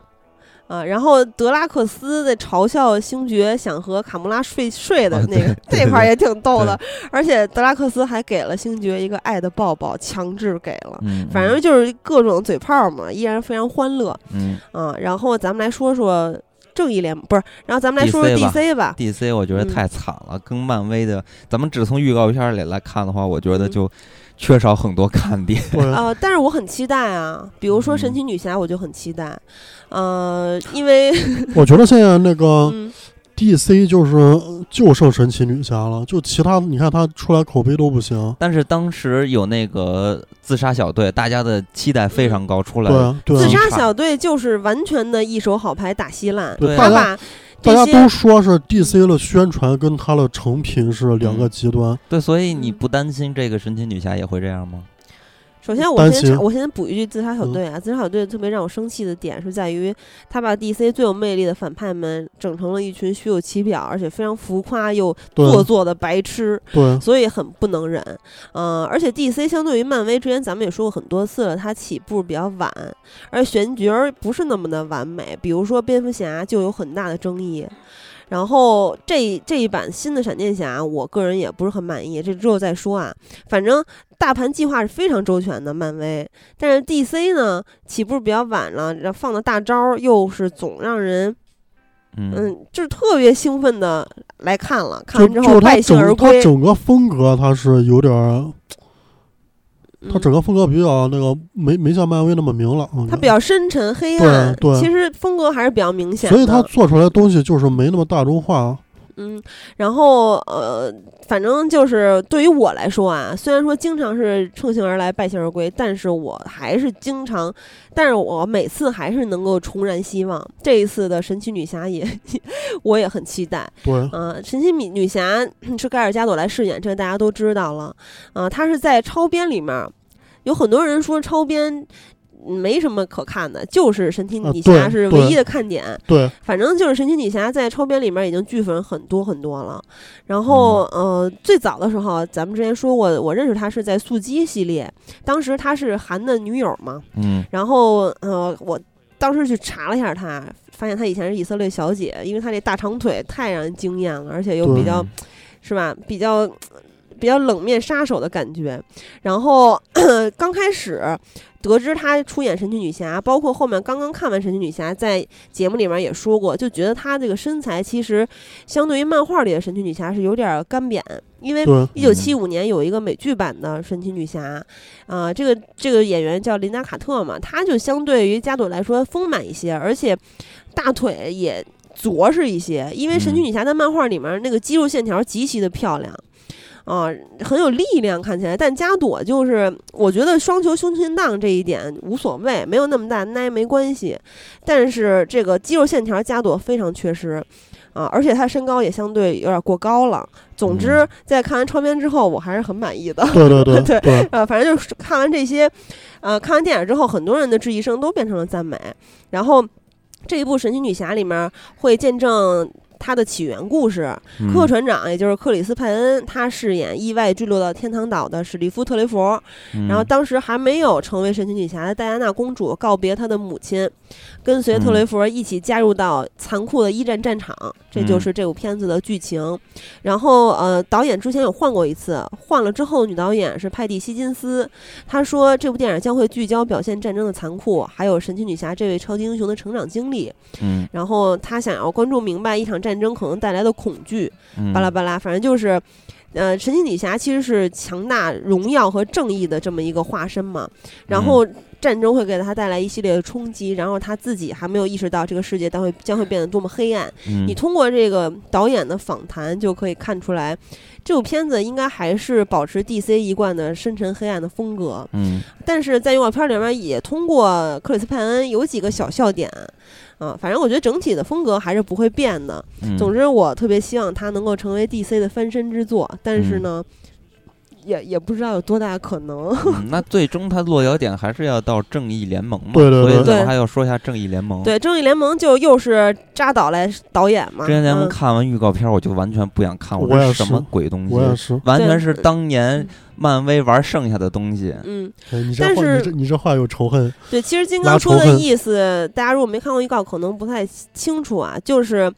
Speaker 2: 啊，然后德拉克斯在嘲笑星爵想和卡穆拉睡睡的
Speaker 1: 啊
Speaker 2: 那个、
Speaker 1: 对对
Speaker 2: 这块儿
Speaker 1: 对
Speaker 2: 也挺逗的，而且德拉克斯还给了星爵一个爱的抱抱，强制给了。
Speaker 1: 嗯，
Speaker 2: 反正就是各种嘴炮嘛，依然非常欢乐
Speaker 1: 嗯
Speaker 2: 啊。然后咱们来说说正义联盟，不是，然后咱们来说说
Speaker 1: DC 吧
Speaker 2: DC 吧。
Speaker 1: ，DC 我觉得
Speaker 2: 嗯
Speaker 1: 太惨了，跟漫威的，咱们只从预告片里来看的话，我觉得
Speaker 2: 嗯
Speaker 1: 就缺少很多看点。
Speaker 3: 对，
Speaker 2: 呃，但是我很期待啊，比如说神
Speaker 1: 嗯
Speaker 2: 奇女侠，我就很期待。呃，因为
Speaker 3: 我觉得现在那 个
Speaker 2: 嗯
Speaker 3: DC 就是呃就剩神奇女侠了，就其他你看他出来口碑都不行，
Speaker 1: 但是当时有那个自杀小队，大家的期待非常高，出来了
Speaker 3: 对对
Speaker 2: 自
Speaker 3: 啊，
Speaker 2: 杀
Speaker 1: 差
Speaker 2: 小队就是完全的一手好牌打稀烂，
Speaker 1: 对
Speaker 3: 对
Speaker 2: 他
Speaker 3: 大家
Speaker 2: 把
Speaker 3: 大
Speaker 2: 这
Speaker 3: 家
Speaker 2: 些
Speaker 3: 都说是 DC 的宣传跟它的成品是两个极端，
Speaker 1: 对，所以你
Speaker 2: 嗯
Speaker 1: 不担心这个神奇女侠也会这样吗？
Speaker 2: 首先，我
Speaker 3: 担
Speaker 2: 先
Speaker 3: 心嗯
Speaker 2: 插我先补一句自杀小队啊，自杀小队特别让我生气的点是在于，他把 DC 最有魅力的反派们整成了一群虚有其表，而且非常浮夸又
Speaker 3: 对
Speaker 2: 做作的白痴，
Speaker 3: 对
Speaker 2: 所以很不能忍。呃，而且 DC 相对于漫威，之前咱们也说过很多次了，它起步比较晚，而选角儿不是那么的完美，比如说蝙蝠侠就有很大的争议。然后这这一版新的闪电侠，我个人也不是很满意，这之后再说啊。反正大盘计划是非常周全的，漫威。但是 DC 呢，起步比较晚了，然后放的大招儿又是总让人
Speaker 1: 嗯，
Speaker 2: 嗯，就是特别兴奋的来看了，看
Speaker 3: 就
Speaker 2: 完之
Speaker 3: 就是
Speaker 2: 后
Speaker 3: 它
Speaker 2: 败兴而
Speaker 3: 整它
Speaker 2: 归。
Speaker 3: 整个风格它是有点儿，它整
Speaker 2: 嗯
Speaker 3: 个风格比较那个没没像漫威那么明朗，我觉
Speaker 2: 它
Speaker 3: 得
Speaker 2: 比较深沉黑暗，
Speaker 3: 嗯对对
Speaker 2: 其实风格还是比较明显的。
Speaker 3: 所以它做出来的东西就是没那么大众化，啊
Speaker 2: 嗯，然后呃，反正就是对于我来说啊，虽然说经常是乘兴而来败兴而归，但是我还是经常，但是我每次还是能够重燃希望。这一次的神奇女侠也， 我也很期待。
Speaker 3: 对
Speaker 2: 嗯、神奇女女侠 是盖尔加朵来饰演，这个大家都知道了。啊、她是在超编里面儿，有很多人说超编。没什么可看的，就是神奇
Speaker 3: 啊
Speaker 2: 女侠
Speaker 3: 对
Speaker 2: 是唯
Speaker 3: 对
Speaker 2: 一的看点。
Speaker 3: 对。
Speaker 2: 反正就是神奇女侠在超编里面已经剧粉很多很多了。然后，
Speaker 3: 嗯
Speaker 2: 呃，最早的时候，咱们之前说过，我认识她是在《速激》系列，当时她是韩的女友嘛。
Speaker 1: 嗯
Speaker 2: 然后，呃，我当时去查了一下她，发现她以前是以色列小姐，因为她这大长腿太让人惊艳了，而且又
Speaker 1: 嗯
Speaker 3: 对
Speaker 2: 比较，是吧？比较。比较冷面杀手的感觉，然后 刚开始得知她出演神奇女侠，包括后面刚刚看完神奇女侠，在节目里面也说过，就觉得她这个身材其实相对于漫画里的神奇女侠是有点儿干瘪，因为
Speaker 3: 对
Speaker 1: 嗯
Speaker 2: 一九七五年有一个美剧版的神奇女侠，啊、这个这个演员叫琳达卡特嘛，她就相对于加朵来说丰满一些，而且大腿也着实一些，因为神奇
Speaker 1: 嗯
Speaker 2: 女侠在漫画里面那个肌肉线条极其的漂亮。啊，很有力量，看起来。但加朵就是，我觉得双球胸前荡这一点无所谓，没有那么大奶没关系。但是这个肌肉线条加朵非常缺失，啊，而且她身高也相对有点过高了。总之
Speaker 1: 嗯，
Speaker 2: 在看完超编之后，我还是很满意的。
Speaker 3: 对对对
Speaker 2: 对
Speaker 3: 对
Speaker 2: 呃，反正就是看完这些，呃，看完电影之后，很多人的质疑声都变成了赞美。然后这一部《神奇女侠》里面会见证她的起源故事，
Speaker 1: 嗯
Speaker 2: 客船长，也就是克里斯派恩，他饰演意外坠落到天堂岛的史蒂夫·特雷弗，然后
Speaker 1: 嗯
Speaker 2: 当时还没有成为神奇女侠的戴安娜公主告别她的母亲，跟随特
Speaker 1: 嗯
Speaker 2: 雷弗一起加入到残酷的一战战场，这就
Speaker 1: 嗯
Speaker 2: 是这部片子的剧情。然后呃，导演之前有换过一次，换了之后女导演是派蒂·希金斯，她说这部电影将会聚焦表现战争的残酷，还有神奇女侠这位超级英雄的成长经历。
Speaker 1: 嗯
Speaker 2: 然后她想要观众明白一场战争可能带来的恐惧，
Speaker 1: 嗯，
Speaker 2: 巴拉巴拉，反正就是，呃，神奇女侠其实是强大、荣耀和正义的这么一个化身嘛。然后
Speaker 1: 嗯
Speaker 2: 战争会给她带来一系列的冲击，然后她自己还没有意识到这个世界将会将会变得多么黑暗。
Speaker 1: 嗯
Speaker 2: 你通过这个导演的访谈就可以看出来，这部片子应该还是保持 DC 一贯的深沉黑暗的风格，
Speaker 1: 嗯
Speaker 2: 但是在预告片里面也通过克里斯派恩有几个小笑点。啊，反正我觉得整体的风格还是不会变的，
Speaker 1: 嗯，
Speaker 2: 总之，我特别希望它能够成为 DC 的翻身之作，但是呢，也也不知道有多大可能。
Speaker 1: 嗯那最终它落脚点还是要到正义联盟嘛，
Speaker 3: 对对
Speaker 1: 所以
Speaker 3: 对
Speaker 1: 咱
Speaker 2: 对
Speaker 1: 们还要说一下正义联盟。
Speaker 2: 对，正义联盟就又是扎导来导演嘛，
Speaker 1: 之前咱们
Speaker 2: 嗯
Speaker 1: 看完预告片，我就完全不想看，
Speaker 3: 我
Speaker 1: 这
Speaker 3: 也
Speaker 1: 什么
Speaker 3: 是
Speaker 1: 鬼东
Speaker 3: 我也
Speaker 1: 西？
Speaker 3: 是。
Speaker 1: 完
Speaker 2: 对
Speaker 1: 全是当年漫威玩剩下的东西。
Speaker 2: 嗯，
Speaker 3: 哎，你这
Speaker 2: 但
Speaker 3: 话，
Speaker 2: 是
Speaker 3: 你这你这话有仇恨，
Speaker 2: 对，其实金
Speaker 3: 拉
Speaker 2: 刚
Speaker 3: 仇
Speaker 2: 说的
Speaker 3: 恨
Speaker 2: 意思，大家如果没看过预告，可能不太清楚啊。就是，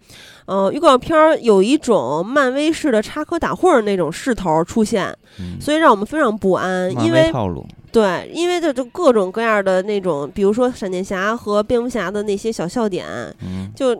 Speaker 2: 呃，预告片儿有一种漫威式的插科打诨儿那种势头出现，
Speaker 1: 嗯，
Speaker 2: 所以让我们非常不安，
Speaker 1: 漫
Speaker 2: 因
Speaker 1: 威
Speaker 2: 为
Speaker 1: 套路。
Speaker 2: 对，因为这就各种各样的那种，比如说闪电侠和蝙蝠侠的那些小笑点，
Speaker 1: 嗯，
Speaker 2: 就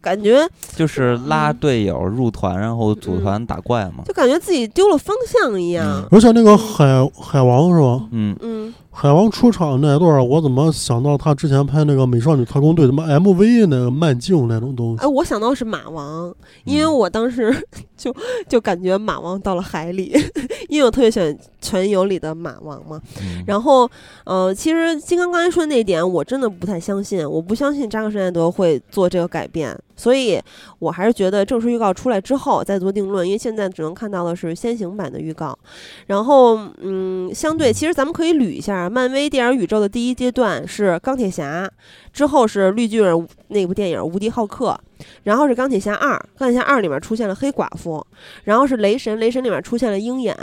Speaker 2: 感觉
Speaker 1: 就是拉队友入团，然后组
Speaker 2: 嗯
Speaker 1: 团打怪嘛。
Speaker 2: 就感觉自己丢了方向一样。
Speaker 3: 而且那个海海王是吧？
Speaker 1: 嗯，
Speaker 2: 嗯，
Speaker 3: 海王出场那段儿，我怎么想到他之前拍那个《美少女特工队》他妈 MV 那个慢镜那种东西
Speaker 2: 哎，？我想到是马王，因为
Speaker 1: 嗯
Speaker 2: 我当时 就就感觉马王到了海里， 因为我特别喜欢《全游》里的马王嘛。
Speaker 1: 嗯
Speaker 2: 然后，呃，其实金刚刚才说的那一点，我真的不太相信，我不相信扎克施耐德会做这个改变，所以我还是觉得正式预告出来之后再做定论，因为现在只能看到的是先行版的预告。然后，嗯，相对其实咱们可以捋一下，漫威电影宇宙的第一阶段是钢铁侠，之后是绿巨人那部电影《无敌浩克》。然后是钢铁侠二，钢铁侠二里面出现了黑寡妇，然后是雷神，雷神里面出现了鹰眼，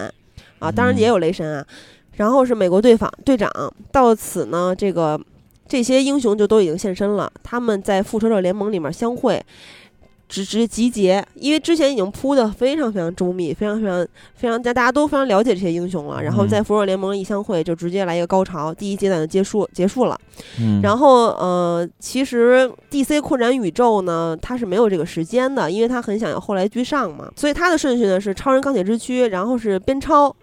Speaker 2: 啊，当然也有雷神啊，然后是美国队访队长。到此呢，这个这些英雄就都已经现身了，他们在复仇者联盟里面相会。直直集结，因为之前已经铺的非常非常周密，非常非常非常，大家都非常了解这些英雄了。然后
Speaker 1: 嗯
Speaker 2: 在复仇者联盟一相会，就直接来一个高潮，第一阶段就结束结束了。
Speaker 1: 嗯，
Speaker 2: 然后呃，其实 DC 扩展宇宙呢，它是没有这个时间的，因为它很想要后来居上嘛，所以它的顺序呢是超人钢铁之躯，然后是边超，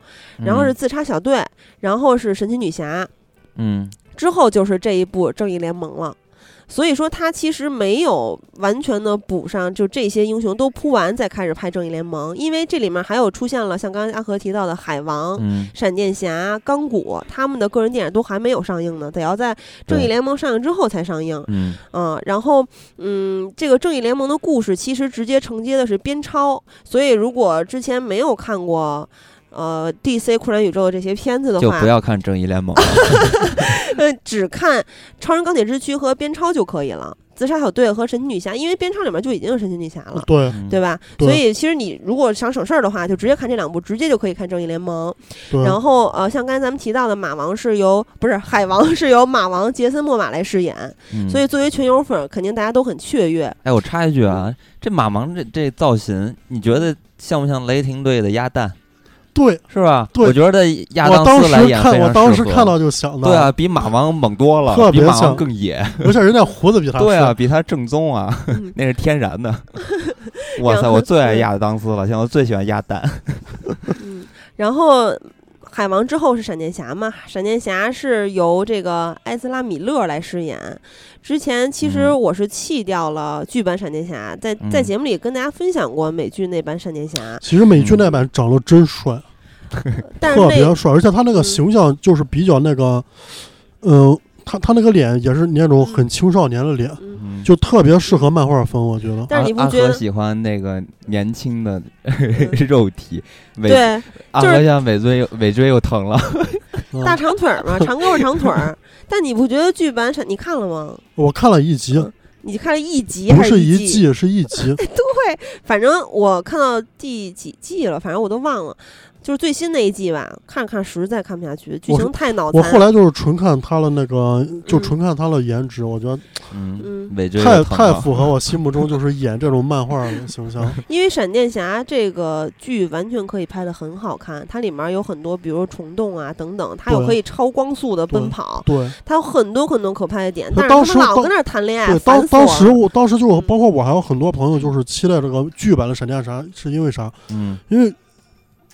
Speaker 2: 然后是自杀小队，然后是神奇女侠，
Speaker 1: 嗯
Speaker 2: 之后就是这一部正义联盟了。所以说，它其实没有完全的补上，就这些英雄都铺完再开始拍正义联盟，因为这里面还有出现了像刚才阿和提到的海王，
Speaker 1: 嗯
Speaker 2: 闪电侠、啊钢骨他们的个人电影都还没有上映呢，得要在正义
Speaker 1: 对
Speaker 2: 联盟上映之后才上映。
Speaker 1: 嗯
Speaker 2: 嗯，然后嗯，这个正义联盟的故事其实直接承接的是边超，所以如果之前没有看过。呃，DC 扩展宇宙的这些片子的
Speaker 1: 嗯，就
Speaker 2: 话
Speaker 1: 不，要看正义联盟。
Speaker 2: 呃，只看《超人钢铁之躯》和《边超》就可以了，《自杀小队》和《神奇女侠》，因为《边超》里面就已经有神奇女侠了，
Speaker 3: 对
Speaker 1: 嗯
Speaker 2: 对吧？
Speaker 3: 对
Speaker 2: 所以其实你如果想省事儿的话，就直接看这两部，直接就可以看《正义联盟》。
Speaker 3: 对，
Speaker 2: 然后呃，像刚才咱们提到的，马王是由不是海王是由马王杰森·莫玛来饰演，
Speaker 1: 嗯
Speaker 2: 所以作为全游粉儿，肯定大家都很雀跃。
Speaker 1: 哎，我插一句啊，这马王这这造型，你觉得像不像雷霆队的鸭蛋？
Speaker 3: 对
Speaker 1: 是吧？
Speaker 3: 对
Speaker 1: 我觉得亚
Speaker 3: 我
Speaker 1: 当
Speaker 3: 当
Speaker 1: 斯来
Speaker 3: 时
Speaker 1: 演非
Speaker 3: 看，我
Speaker 1: 常
Speaker 3: 当
Speaker 1: 适
Speaker 3: 时
Speaker 1: 合。
Speaker 3: 看到就想到，
Speaker 1: 对啊，，比马王猛多了，
Speaker 3: 特别
Speaker 1: 比马王
Speaker 3: 像
Speaker 1: 更野。
Speaker 3: 而且人家胡子比他
Speaker 1: 对啊，
Speaker 3: 帅，
Speaker 1: 比他正宗啊，
Speaker 2: 嗯
Speaker 1: 那是天然 的。哇
Speaker 2: 然
Speaker 1: 塞，
Speaker 2: 后
Speaker 1: 我最爱
Speaker 2: 嗯
Speaker 1: 亚当斯了，现在我最喜欢鸭蛋。
Speaker 2: 嗯，然后海王之后是闪电侠嘛，闪电侠是由这个埃斯拉·米勒来饰演。之前其实
Speaker 1: 嗯
Speaker 2: 我是弃掉了剧版闪电侠，在在
Speaker 1: 嗯
Speaker 2: 节目里跟大家分享过美剧那版闪电侠，
Speaker 3: 其实美
Speaker 1: 嗯
Speaker 3: 剧那版长得真帅，
Speaker 2: 但是
Speaker 3: 特别
Speaker 2: 那嗯
Speaker 3: 帅，而且他那个形象就是比较那个，嗯，他他那个脸也是那种很青少年的脸，
Speaker 2: 嗯，
Speaker 1: 嗯
Speaker 3: 就特别适合漫画风，我觉得。
Speaker 2: 但是你不
Speaker 1: 阿阿
Speaker 2: 觉
Speaker 1: 和
Speaker 2: 得嗯
Speaker 1: 喜欢那个年轻的 肉体，尾
Speaker 2: 对。
Speaker 1: 阿
Speaker 2: 就是
Speaker 1: 和现在尾椎又尾椎又疼 了。
Speaker 3: 嗯
Speaker 2: 大长腿儿嘛，长胳膊长腿儿。但你不觉得剧版闪你看了吗？
Speaker 3: 我看了一集，
Speaker 2: 你看了一集
Speaker 3: 不
Speaker 2: 还
Speaker 3: 是
Speaker 2: 嗯一
Speaker 3: 一？季，是一集，
Speaker 2: 反正我看到第几季了，反正我都忘了。就是最新那一季吧，看着看实在看不下去，剧
Speaker 3: 我
Speaker 2: 情太脑
Speaker 3: 我后
Speaker 2: 残。
Speaker 3: 来就是纯看他的那个，就纯看他的颜值，我觉得
Speaker 1: 嗯，
Speaker 2: 嗯，
Speaker 1: 尾椎
Speaker 3: 太
Speaker 1: 又疼
Speaker 3: 太
Speaker 1: 了
Speaker 3: 符合我心目中就是演这种漫画的形象。
Speaker 2: 因为闪电侠这个剧完全可以拍得很好看，它里面有很多，比如说虫洞啊等等，它有
Speaker 3: 对
Speaker 2: 可以超光速的奔
Speaker 3: 对
Speaker 2: 跑，
Speaker 3: 对
Speaker 2: 它有很多很多可拍的点。但
Speaker 3: 那
Speaker 2: 是
Speaker 3: 当
Speaker 2: 他
Speaker 3: 时
Speaker 2: 们老
Speaker 3: 当
Speaker 2: 跟那儿谈恋爱，
Speaker 3: 对，
Speaker 2: 哎烦
Speaker 3: 当
Speaker 2: 死我
Speaker 3: 当时
Speaker 2: 了嗯
Speaker 3: 我当时就是包括我还有很多朋友就是期待这个剧版的闪电侠，是因为啥？
Speaker 1: 嗯
Speaker 3: 因为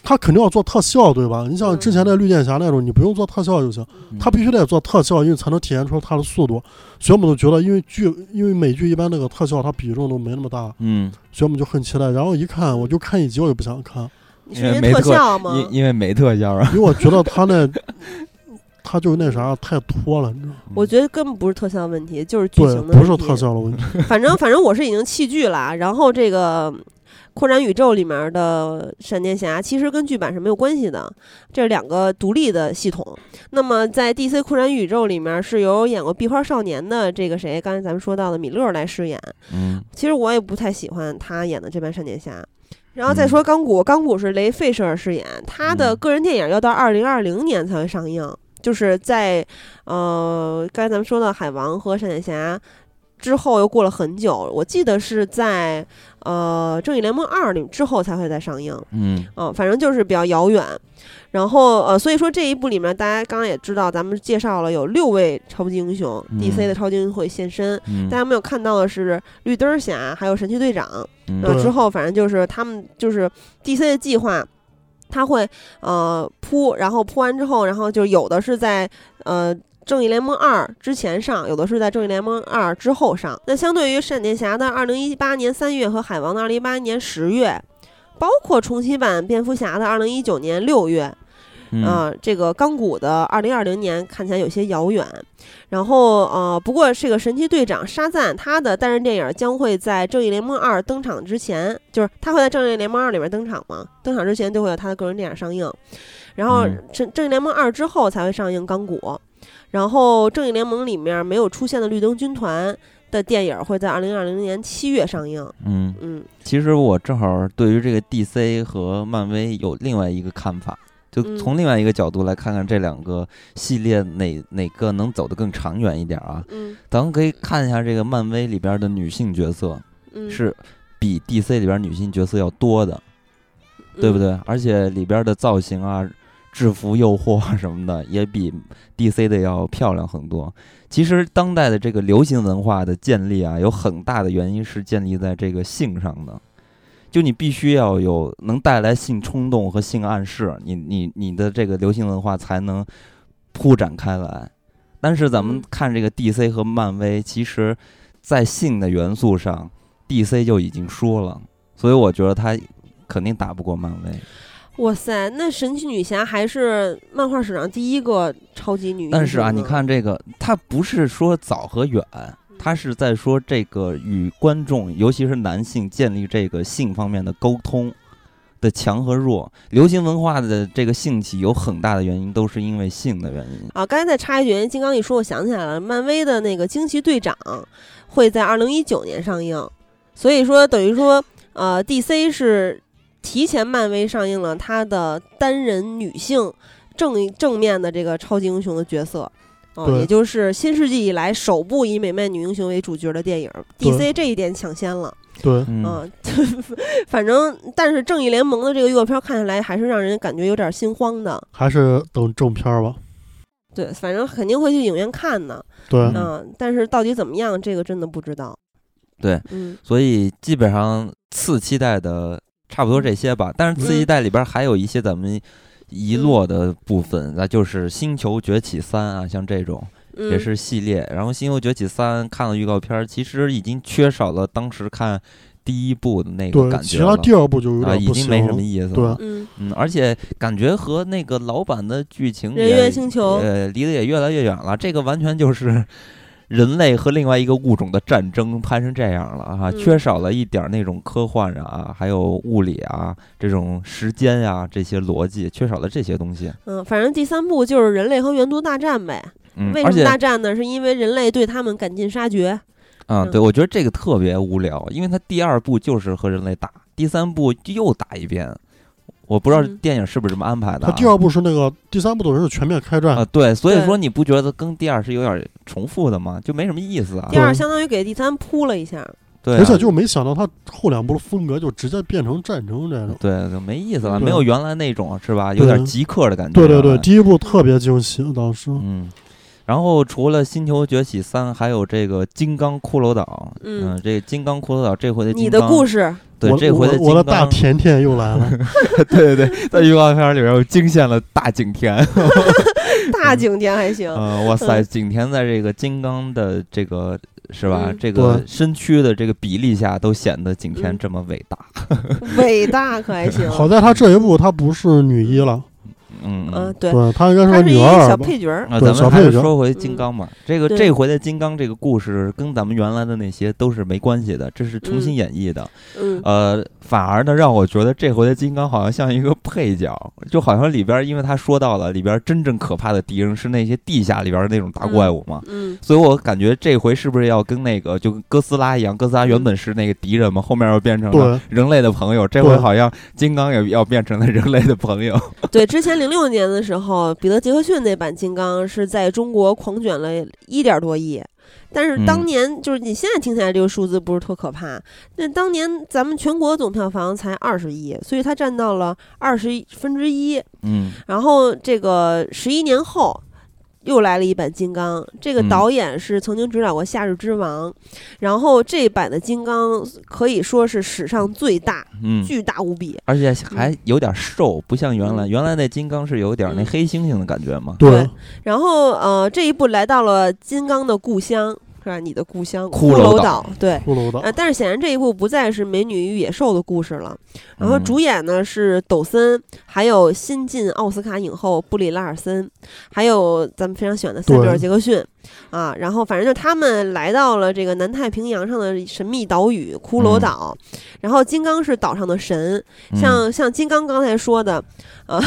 Speaker 3: 他肯定要做特效，对吧？你像
Speaker 2: 嗯
Speaker 3: 之前那绿箭侠那种，你不用做特效就行，
Speaker 1: 嗯
Speaker 3: 他必须得做特效，因为才能体现出他的速度。所以我们都觉得，因为剧，因为美剧一般那个特效它比重都没那么大，
Speaker 1: 嗯，
Speaker 3: 所以我们就很期待。然后一看，我就看一集，我就不想看，
Speaker 2: 你
Speaker 1: 因
Speaker 2: 是
Speaker 1: 为
Speaker 2: 因
Speaker 1: 没
Speaker 2: 为特
Speaker 1: 特
Speaker 2: 效吗？
Speaker 3: 嗯
Speaker 1: 因因为没特效啊，
Speaker 3: 因为我觉得他那他就那啥太拖了，你知道吗？
Speaker 2: 我觉得根本不是特效问题，就是剧
Speaker 3: 对
Speaker 2: 情，的
Speaker 3: 不是
Speaker 2: 问题
Speaker 3: 特。效的问题。
Speaker 2: 反正反正我是已经弃剧了。啊然后这个扩展宇宙里面的闪电侠其实跟剧版是没有关系的，这是两个独立的系统。那么在 DC 扩展宇宙里面，是由演过《壁花少年》的这个谁，刚才咱们说到的米勒来饰演。
Speaker 1: 嗯
Speaker 2: 其实我也不太喜欢他演的这版闪电侠。然后再说钢骨，钢骨是雷费舍尔饰演，他的
Speaker 1: 嗯
Speaker 2: 个人电影要到二零二零年才会上映，就是在呃刚才咱们说的海王和闪电侠之后又过了很久，我记得是在呃正义联盟二里之后才会再上映。
Speaker 1: 嗯
Speaker 2: 嗯，反正就是比较遥远。然后呃，所以说这一部里面，大家刚刚也知道，咱们介绍了有六位超级英雄、
Speaker 1: 嗯
Speaker 2: d c 的超级英雄会现身。
Speaker 1: 嗯
Speaker 2: 大家没有看到的是绿灯侠，还有神奇队长。
Speaker 1: 嗯
Speaker 2: 呃，
Speaker 3: 对
Speaker 2: 之后反正就是他们就是 DC 的计划，他会呃铺，然后铺完之后，然后就有的是在呃。正义联盟二之前上，有的是在正义联盟二之后上。那相对于闪电侠的二零一八年三月和海王的二零一八年十月，包括重启版蝙蝠侠的二零一九年六月，
Speaker 1: 嗯
Speaker 2: 啊、这个钢骨的二零二零年看起来有些遥远，然后呃，不过这个神奇队长沙赞他的单人电影将会在《正义联盟二》登场之前，就是他会在《正义联盟二》里面登场嘛？登场之前就会有他的个人电影上映，然后
Speaker 1: 嗯
Speaker 2: 正《正义联盟二》之后才会上映钢骨，然后《正义联盟》里面没有出现的绿灯军团的电影会在二零二零年七月上映，
Speaker 1: 嗯，
Speaker 2: 嗯，
Speaker 1: 其实我正好对于这个 DC 和漫威有另外一个看法，就
Speaker 2: 嗯
Speaker 1: 从另外一个角度来看看这两个系列哪哪个能走得更长远一点啊？
Speaker 2: 嗯
Speaker 1: 咱们可以看一下这个漫威里边的女性角色
Speaker 2: 嗯，
Speaker 1: 是比 DC 里边女性角色要多的，
Speaker 2: 嗯
Speaker 1: 对不？对？而且里边的造型啊、制服诱惑啊什么的，也比 DC 的要漂亮很多。其实当代的这个流行文化的建立啊，有很大的原因是建立在这个性上的。就你必须要有能带来性冲动和性暗示，你你你的这个流行文化才能铺展开来。但是咱们
Speaker 2: 嗯
Speaker 1: 看这个 DC 和漫威，其实，在性的元素上，DC 就已经输了，所以我觉得他肯定打不过漫威。
Speaker 2: 哇塞，那神奇女侠还是漫画史上第一个超级女英雄呢。
Speaker 1: 但是啊，你看这个，它不是说早和远，它是在说这个与观众，尤其是男性建立这个性方面的沟通的强和弱。流行文化的这个兴起有很大的原因都是因为性的原因。
Speaker 2: 啊，刚才再插一句，因为金刚一说，我想起来了，漫威的那个惊奇队长会在二零一九年上映，所以说等于说，呃，DC 是提前漫威上映了它的单人女性正正面的这个超级英雄的角色。哦，
Speaker 3: 对
Speaker 2: 也就是新世纪以来首部以美漫女英雄为主角的电影
Speaker 3: 对
Speaker 2: ，DC 这一点抢先了。
Speaker 3: 对，
Speaker 1: 嗯，
Speaker 2: 嗯， 反正但是正义联盟的这个预告片看下来，还是让人感觉有点心慌的。
Speaker 3: 还是等正片儿吧。
Speaker 2: 对，反正肯定会去影院看的。
Speaker 3: 对
Speaker 1: 嗯，
Speaker 2: 嗯，但是到底怎么样，这个真的不知道。
Speaker 1: 对，
Speaker 2: 嗯，
Speaker 1: 所以基本上次期待的差不多这些吧。但是次期待里边还有一些咱们遗落的部分，那就是《星球崛起三》啊，像这种。
Speaker 2: 嗯
Speaker 1: 也是系列。然后《新游崛起三》看了预告片，儿，其实已经缺少了当时看第一部的那个
Speaker 3: 对，
Speaker 1: 感
Speaker 3: 其
Speaker 1: 觉
Speaker 3: 实
Speaker 1: 了
Speaker 3: 他第二部就有
Speaker 1: 啊，
Speaker 3: 点
Speaker 1: 已
Speaker 3: 不
Speaker 1: 经
Speaker 3: 行
Speaker 1: 没什
Speaker 3: 了
Speaker 1: 么。意思
Speaker 3: 对
Speaker 1: 了。
Speaker 2: 嗯
Speaker 1: 嗯，而且感觉和那个老版的剧情
Speaker 2: 人
Speaker 1: 也
Speaker 2: 猿星球
Speaker 1: 呃离得也越来越远了。这个完全就是。人类和另外一个物种的战争拍成这样了啊，
Speaker 2: 嗯
Speaker 1: 缺少了一点儿那种科幻啊，还有物理啊，这种时间啊，这些逻辑，缺少了这些东西。
Speaker 2: 嗯，反正第三部就是人类和猿族大战呗。
Speaker 1: 嗯，
Speaker 2: 为
Speaker 1: 而
Speaker 2: 什
Speaker 1: 且
Speaker 2: 么大战呢？是因为人类对他们赶尽杀绝。
Speaker 1: 啊，
Speaker 2: 嗯
Speaker 1: 对，我觉得这个特别无聊，因为它第二部就是和人类打，第三部又打一遍，我不知道
Speaker 2: 嗯
Speaker 1: 电影是不是这么安排的、
Speaker 3: 他
Speaker 1: 啊。
Speaker 3: 第二部是那个，第三部等于是全面开战，
Speaker 1: 啊，对，所以
Speaker 2: 对
Speaker 1: 说你不觉得跟第二是有点重复的吗？就没什么意思啊
Speaker 2: 第。二相当于给第三铺了一下，
Speaker 1: 对啊，
Speaker 3: 而且就没想到他后两部的风格就直接变成战争这种。
Speaker 1: 对，就没意思了，
Speaker 3: 对
Speaker 1: 没有原来那种是吧？
Speaker 3: 对
Speaker 1: 有点极客的感觉。啊
Speaker 3: 对对对，，第一部特别惊喜，当时
Speaker 1: 嗯。然后除了《星球崛起三》，还有这个《金刚骷髅岛》。
Speaker 2: 嗯
Speaker 1: 嗯，这个《金刚骷髅岛》这回的
Speaker 2: 你的故
Speaker 1: 事，
Speaker 2: 事，
Speaker 1: 对
Speaker 3: 我
Speaker 1: 这回
Speaker 3: 我
Speaker 1: 金
Speaker 3: 我的大
Speaker 1: 刚，
Speaker 3: 甜甜又来了，
Speaker 1: 对对对，在预告片里边又惊现了大景甜。
Speaker 2: 大景点还行，
Speaker 1: 嗯，哇塞，
Speaker 2: 嗯
Speaker 1: 景甜在这个金刚的这个是吧，
Speaker 2: 嗯
Speaker 1: 这个
Speaker 3: 对
Speaker 1: 身躯的这个比例下，都显得景甜
Speaker 2: 嗯
Speaker 1: 这么伟大。
Speaker 2: 伟大可还行。
Speaker 3: 好在他这一部他不是女一了，
Speaker 1: 嗯
Speaker 2: 嗯，对，
Speaker 3: 对他应该是
Speaker 2: 他
Speaker 3: 个
Speaker 2: 是
Speaker 3: 女
Speaker 2: 一
Speaker 3: 二
Speaker 2: 小
Speaker 3: 吧。
Speaker 2: 配角儿，
Speaker 1: 啊，
Speaker 3: 对
Speaker 1: 咱
Speaker 3: 小
Speaker 1: 们还
Speaker 3: 配
Speaker 1: 是
Speaker 3: 角
Speaker 1: 说回金刚吧。这个
Speaker 2: 对
Speaker 1: 这回的金刚这个故事跟咱们原来的那些都是没关系的，这是重新
Speaker 2: 嗯
Speaker 1: 演绎的。
Speaker 2: 嗯，
Speaker 1: 呃，反而呢，让我觉得这回的金刚好像像一个配角，就好像里边儿，因为他说到了里边儿真正可怕的敌人是那些地下里边儿那种大怪物嘛。
Speaker 2: 嗯，
Speaker 1: 所以我感觉这回是不是要跟那个就跟哥斯拉一样？哥斯拉原本是那个敌人嘛，后面又变成了
Speaker 3: 对
Speaker 1: 人类的朋友。这回
Speaker 3: 对
Speaker 1: 好像金刚也要变成了人类的朋友。
Speaker 2: 对，之前零六年的时候，彼得·杰克逊那版《金刚》是在中国狂卷了一点多亿，但是当
Speaker 1: 嗯
Speaker 2: 年、就是你现在听起来这个数字不是特可怕，那当年咱们全国总票房才二十亿，所以它占到了二十分之一。
Speaker 1: 嗯，
Speaker 2: 然后这个十一年后。又来了一版《金刚》，这个
Speaker 1: 嗯
Speaker 2: 导演是曾经执导过《夏日之王》，然后这一版的《金刚》可以说是史上最大、
Speaker 1: 嗯，
Speaker 2: 巨大无比。
Speaker 1: 而且还有点瘦，不像原来，
Speaker 2: 嗯
Speaker 1: 原来那金刚是有点那
Speaker 2: 嗯
Speaker 1: 黑猩猩的感觉嘛。
Speaker 3: 对，
Speaker 2: 然后呃，这一部来到了金刚的故乡，是吧？你的故乡
Speaker 1: 骷
Speaker 2: 髅
Speaker 1: 髅岛
Speaker 2: 对。
Speaker 3: 骷髅的
Speaker 2: 呃，但是显然这一部不再是《美女与野兽》的故事了。然后
Speaker 1: 嗯
Speaker 2: 主演呢是抖森，还有新晋奥斯卡影后布里拉尔森，还有咱们非常喜欢的塞
Speaker 3: 对
Speaker 2: 缪尔·杰克逊啊。然后反正就他们来到了这个南太平洋上的神秘岛屿骷髅
Speaker 1: 嗯
Speaker 2: 岛，然后金刚是岛上的神，
Speaker 1: 嗯
Speaker 2: 像像金刚刚才说的，呃，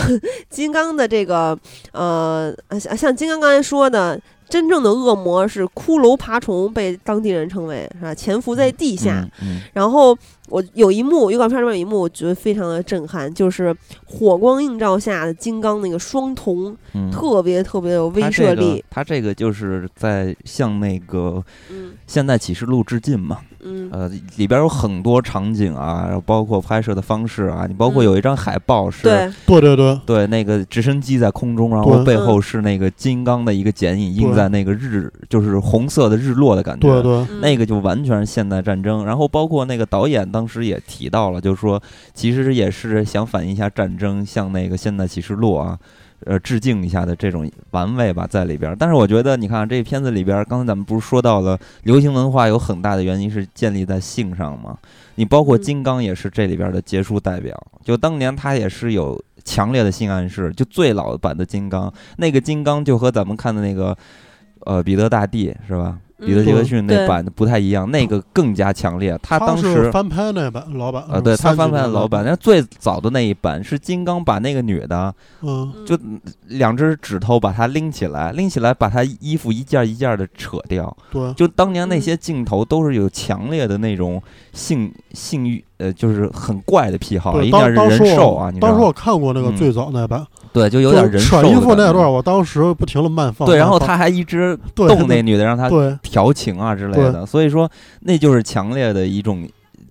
Speaker 2: 金刚的这个呃，呃像像金刚刚才说的，真正的恶魔是骷髅爬虫，被当地人称为是吧？潜伏在地下。
Speaker 1: 嗯
Speaker 2: 然后我有一幕预告片里面有一幕，我觉得非常的震撼，就是火光映照下的金刚那个双瞳，
Speaker 1: 嗯，嗯
Speaker 2: 特别特别有威
Speaker 1: 他
Speaker 2: 慑
Speaker 1: 这
Speaker 2: 力
Speaker 1: 个。他这个就是在向那个《
Speaker 2: 嗯
Speaker 1: 现代启示录》致敬嘛。
Speaker 2: 嗯
Speaker 1: 呃，里边有很多场景啊，然后包括拍摄的方式啊，你包括
Speaker 2: 嗯
Speaker 1: 有一张海报是。
Speaker 2: 对，
Speaker 3: 对对对，
Speaker 1: 对，那个直升机在空中，然
Speaker 3: 对
Speaker 1: 后背后是那个金刚的一个剪影，映
Speaker 3: 对
Speaker 1: 在那个日，就是红色的日落的感觉。
Speaker 3: 对对，
Speaker 2: 嗯
Speaker 1: 那个就完全是现代战争。然后包括那个导演当时也提到了，就是说其实也是想反映一下战争，向那个《现代启示录》啊。呃，致敬一下的这种玩味吧，在里边儿。但是我觉得，你看啊这片子里边儿，刚才咱们不是说到了流行文化有很大的原因是建立在性上嘛？你包括
Speaker 2: 嗯
Speaker 1: 金刚也是这里边儿的杰出代表。就当年他也是有强烈的性暗示，就最老版的金刚，那个金刚就和咱们看的那个呃彼得大帝是吧？彼得
Speaker 2: 嗯
Speaker 1: 杰克逊那
Speaker 2: 对
Speaker 1: 版的不太一样，那个更加强烈。他当
Speaker 3: 是
Speaker 1: 时
Speaker 3: 翻拍那版老版
Speaker 1: 啊，对他翻拍
Speaker 3: 的
Speaker 1: 的老版，，那最早的那一版是金刚把那个女的
Speaker 3: 嗯，
Speaker 2: 嗯
Speaker 1: 就两只指头把她拎起来，拎起来把她衣服一件一件的扯掉。
Speaker 3: 对
Speaker 1: 就当年
Speaker 3: 嗯
Speaker 1: 那些镜头都是有强烈的那种性性欲，呃，就是很怪的癖好，
Speaker 3: 对。
Speaker 1: 一定要
Speaker 3: 当
Speaker 1: 是
Speaker 3: 当时
Speaker 1: 人兽
Speaker 3: 我
Speaker 1: 啊，你知
Speaker 3: 当时
Speaker 1: 道
Speaker 3: 我
Speaker 1: 吗？
Speaker 3: 看过那个
Speaker 1: 嗯
Speaker 3: 最早那版，
Speaker 1: 对，就有
Speaker 3: 就
Speaker 1: 点人兽
Speaker 3: 扯
Speaker 1: 的
Speaker 3: 衣服
Speaker 1: 感
Speaker 3: 那
Speaker 1: 觉
Speaker 3: 段，我当时不停的慢放。
Speaker 1: 对，然
Speaker 3: 慢
Speaker 1: 后
Speaker 3: 放
Speaker 1: 他还一直
Speaker 3: 对
Speaker 1: 动那女的，让她
Speaker 3: 对
Speaker 1: 调情啊之类的，所以说那就是强烈的一种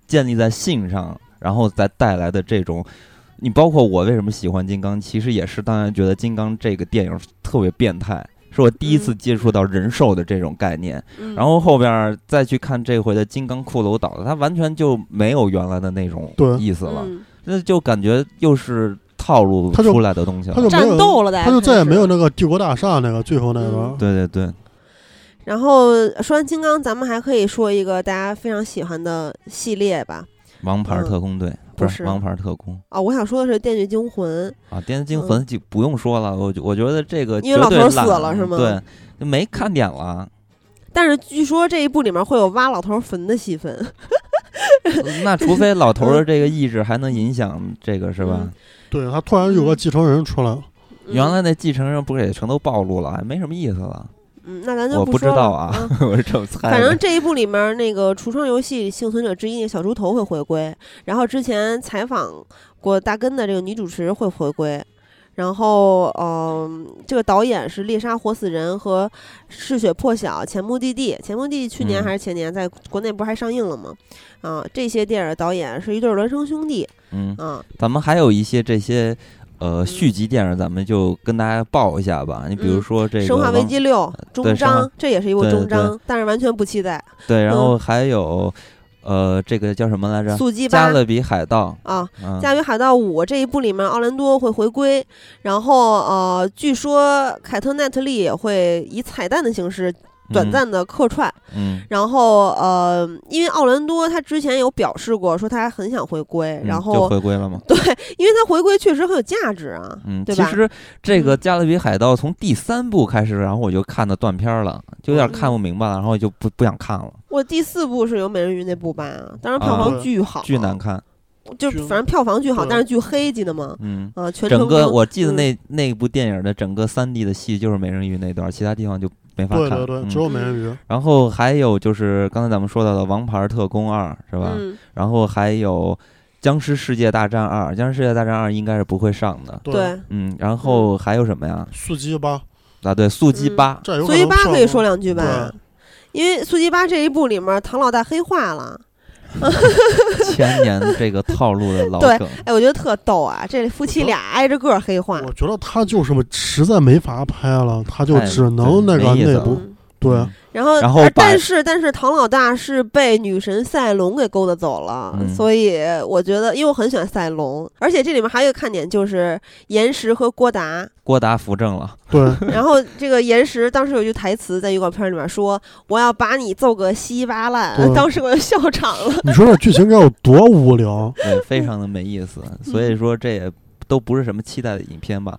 Speaker 1: 建立在性上，然后再带来的这种。你包括我为什么喜欢金刚，其实也是当然觉得金刚这个电影特别变态，是我第一次接触到人兽的这种概念。
Speaker 2: 嗯
Speaker 1: 然后后边儿再去看这回的《金刚骷髅岛》，它完全就没有原来的那种
Speaker 3: 对
Speaker 1: 意思了，
Speaker 2: 嗯
Speaker 1: 那就感觉又是套路
Speaker 3: 它就
Speaker 1: 出来的东西了
Speaker 3: 他。就没
Speaker 2: 战
Speaker 3: 有
Speaker 2: 斗了大家
Speaker 3: 他就再也
Speaker 2: 开始
Speaker 3: 没有那个帝国大厦那个最后那
Speaker 2: 嗯
Speaker 3: 个，
Speaker 1: 对对对，
Speaker 2: 然后说完金刚，咱们还可以说一个大家非常喜欢的系列吧。
Speaker 1: 王牌
Speaker 3: 呃
Speaker 2: 嗯
Speaker 1: 特工队、
Speaker 2: 不
Speaker 1: 不
Speaker 2: 是
Speaker 1: 王牌特工。
Speaker 2: 啊、我想说的是《电锯惊魂》，
Speaker 1: 啊，电锯惊魂就不用说了，我觉我觉得这个
Speaker 2: 嗯因为
Speaker 1: 绝
Speaker 2: 老
Speaker 1: 对
Speaker 2: 头儿死
Speaker 1: 烂
Speaker 2: 了是吗
Speaker 1: 对，就没看点了，
Speaker 2: 但是据说这一部里面会有挖老头坟的戏份，
Speaker 1: 那除非老头儿的这个意志还能影响这个是吧
Speaker 2: 嗯？
Speaker 3: 对他突然有个继承人出来了，
Speaker 1: 原来那继承人不是也全都暴露了，没什么意思了。
Speaker 2: 嗯，那咱就
Speaker 1: 我
Speaker 2: 不
Speaker 1: 知
Speaker 2: 说了
Speaker 1: 道啊，
Speaker 2: 嗯
Speaker 1: 我是这么猜的。
Speaker 2: 反正这一部里面那个橱窗游戏幸存者之一那个小猪头会回归，然后之前采访过大根的这个女主持会回归，然后嗯、这个导演是猎杀活死人和嗜血破晓前目的地，前目的地去年
Speaker 1: 嗯
Speaker 2: 还是前年在国内不是还上映了吗？啊，这些电影导演是一对儿孪生兄弟
Speaker 1: 嗯，
Speaker 2: 啊，
Speaker 1: 咱们还有一些这些呃续集电影，咱们就跟大家报一下吧。你比如
Speaker 2: 嗯
Speaker 1: 说这个
Speaker 2: 生化危
Speaker 1: 王
Speaker 2: 机六》终
Speaker 1: 对生化
Speaker 2: 章，这也是一部
Speaker 1: 对
Speaker 2: 终
Speaker 1: 对
Speaker 2: 章，但是完全不期待。
Speaker 1: 对，然
Speaker 2: 嗯
Speaker 1: 后还有呃这个叫什么来着？
Speaker 2: 速激
Speaker 1: 加
Speaker 2: 八
Speaker 1: 勒比海盗，
Speaker 2: 啊，
Speaker 1: 嗯
Speaker 2: 《驾驭海盗五》这一部里面，奥兰多会回归，然后呃，据说凯特奈特利也会以彩蛋的形式短，暂的客串，
Speaker 1: 嗯
Speaker 2: 然后呃，因为奥兰多他之前有表示过说他很想回归
Speaker 1: 嗯，，
Speaker 2: 然
Speaker 1: 嗯
Speaker 2: 后
Speaker 1: 就 回归了嘛。
Speaker 2: 因为他回归确实很有价值啊，
Speaker 1: 嗯，
Speaker 2: 对
Speaker 1: 其
Speaker 2: 吧？
Speaker 1: 实这个
Speaker 2: 嗯
Speaker 1: 《加勒比海盗》从第三部开始，然后我就看的断片儿了，就
Speaker 2: 嗯
Speaker 1: 有点看不明白了，然后我就不不想看了，
Speaker 2: 我第四部是有美人鱼那部吧，当时票
Speaker 1: 啊
Speaker 2: 房巨好，
Speaker 1: 巨难，看。
Speaker 2: 就
Speaker 3: 巨
Speaker 2: 反正票房巨好，
Speaker 3: 对
Speaker 2: 但是巨黑，记得吗？
Speaker 1: 嗯，
Speaker 2: 啊，全程
Speaker 1: 整个
Speaker 2: 封
Speaker 1: 我记得
Speaker 2: 嗯
Speaker 1: 那那部电影的整个三 D 的戏就是美人鱼那段，其他地方就没法
Speaker 3: 对
Speaker 1: 看。
Speaker 3: 对对，
Speaker 1: 嗯
Speaker 3: 只有美人鱼。
Speaker 1: 然后还有就是刚才咱们说到的《王牌特工二》，是吧？
Speaker 2: 嗯，
Speaker 1: 然后还有《僵尸世界大战二》，《僵尸世界大战二》应该是不会上的。
Speaker 2: 对，
Speaker 1: 嗯，然后还有什么呀？
Speaker 3: 速激吧，
Speaker 1: 啊，对，《速激
Speaker 2: 嗯
Speaker 1: 八》
Speaker 3: 这有
Speaker 2: 所
Speaker 3: 可
Speaker 2: 以
Speaker 3: 能
Speaker 2: 八
Speaker 3: 上
Speaker 2: 可以
Speaker 3: 了
Speaker 2: 说两句吧。
Speaker 3: 对
Speaker 2: 因为《速激八》这一部里面，唐老大黑化了，
Speaker 1: 千年这个套路的老
Speaker 2: 对
Speaker 1: 梗。
Speaker 2: 哎，我觉得特逗啊！这夫妻俩挨着个儿黑化，
Speaker 3: 我觉得他就是实在没法拍了，他就
Speaker 1: 哎
Speaker 3: 只能
Speaker 1: 对
Speaker 3: 那个
Speaker 1: 没意思
Speaker 3: 内
Speaker 1: 了
Speaker 3: 部
Speaker 2: 嗯，
Speaker 3: 对啊
Speaker 1: 嗯，
Speaker 2: 然后
Speaker 1: 然后
Speaker 2: 而
Speaker 1: 把
Speaker 2: 但是但是唐老大是被女神赛龙给勾搭走了，
Speaker 1: 嗯
Speaker 2: 所以我觉得，因为我很喜欢赛龙，而且这里面还有一个看点就是岩石和 郭达，
Speaker 1: 郭达扶正了，
Speaker 3: 对，
Speaker 2: 然后这个岩石当时有句台词在预告片里面说：“我要把你揍个稀巴烂。”
Speaker 3: 对
Speaker 2: 当时我就笑场了。
Speaker 3: 你说这剧情该有多无聊？
Speaker 1: 对，非常的没意 思。
Speaker 2: 嗯
Speaker 1: 所以说这也都不是什么期待的影片吧。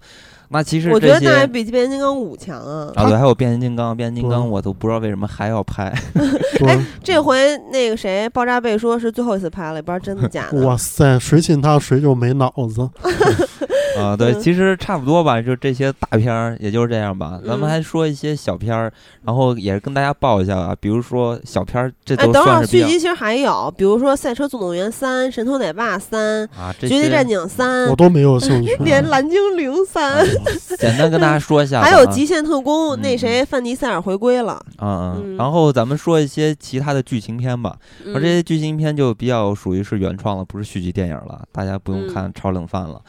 Speaker 1: 那其实
Speaker 2: 我觉
Speaker 1: 这
Speaker 2: 得那还
Speaker 1: 些
Speaker 2: 比《变形金刚五》强啊！
Speaker 1: 啊，对，还有变形金刚，变形金刚
Speaker 3: 对
Speaker 1: 我都不知道为什么还要拍。
Speaker 3: 对，
Speaker 2: 这回那个谁，爆炸贝说是最后一次拍了，也不知道真的假的。
Speaker 3: 哇塞，谁信他谁就没脑子。
Speaker 1: 啊，对，
Speaker 2: 嗯
Speaker 1: 其实差不多吧，就这些大片儿也就是这样吧。咱们
Speaker 2: 嗯
Speaker 1: 还说一些小片儿，然后也是跟大家报一下啊，比如说小片儿，这
Speaker 2: 哎，
Speaker 1: 都
Speaker 2: 等会儿
Speaker 1: 算是比
Speaker 2: 续
Speaker 1: 较
Speaker 2: 集其实还有，比如说《赛车总动员三》《神偷奶爸三》《
Speaker 1: 啊，这
Speaker 2: 绝地
Speaker 1: 些。
Speaker 2: 战警三
Speaker 3: 我》，都没有 兴趣
Speaker 2: 连《蓝精灵三》
Speaker 1: 简单啊跟大家说一下吧啊，
Speaker 2: 还有《极限特工》
Speaker 1: 嗯
Speaker 2: 那谁范迪塞尔回归了。
Speaker 1: 嗯嗯，
Speaker 2: 嗯
Speaker 1: 然后咱们说一些其他的剧情片吧，
Speaker 2: 嗯
Speaker 1: 而这些剧情片就比较属于是原创了，不是续集电影了，大家不用
Speaker 2: 嗯
Speaker 1: 看超冷饭了。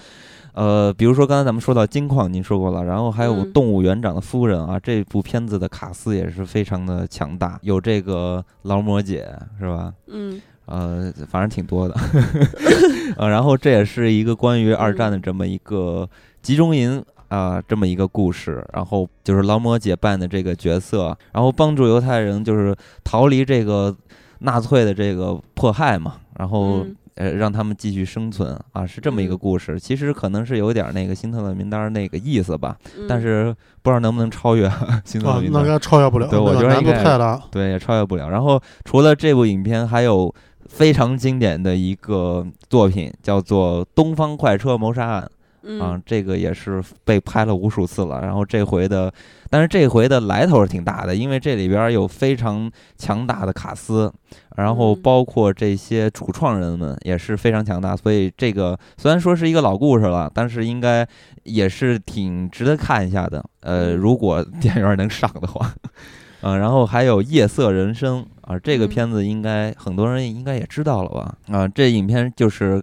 Speaker 1: 呃，比如说刚才咱们说到金矿，您说过了，然后还有
Speaker 2: 嗯
Speaker 1: 《动物园长的夫人》啊，这部片子的卡斯也是非常的强大，有这个劳模姐是吧？
Speaker 2: 嗯
Speaker 1: 呃，反正挺多的， 呃，然后这也是一个关于二战的这么一个集中营啊、这么一个故事，然后就是劳模姐扮的这个角色，然后帮助犹太人就是逃离这个纳粹的这个迫害嘛，然后、
Speaker 2: 嗯
Speaker 1: 呃让他们继续生存啊，是这么一个
Speaker 2: 嗯
Speaker 1: 故事，其实可能是有点儿那个辛特勒名单儿那个意思吧，
Speaker 2: 嗯
Speaker 1: 但是不知道能不能超越辛特
Speaker 3: 啊
Speaker 1: 勒，名单
Speaker 3: 那
Speaker 1: 儿。
Speaker 3: 该超越不了，
Speaker 1: 对我
Speaker 3: 那
Speaker 1: 觉
Speaker 3: 个
Speaker 1: 得
Speaker 3: 难度
Speaker 1: 应该
Speaker 3: 太大。
Speaker 1: 对，也超越不了。然后除了这部影片，还有非常经典的一个作品，叫做《东方快车谋杀案》啊
Speaker 2: 嗯，，
Speaker 1: 这个也是被拍了无数次了。然后这回的，但是这回的来头是挺大的，因为这里边儿有非常强大的卡斯，然后
Speaker 2: 嗯
Speaker 1: 包括这些主创人们也是非常强大，所以这个虽然说是一个老故事了，但是应该也是挺值得看一下的。呃，
Speaker 2: 嗯
Speaker 1: 如果 电影院能上的话。嗯，然后还有《夜色人生》啊，这个
Speaker 2: 嗯
Speaker 1: 片子应该很多人应该也知道了吧？啊，这影片就是，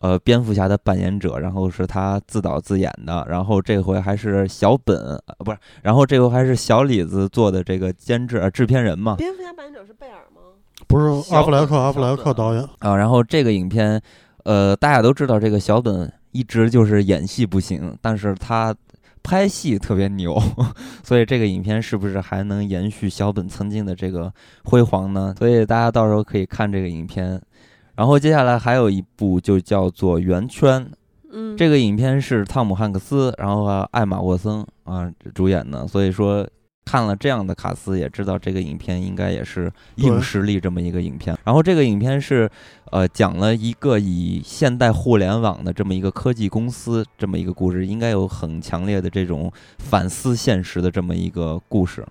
Speaker 1: 呃，蝙蝠侠的扮演者，然后是他自导自演的，然后这回还是小本，呃、不是，然后这回还是小李子做的这个监制、呃、制片人嘛，
Speaker 2: 蝙蝠侠扮演者是贝尔吗？
Speaker 3: 不是
Speaker 1: 小
Speaker 3: 阿弗莱克，
Speaker 1: 本
Speaker 3: 阿弗莱
Speaker 1: 小
Speaker 3: 克
Speaker 1: 本
Speaker 3: 导演，
Speaker 1: 啊，然后这个影片，呃，大家都知道这个小本一直就是演戏不行，但是他拍戏特别牛， 所以这个影片是不是还能延续小本曾经的这个辉煌呢？所以大家到时候可以看这个影片。然后接下来还有一部就叫做《圆圈》，
Speaker 2: 嗯，
Speaker 1: 这个影片是汤姆汉克斯，然后、啊、艾玛沃森啊主演的，所以说看了这样的卡斯，也知道这个影片应该也是硬
Speaker 3: 对
Speaker 1: 实力这么一个影片。然后这个影片是呃讲了一个以现代互联网的这么一个科技公司这么一个故事，应该有很强烈的这种反思现实的这么一个故事。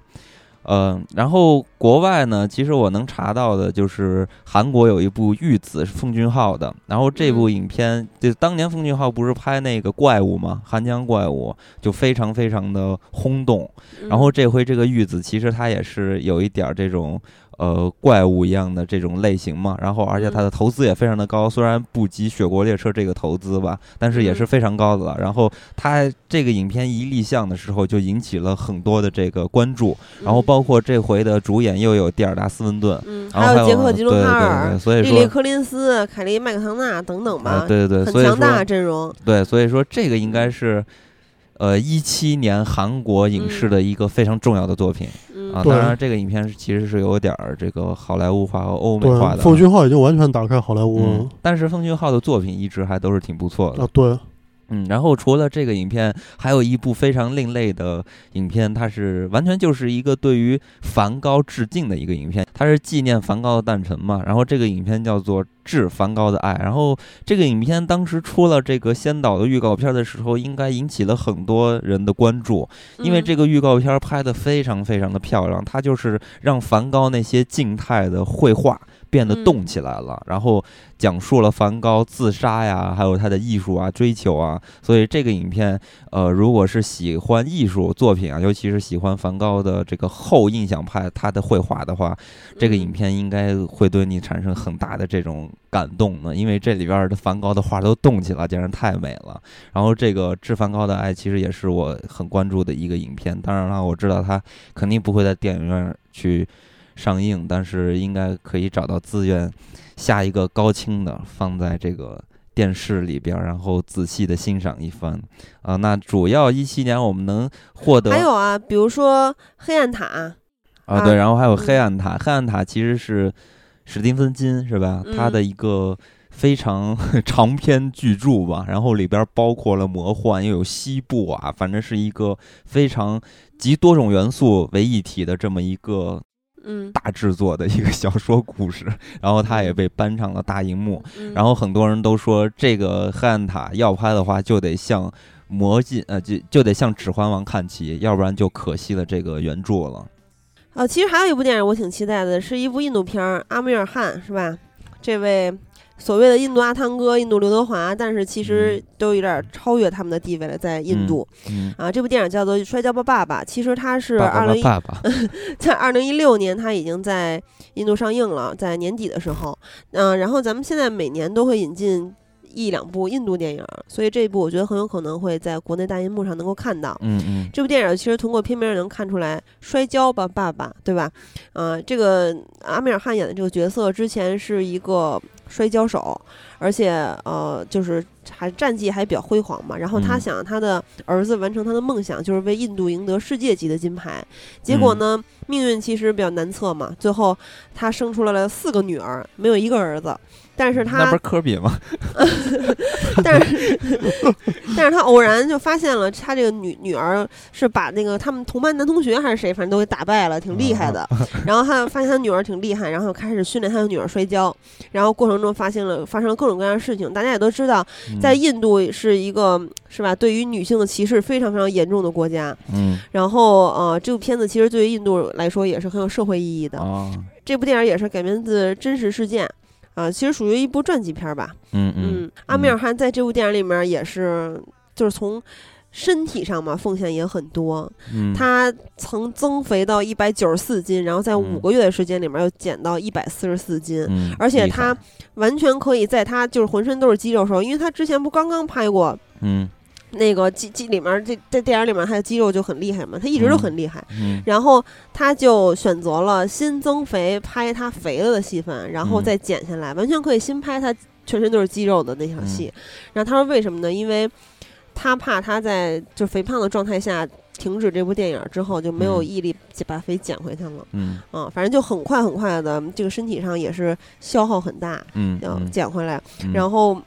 Speaker 1: 呃，然后国外呢，其实我能查到的就是韩国有一部《玉子》是奉俊昊的，然后这部影片就当年奉俊昊不是拍那个怪物吗？《寒江怪物》就非常非常的轰动。
Speaker 2: 嗯
Speaker 1: 然后这回这个玉子其实它也是有一点儿这种呃怪物一样的这种类型嘛，然后而
Speaker 2: 嗯
Speaker 1: 且它的投资也非常的高，虽然不及《雪国列车》这个投资吧，但是也是
Speaker 2: 嗯
Speaker 1: 非常高的了。然后它这个影片一立项的时候就引起了很多的这个关注，然
Speaker 2: 嗯
Speaker 1: 后包括这回的主演又有蒂尔达·斯温顿。
Speaker 2: 嗯，嗯
Speaker 1: 然
Speaker 2: 还
Speaker 1: 后
Speaker 2: 有杰克
Speaker 1: 还
Speaker 2: ·
Speaker 1: 有
Speaker 2: 吉伦
Speaker 1: 对
Speaker 2: 哈
Speaker 1: 对
Speaker 2: 尔、
Speaker 1: 对所以
Speaker 2: 莉
Speaker 1: 说
Speaker 2: 莉·柯林斯、凯莉·麦克唐纳等等吧，
Speaker 1: 啊，对对对，
Speaker 2: 很
Speaker 1: 所以
Speaker 2: 强大
Speaker 1: 说
Speaker 2: 阵容。
Speaker 1: 对，所以说这个应该是，呃，一七年韩国影视
Speaker 2: 嗯
Speaker 1: 的一个非常重要的作品。
Speaker 2: 嗯，
Speaker 1: 啊，
Speaker 3: 对
Speaker 1: 当然这个影片是其实是有点儿这个好莱坞化和欧美化
Speaker 3: 对，
Speaker 1: 的。啊
Speaker 3: 奉俊昊已经完全打开好莱坞
Speaker 1: 嗯
Speaker 3: 了。，
Speaker 1: 但是奉俊昊的作品一直还都是挺不错的
Speaker 3: 啊。，对，
Speaker 1: 嗯，然后除了这个影片，还有一部非常另类的影片，它是完全就是一个对于梵高致敬的一个影片，它是纪念梵高的诞辰嘛。然后这个影片叫做《致梵高的爱》，然后这个影片当时出了这个先导的预告片的时候，应该引起了很多人的关注。因为
Speaker 2: 嗯
Speaker 1: 这个预告片儿拍得非常非常的漂亮，它就是让梵高那些静态的绘画变得
Speaker 2: 嗯
Speaker 1: 动起来了，然后讲述了梵高自杀呀，还有他的艺术啊追求啊。所以这个影片，呃，如果是喜欢艺术作品啊，尤其是喜欢梵高的这个后印象派他的绘画的话，
Speaker 2: 嗯
Speaker 1: 这个影片应该会对你产生很大的这种感动呢，因为这里边儿的梵高的画都动起来，简直太美了。然后这个《致梵高的爱》其实也是我很关注的一个影片。当然了，我知道它肯定不会在电影院去上映，但是应该可以找到资源，下一个高清的放在这个电视里边儿，然后仔细的欣赏一番。啊、那主要一七年我们能获得
Speaker 2: 还有啊，比如说《黑暗塔》，
Speaker 1: 啊，对，
Speaker 2: 啊
Speaker 1: 然后还有黑
Speaker 2: 嗯
Speaker 1: 暗塔，黑暗塔其实是史蒂芬金是吧？他
Speaker 2: 嗯
Speaker 1: 的一个非常 长篇巨著吧，然后里边包括了魔幻，又有西部啊，反正是一个非常集多种元素为一体的这么一个
Speaker 2: 嗯，
Speaker 1: 大制作的一个小说故事，然后它也被搬上了大荧幕，
Speaker 2: 嗯
Speaker 1: 然后很多人都说这个黑暗塔要拍的话就得像。魔镜呃，就就得向《指环王》看齐，要不然就可惜了这个原著了。
Speaker 2: 哦，其实还有一部电影我挺期待的，是一部印度片儿，阿米尔汗是吧？这位所谓的印度阿汤哥、印度刘德华，但是其实都有点儿超越他们的地位了，在印度、
Speaker 1: 嗯，
Speaker 2: 啊。这部电影叫做《摔跤吧，爸爸》，其实它是
Speaker 1: 爸
Speaker 2: 二
Speaker 1: 爸
Speaker 2: 零
Speaker 1: 爸 爸，
Speaker 2: 在二零一六年，它已经在印度上映了，在年底的时候，嗯、然后咱们现在每年都会引进一两部印度电影儿，所以这一部我觉得很有可能会在国内大银幕上能够看到。
Speaker 1: 嗯嗯，
Speaker 2: 这部电影其实通过片名儿能看出来，摔跤吧，爸爸，对吧？呃，这个阿米尔汗演的这个角色之前是一个摔跤手，而且呃，就是还战绩还比较辉煌嘛。然后他
Speaker 1: 嗯
Speaker 2: 想他的儿子完成他的梦想，就是为印度赢得世界级的金牌。结果
Speaker 1: 嗯
Speaker 2: 呢，命运其实比较难测嘛。最后他生出来了四个女儿，没有一个儿子。但是他
Speaker 1: 那不是科比吗？
Speaker 2: 但是， 但是他偶然就发现了他这个女女儿是把那个他们同班男同学还是谁，反正都给打败了，挺厉害的。 然后他发现他女儿挺厉害，然后开始训练他的女儿摔跤。然后过程中发现了发生了各种各样的事情，大家也都知道，
Speaker 1: 嗯
Speaker 2: 在印度是一个是吧，对于女性的歧视非常非常严重的国家。
Speaker 1: 嗯
Speaker 2: 然后呃，这部片子其实对于印度来说也是很有社会意义的。
Speaker 1: 哦，
Speaker 2: 这部电影也是改编自真实事件。啊、其实属于一部传记片儿吧，
Speaker 1: 嗯
Speaker 2: 嗯
Speaker 1: 嗯，，
Speaker 2: 阿米尔汗在这部电影里面也是，就是从身体上嘛奉献也很多。
Speaker 1: 嗯，
Speaker 2: 他曾增肥到一百九十四斤，然后在五
Speaker 1: 嗯
Speaker 2: 个月的时间里面又减到一百四十四斤。
Speaker 1: 嗯，
Speaker 2: 而且
Speaker 1: 厉害
Speaker 2: 他完全可以在他就是浑身都是肌肉的时候，因为他之前不刚刚拍过
Speaker 1: 嗯
Speaker 2: 那个肌肌里面这这电影里面他的肌肉就很厉害嘛，他一直都
Speaker 1: 嗯
Speaker 2: 很厉害。
Speaker 1: 嗯
Speaker 2: 然后他就选择了新增肥拍他肥了的戏份，然后
Speaker 1: 嗯
Speaker 2: 再减下来，完全可以新拍他全身都是肌肉的那场戏。
Speaker 1: 嗯
Speaker 2: 然后他说为什么呢？因为他怕他在就肥胖的状态下停止这部电影之后就没有
Speaker 1: 嗯
Speaker 2: 毅力把肥减回去了。
Speaker 1: 嗯
Speaker 2: 啊，反正就很快很快的，这个身体上也是消耗很大，
Speaker 1: 嗯，
Speaker 2: 要
Speaker 1: 嗯
Speaker 2: 减回来。
Speaker 1: 嗯
Speaker 2: 然后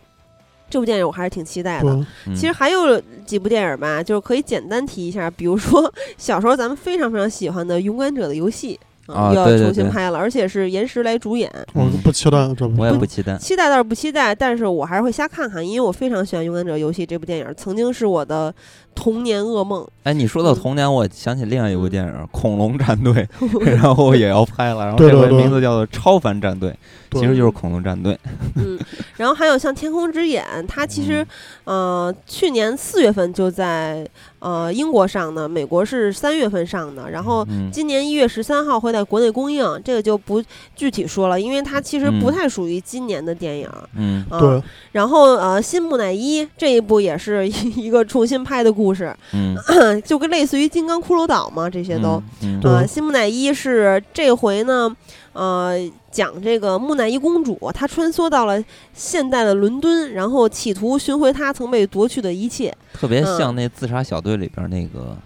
Speaker 2: 这部电影我还是挺期待的。
Speaker 3: 对，
Speaker 1: 嗯
Speaker 2: 其实还有几部电影 吧，就是可以简单提一下，比如说小时候咱们非常非常喜欢的《勇敢者的游戏》
Speaker 1: 啊
Speaker 2: 又要
Speaker 1: 对对
Speaker 2: 重新
Speaker 1: 对
Speaker 2: 拍了，而且是严石来主演。
Speaker 3: 我不期待这部
Speaker 1: 嗯我也不期待。
Speaker 2: 期待倒是不期待，但是我还是会瞎看看，因为我非常喜欢《勇敢者游戏》这部电影，曾经是我的童年噩梦。
Speaker 1: 哎，你说到童年，我想起另外一部电影《恐龙战队》， 然后也要拍了，然后
Speaker 3: 对
Speaker 1: 这
Speaker 3: 对
Speaker 1: 回
Speaker 3: 对
Speaker 1: 名字叫做《超凡战队》，
Speaker 3: 对
Speaker 1: 其实就是恐龙战队。
Speaker 2: 嗯，然后还有像《天空之眼》，它其实，
Speaker 1: 嗯
Speaker 2: 呃，去年四月份就在呃英国上的，美国是三月份上的，然后
Speaker 1: 嗯，
Speaker 2: 今年一月十三号会在国内公映，这个就不具体说了，因为它其实不
Speaker 1: 嗯
Speaker 2: 太属于今年的电影。
Speaker 1: 嗯
Speaker 2: 啊、
Speaker 3: 对，
Speaker 2: 然后呃，新木乃伊这一部也是一一个重新拍的故事，
Speaker 1: 嗯，
Speaker 2: 就跟类似于《金刚骷髅岛》嘛，这些都。
Speaker 1: 嗯
Speaker 3: 对
Speaker 2: 呃，新木乃伊是这回呢，呃，讲这个木乃伊公主，她穿梭到了现代的伦敦，然后企图寻回她曾被夺去的一切。
Speaker 1: 特别像那《自杀小队》里边那个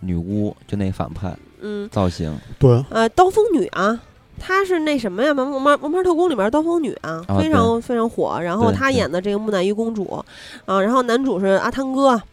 Speaker 1: 女巫，就那反派
Speaker 2: 嗯，
Speaker 1: 造 型
Speaker 3: 对，
Speaker 2: 呃，刀锋女啊，她是那什么呀？王王王王牌特工里面刀锋女啊，
Speaker 1: 啊
Speaker 2: 非常非常火。然后
Speaker 1: 对
Speaker 2: 她
Speaker 1: 对
Speaker 2: 演的这个木乃伊公主，啊，然后男主是阿汤哥。啊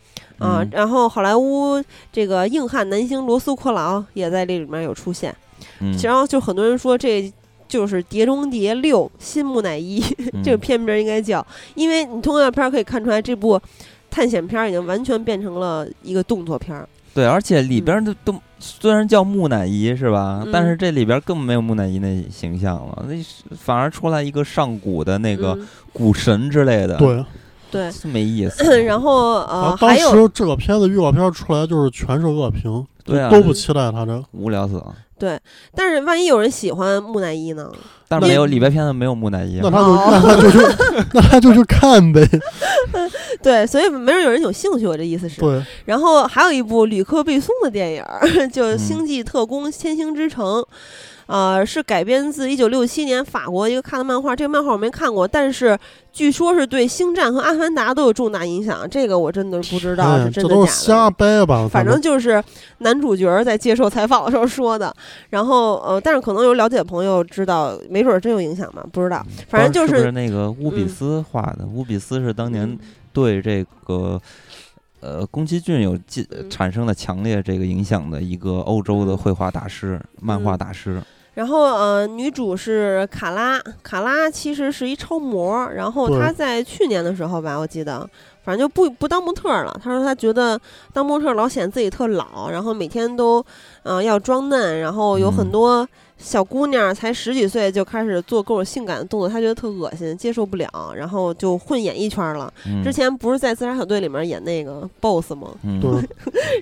Speaker 1: 嗯，
Speaker 2: 然后好莱坞这个硬汉男星罗斯克劳也在这里面有出现，
Speaker 1: 嗯，
Speaker 2: 然后就很多人说这就是《碟中谍六》新木乃伊，
Speaker 1: 嗯
Speaker 2: 这个片名应该叫，因为你通过片儿可以看出来，这部探险片儿已经完全变成了一个动作片儿。
Speaker 1: 对，而且里边的都虽然叫木乃伊是吧，
Speaker 2: 嗯
Speaker 1: 但是这里边根本没有木乃伊那形象了，那是反而出来一个上古的那个
Speaker 2: 嗯、
Speaker 1: 古神之类的，
Speaker 3: 对。
Speaker 2: 对，
Speaker 1: 是没意思。
Speaker 2: 然后呃，
Speaker 3: 啊当
Speaker 2: 啊还有
Speaker 3: 时这个片子预告片出来就是全是恶评，
Speaker 1: 对啊，
Speaker 3: 都不期待他这个。
Speaker 1: 无聊死了。
Speaker 2: 对，但是万一有人喜欢木乃伊呢？
Speaker 1: 但是没有里边片子没有木乃伊啊，
Speaker 3: 那他
Speaker 2: 哦
Speaker 3: 就那他就去 那他就去看呗。
Speaker 2: 对，所以没准有人有兴趣，我这意思是。
Speaker 3: 对，
Speaker 2: 然后还有一部吕克·贝松的电影儿， 就《
Speaker 1: 嗯
Speaker 2: 星际特工：千星之城》，呃，是改编自一九六七年法国一个看的漫画。这个漫画我没看过，但是据说是对《星战》和《阿凡达》都有重大影响。这个我真的是不知道
Speaker 3: 哎
Speaker 2: 是
Speaker 3: 这
Speaker 2: 真的
Speaker 3: 都
Speaker 2: 假的
Speaker 3: 是瞎。掰吧？
Speaker 2: 反正就是男主角儿在接受采访的时候说的，然后呃，但是可能有了解的朋友知道，没准儿真有影响吧，嗯不知道。反正
Speaker 1: 不知道
Speaker 2: 就
Speaker 1: 不
Speaker 2: 是嗯
Speaker 1: 是
Speaker 2: 是
Speaker 1: 那个乌比斯画的，乌比斯是当年对这个呃宫崎骏有进
Speaker 2: 嗯
Speaker 1: 产生了强烈这个影响的一个欧洲的绘画大师、漫
Speaker 2: 嗯
Speaker 1: 画大师。
Speaker 2: 然后呃，女主是卡拉，卡拉其实是一超模，然后
Speaker 3: 对
Speaker 2: 她在去年的时候吧，我记得，反正就不不当模特儿了。她说她觉得当模特儿老显自己特老，然后每天都嗯、呃要装嫩，然后有很
Speaker 1: 嗯
Speaker 2: 多小姑娘才十几岁就开始做各种性感的动作，她觉得特恶心，接受不了，然后就混演艺圈了。
Speaker 1: 嗯
Speaker 2: 之前不是在《自杀小队》里面演那个 BOSS 吗？
Speaker 1: 嗯，
Speaker 3: 对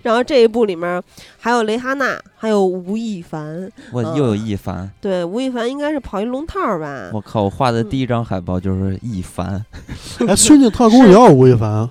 Speaker 2: 然后这一部里面还有蕾哈娜，还有吴亦凡。
Speaker 1: 我又有一凡，
Speaker 2: 对，吴亦凡应该是跑一龙套儿吧？
Speaker 1: 我靠！我画的第一张海报就是一凡，
Speaker 3: 哎，《
Speaker 2: 嗯
Speaker 3: 星际特工》也有吴亦凡，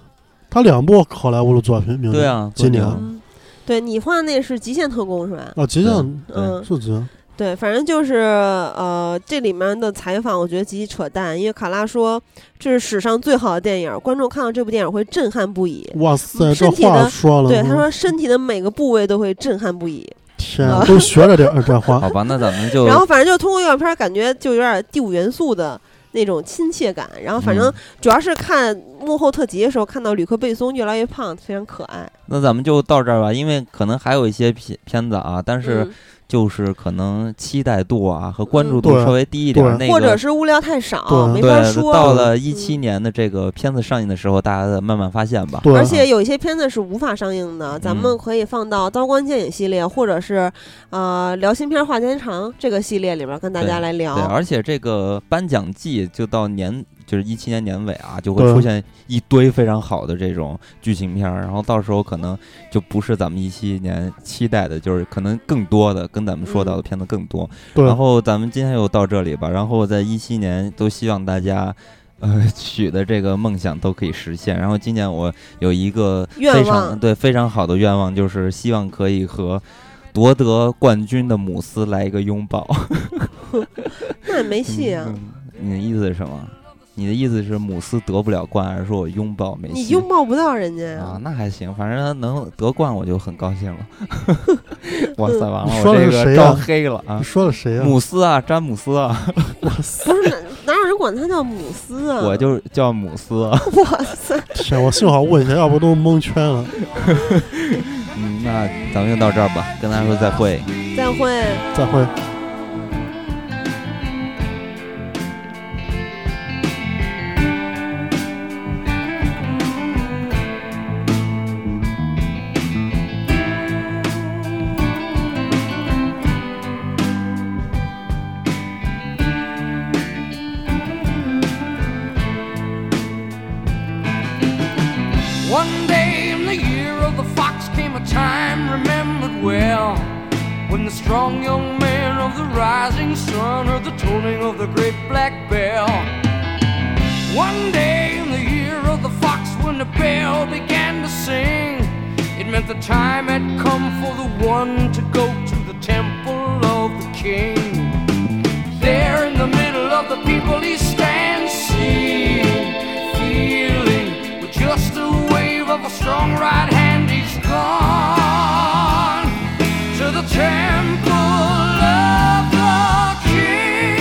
Speaker 3: 他两部好莱坞的作品名字
Speaker 1: 对啊，
Speaker 3: 今年
Speaker 1: 多牛
Speaker 2: 嗯，对你画那是《极限特工》是吧？
Speaker 3: 啊，极限
Speaker 1: 对
Speaker 2: 嗯，
Speaker 3: 是极限，
Speaker 2: 对，反正就是呃，这里面的采访我觉得极其扯淡，因为卡拉说这是史上最好的电影，观众看到这部电影会震撼不已。
Speaker 3: 哇塞，这
Speaker 2: 嗯身体
Speaker 3: 话
Speaker 2: 的
Speaker 3: 说
Speaker 1: 嗯
Speaker 3: 了，
Speaker 2: 对，他说身体的每个部位都会震撼不已。
Speaker 3: 天
Speaker 2: 啊，
Speaker 3: 都学着点儿这话
Speaker 1: 好。吧，那咱们就
Speaker 2: 然后反正就通过预告片儿感觉就有点第五元素的那种亲切感。然后反正
Speaker 1: 嗯
Speaker 2: 主要是看幕后特辑的时候，看到吕克贝松越来越胖，非常可爱。
Speaker 1: 那咱们就到这儿吧，因为可能还有一些片片子啊，但是
Speaker 2: 嗯
Speaker 1: 就是可能期待度啊和关注度
Speaker 3: 嗯对
Speaker 1: 稍微低一点，那
Speaker 3: 对
Speaker 1: 个
Speaker 2: 或者是物料太少，
Speaker 3: 对
Speaker 2: 没
Speaker 1: 对
Speaker 2: 法，说。
Speaker 1: 到了一七
Speaker 2: 嗯
Speaker 1: 年的这个片子上映的时候，大家的慢慢发现吧。
Speaker 3: 对，啊
Speaker 2: 而且有一些片子是无法上映的，咱们
Speaker 1: 嗯
Speaker 2: 可以放到《刀光剑影》系列，或者是呃《聊新片话家常》这个系列里边跟大家来聊
Speaker 1: 对，。而且这个颁奖季就到年，就是一七年年尾啊，就会
Speaker 3: 对
Speaker 1: 出现一堆非常好的这种剧情片儿，然后到时候可能就不是咱们一七年期待的，就是可能更多的跟咱们说到
Speaker 2: 嗯
Speaker 1: 的片子更多。
Speaker 3: 对，
Speaker 1: 然后咱们今天又到这里吧，然后在一七年都希望大家。呃， 许的这个梦想都可以实现。然后今年我有一个
Speaker 2: 愿
Speaker 1: 非常
Speaker 2: 望
Speaker 1: 对非常好的愿望，就是希望可以和夺得冠军的姆斯来一个拥抱。
Speaker 2: 那也没戏啊！
Speaker 1: 嗯你的意思是什么？你的意思是姆斯得不了冠，还是说我拥抱没戏？
Speaker 2: 你拥抱不到人家呀、
Speaker 1: 啊，那还行，反正他能得冠我就很高兴 了。 哇塞，完了，
Speaker 3: 你
Speaker 1: 我
Speaker 3: 说的
Speaker 1: 这
Speaker 3: 是
Speaker 1: 个
Speaker 3: 谁
Speaker 1: 招
Speaker 3: 呀
Speaker 1: 黑了啊
Speaker 3: 你！说的谁呀？
Speaker 1: 姆斯啊，詹姆斯啊，
Speaker 2: 不是哪哪有人管他叫姆斯啊？
Speaker 1: 我 就叫姆斯 啊。
Speaker 2: 哇塞！
Speaker 3: 天，啊我幸好问一下，要不都蒙圈了。
Speaker 1: 嗯，那咱们就到这儿吧，跟大家说再会。
Speaker 2: 再会。
Speaker 3: 再会。
Speaker 4: I
Speaker 5: One day in the year of the fox came a time remembered well when the strong young man of the rising sun heard the tolling of the great black bell. One day in the year of the fox when the bell began to sing, it meant the time had come for the one to go to the temple of the king. There in the middle of the people he stands seeing, feeling with just a wave of a strong right hand he's gone to the temple of the king.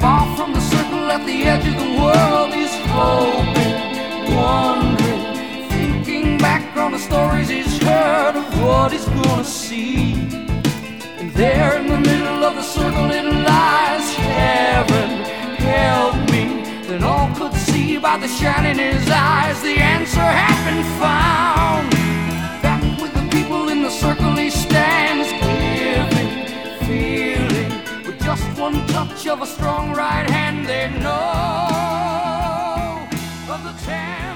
Speaker 5: Far from the circle at the edge of the world, he's hoping, wondering, thinking back on the stories he's heard of what he's gonna see. And there in the middle of the circle it lies heaven, help me. Then all could see by the shine in his eyes, the answer had been found. Back with the people in the circle he stands, giving, feeling, with just one touch of a strong right hand, they know of the town.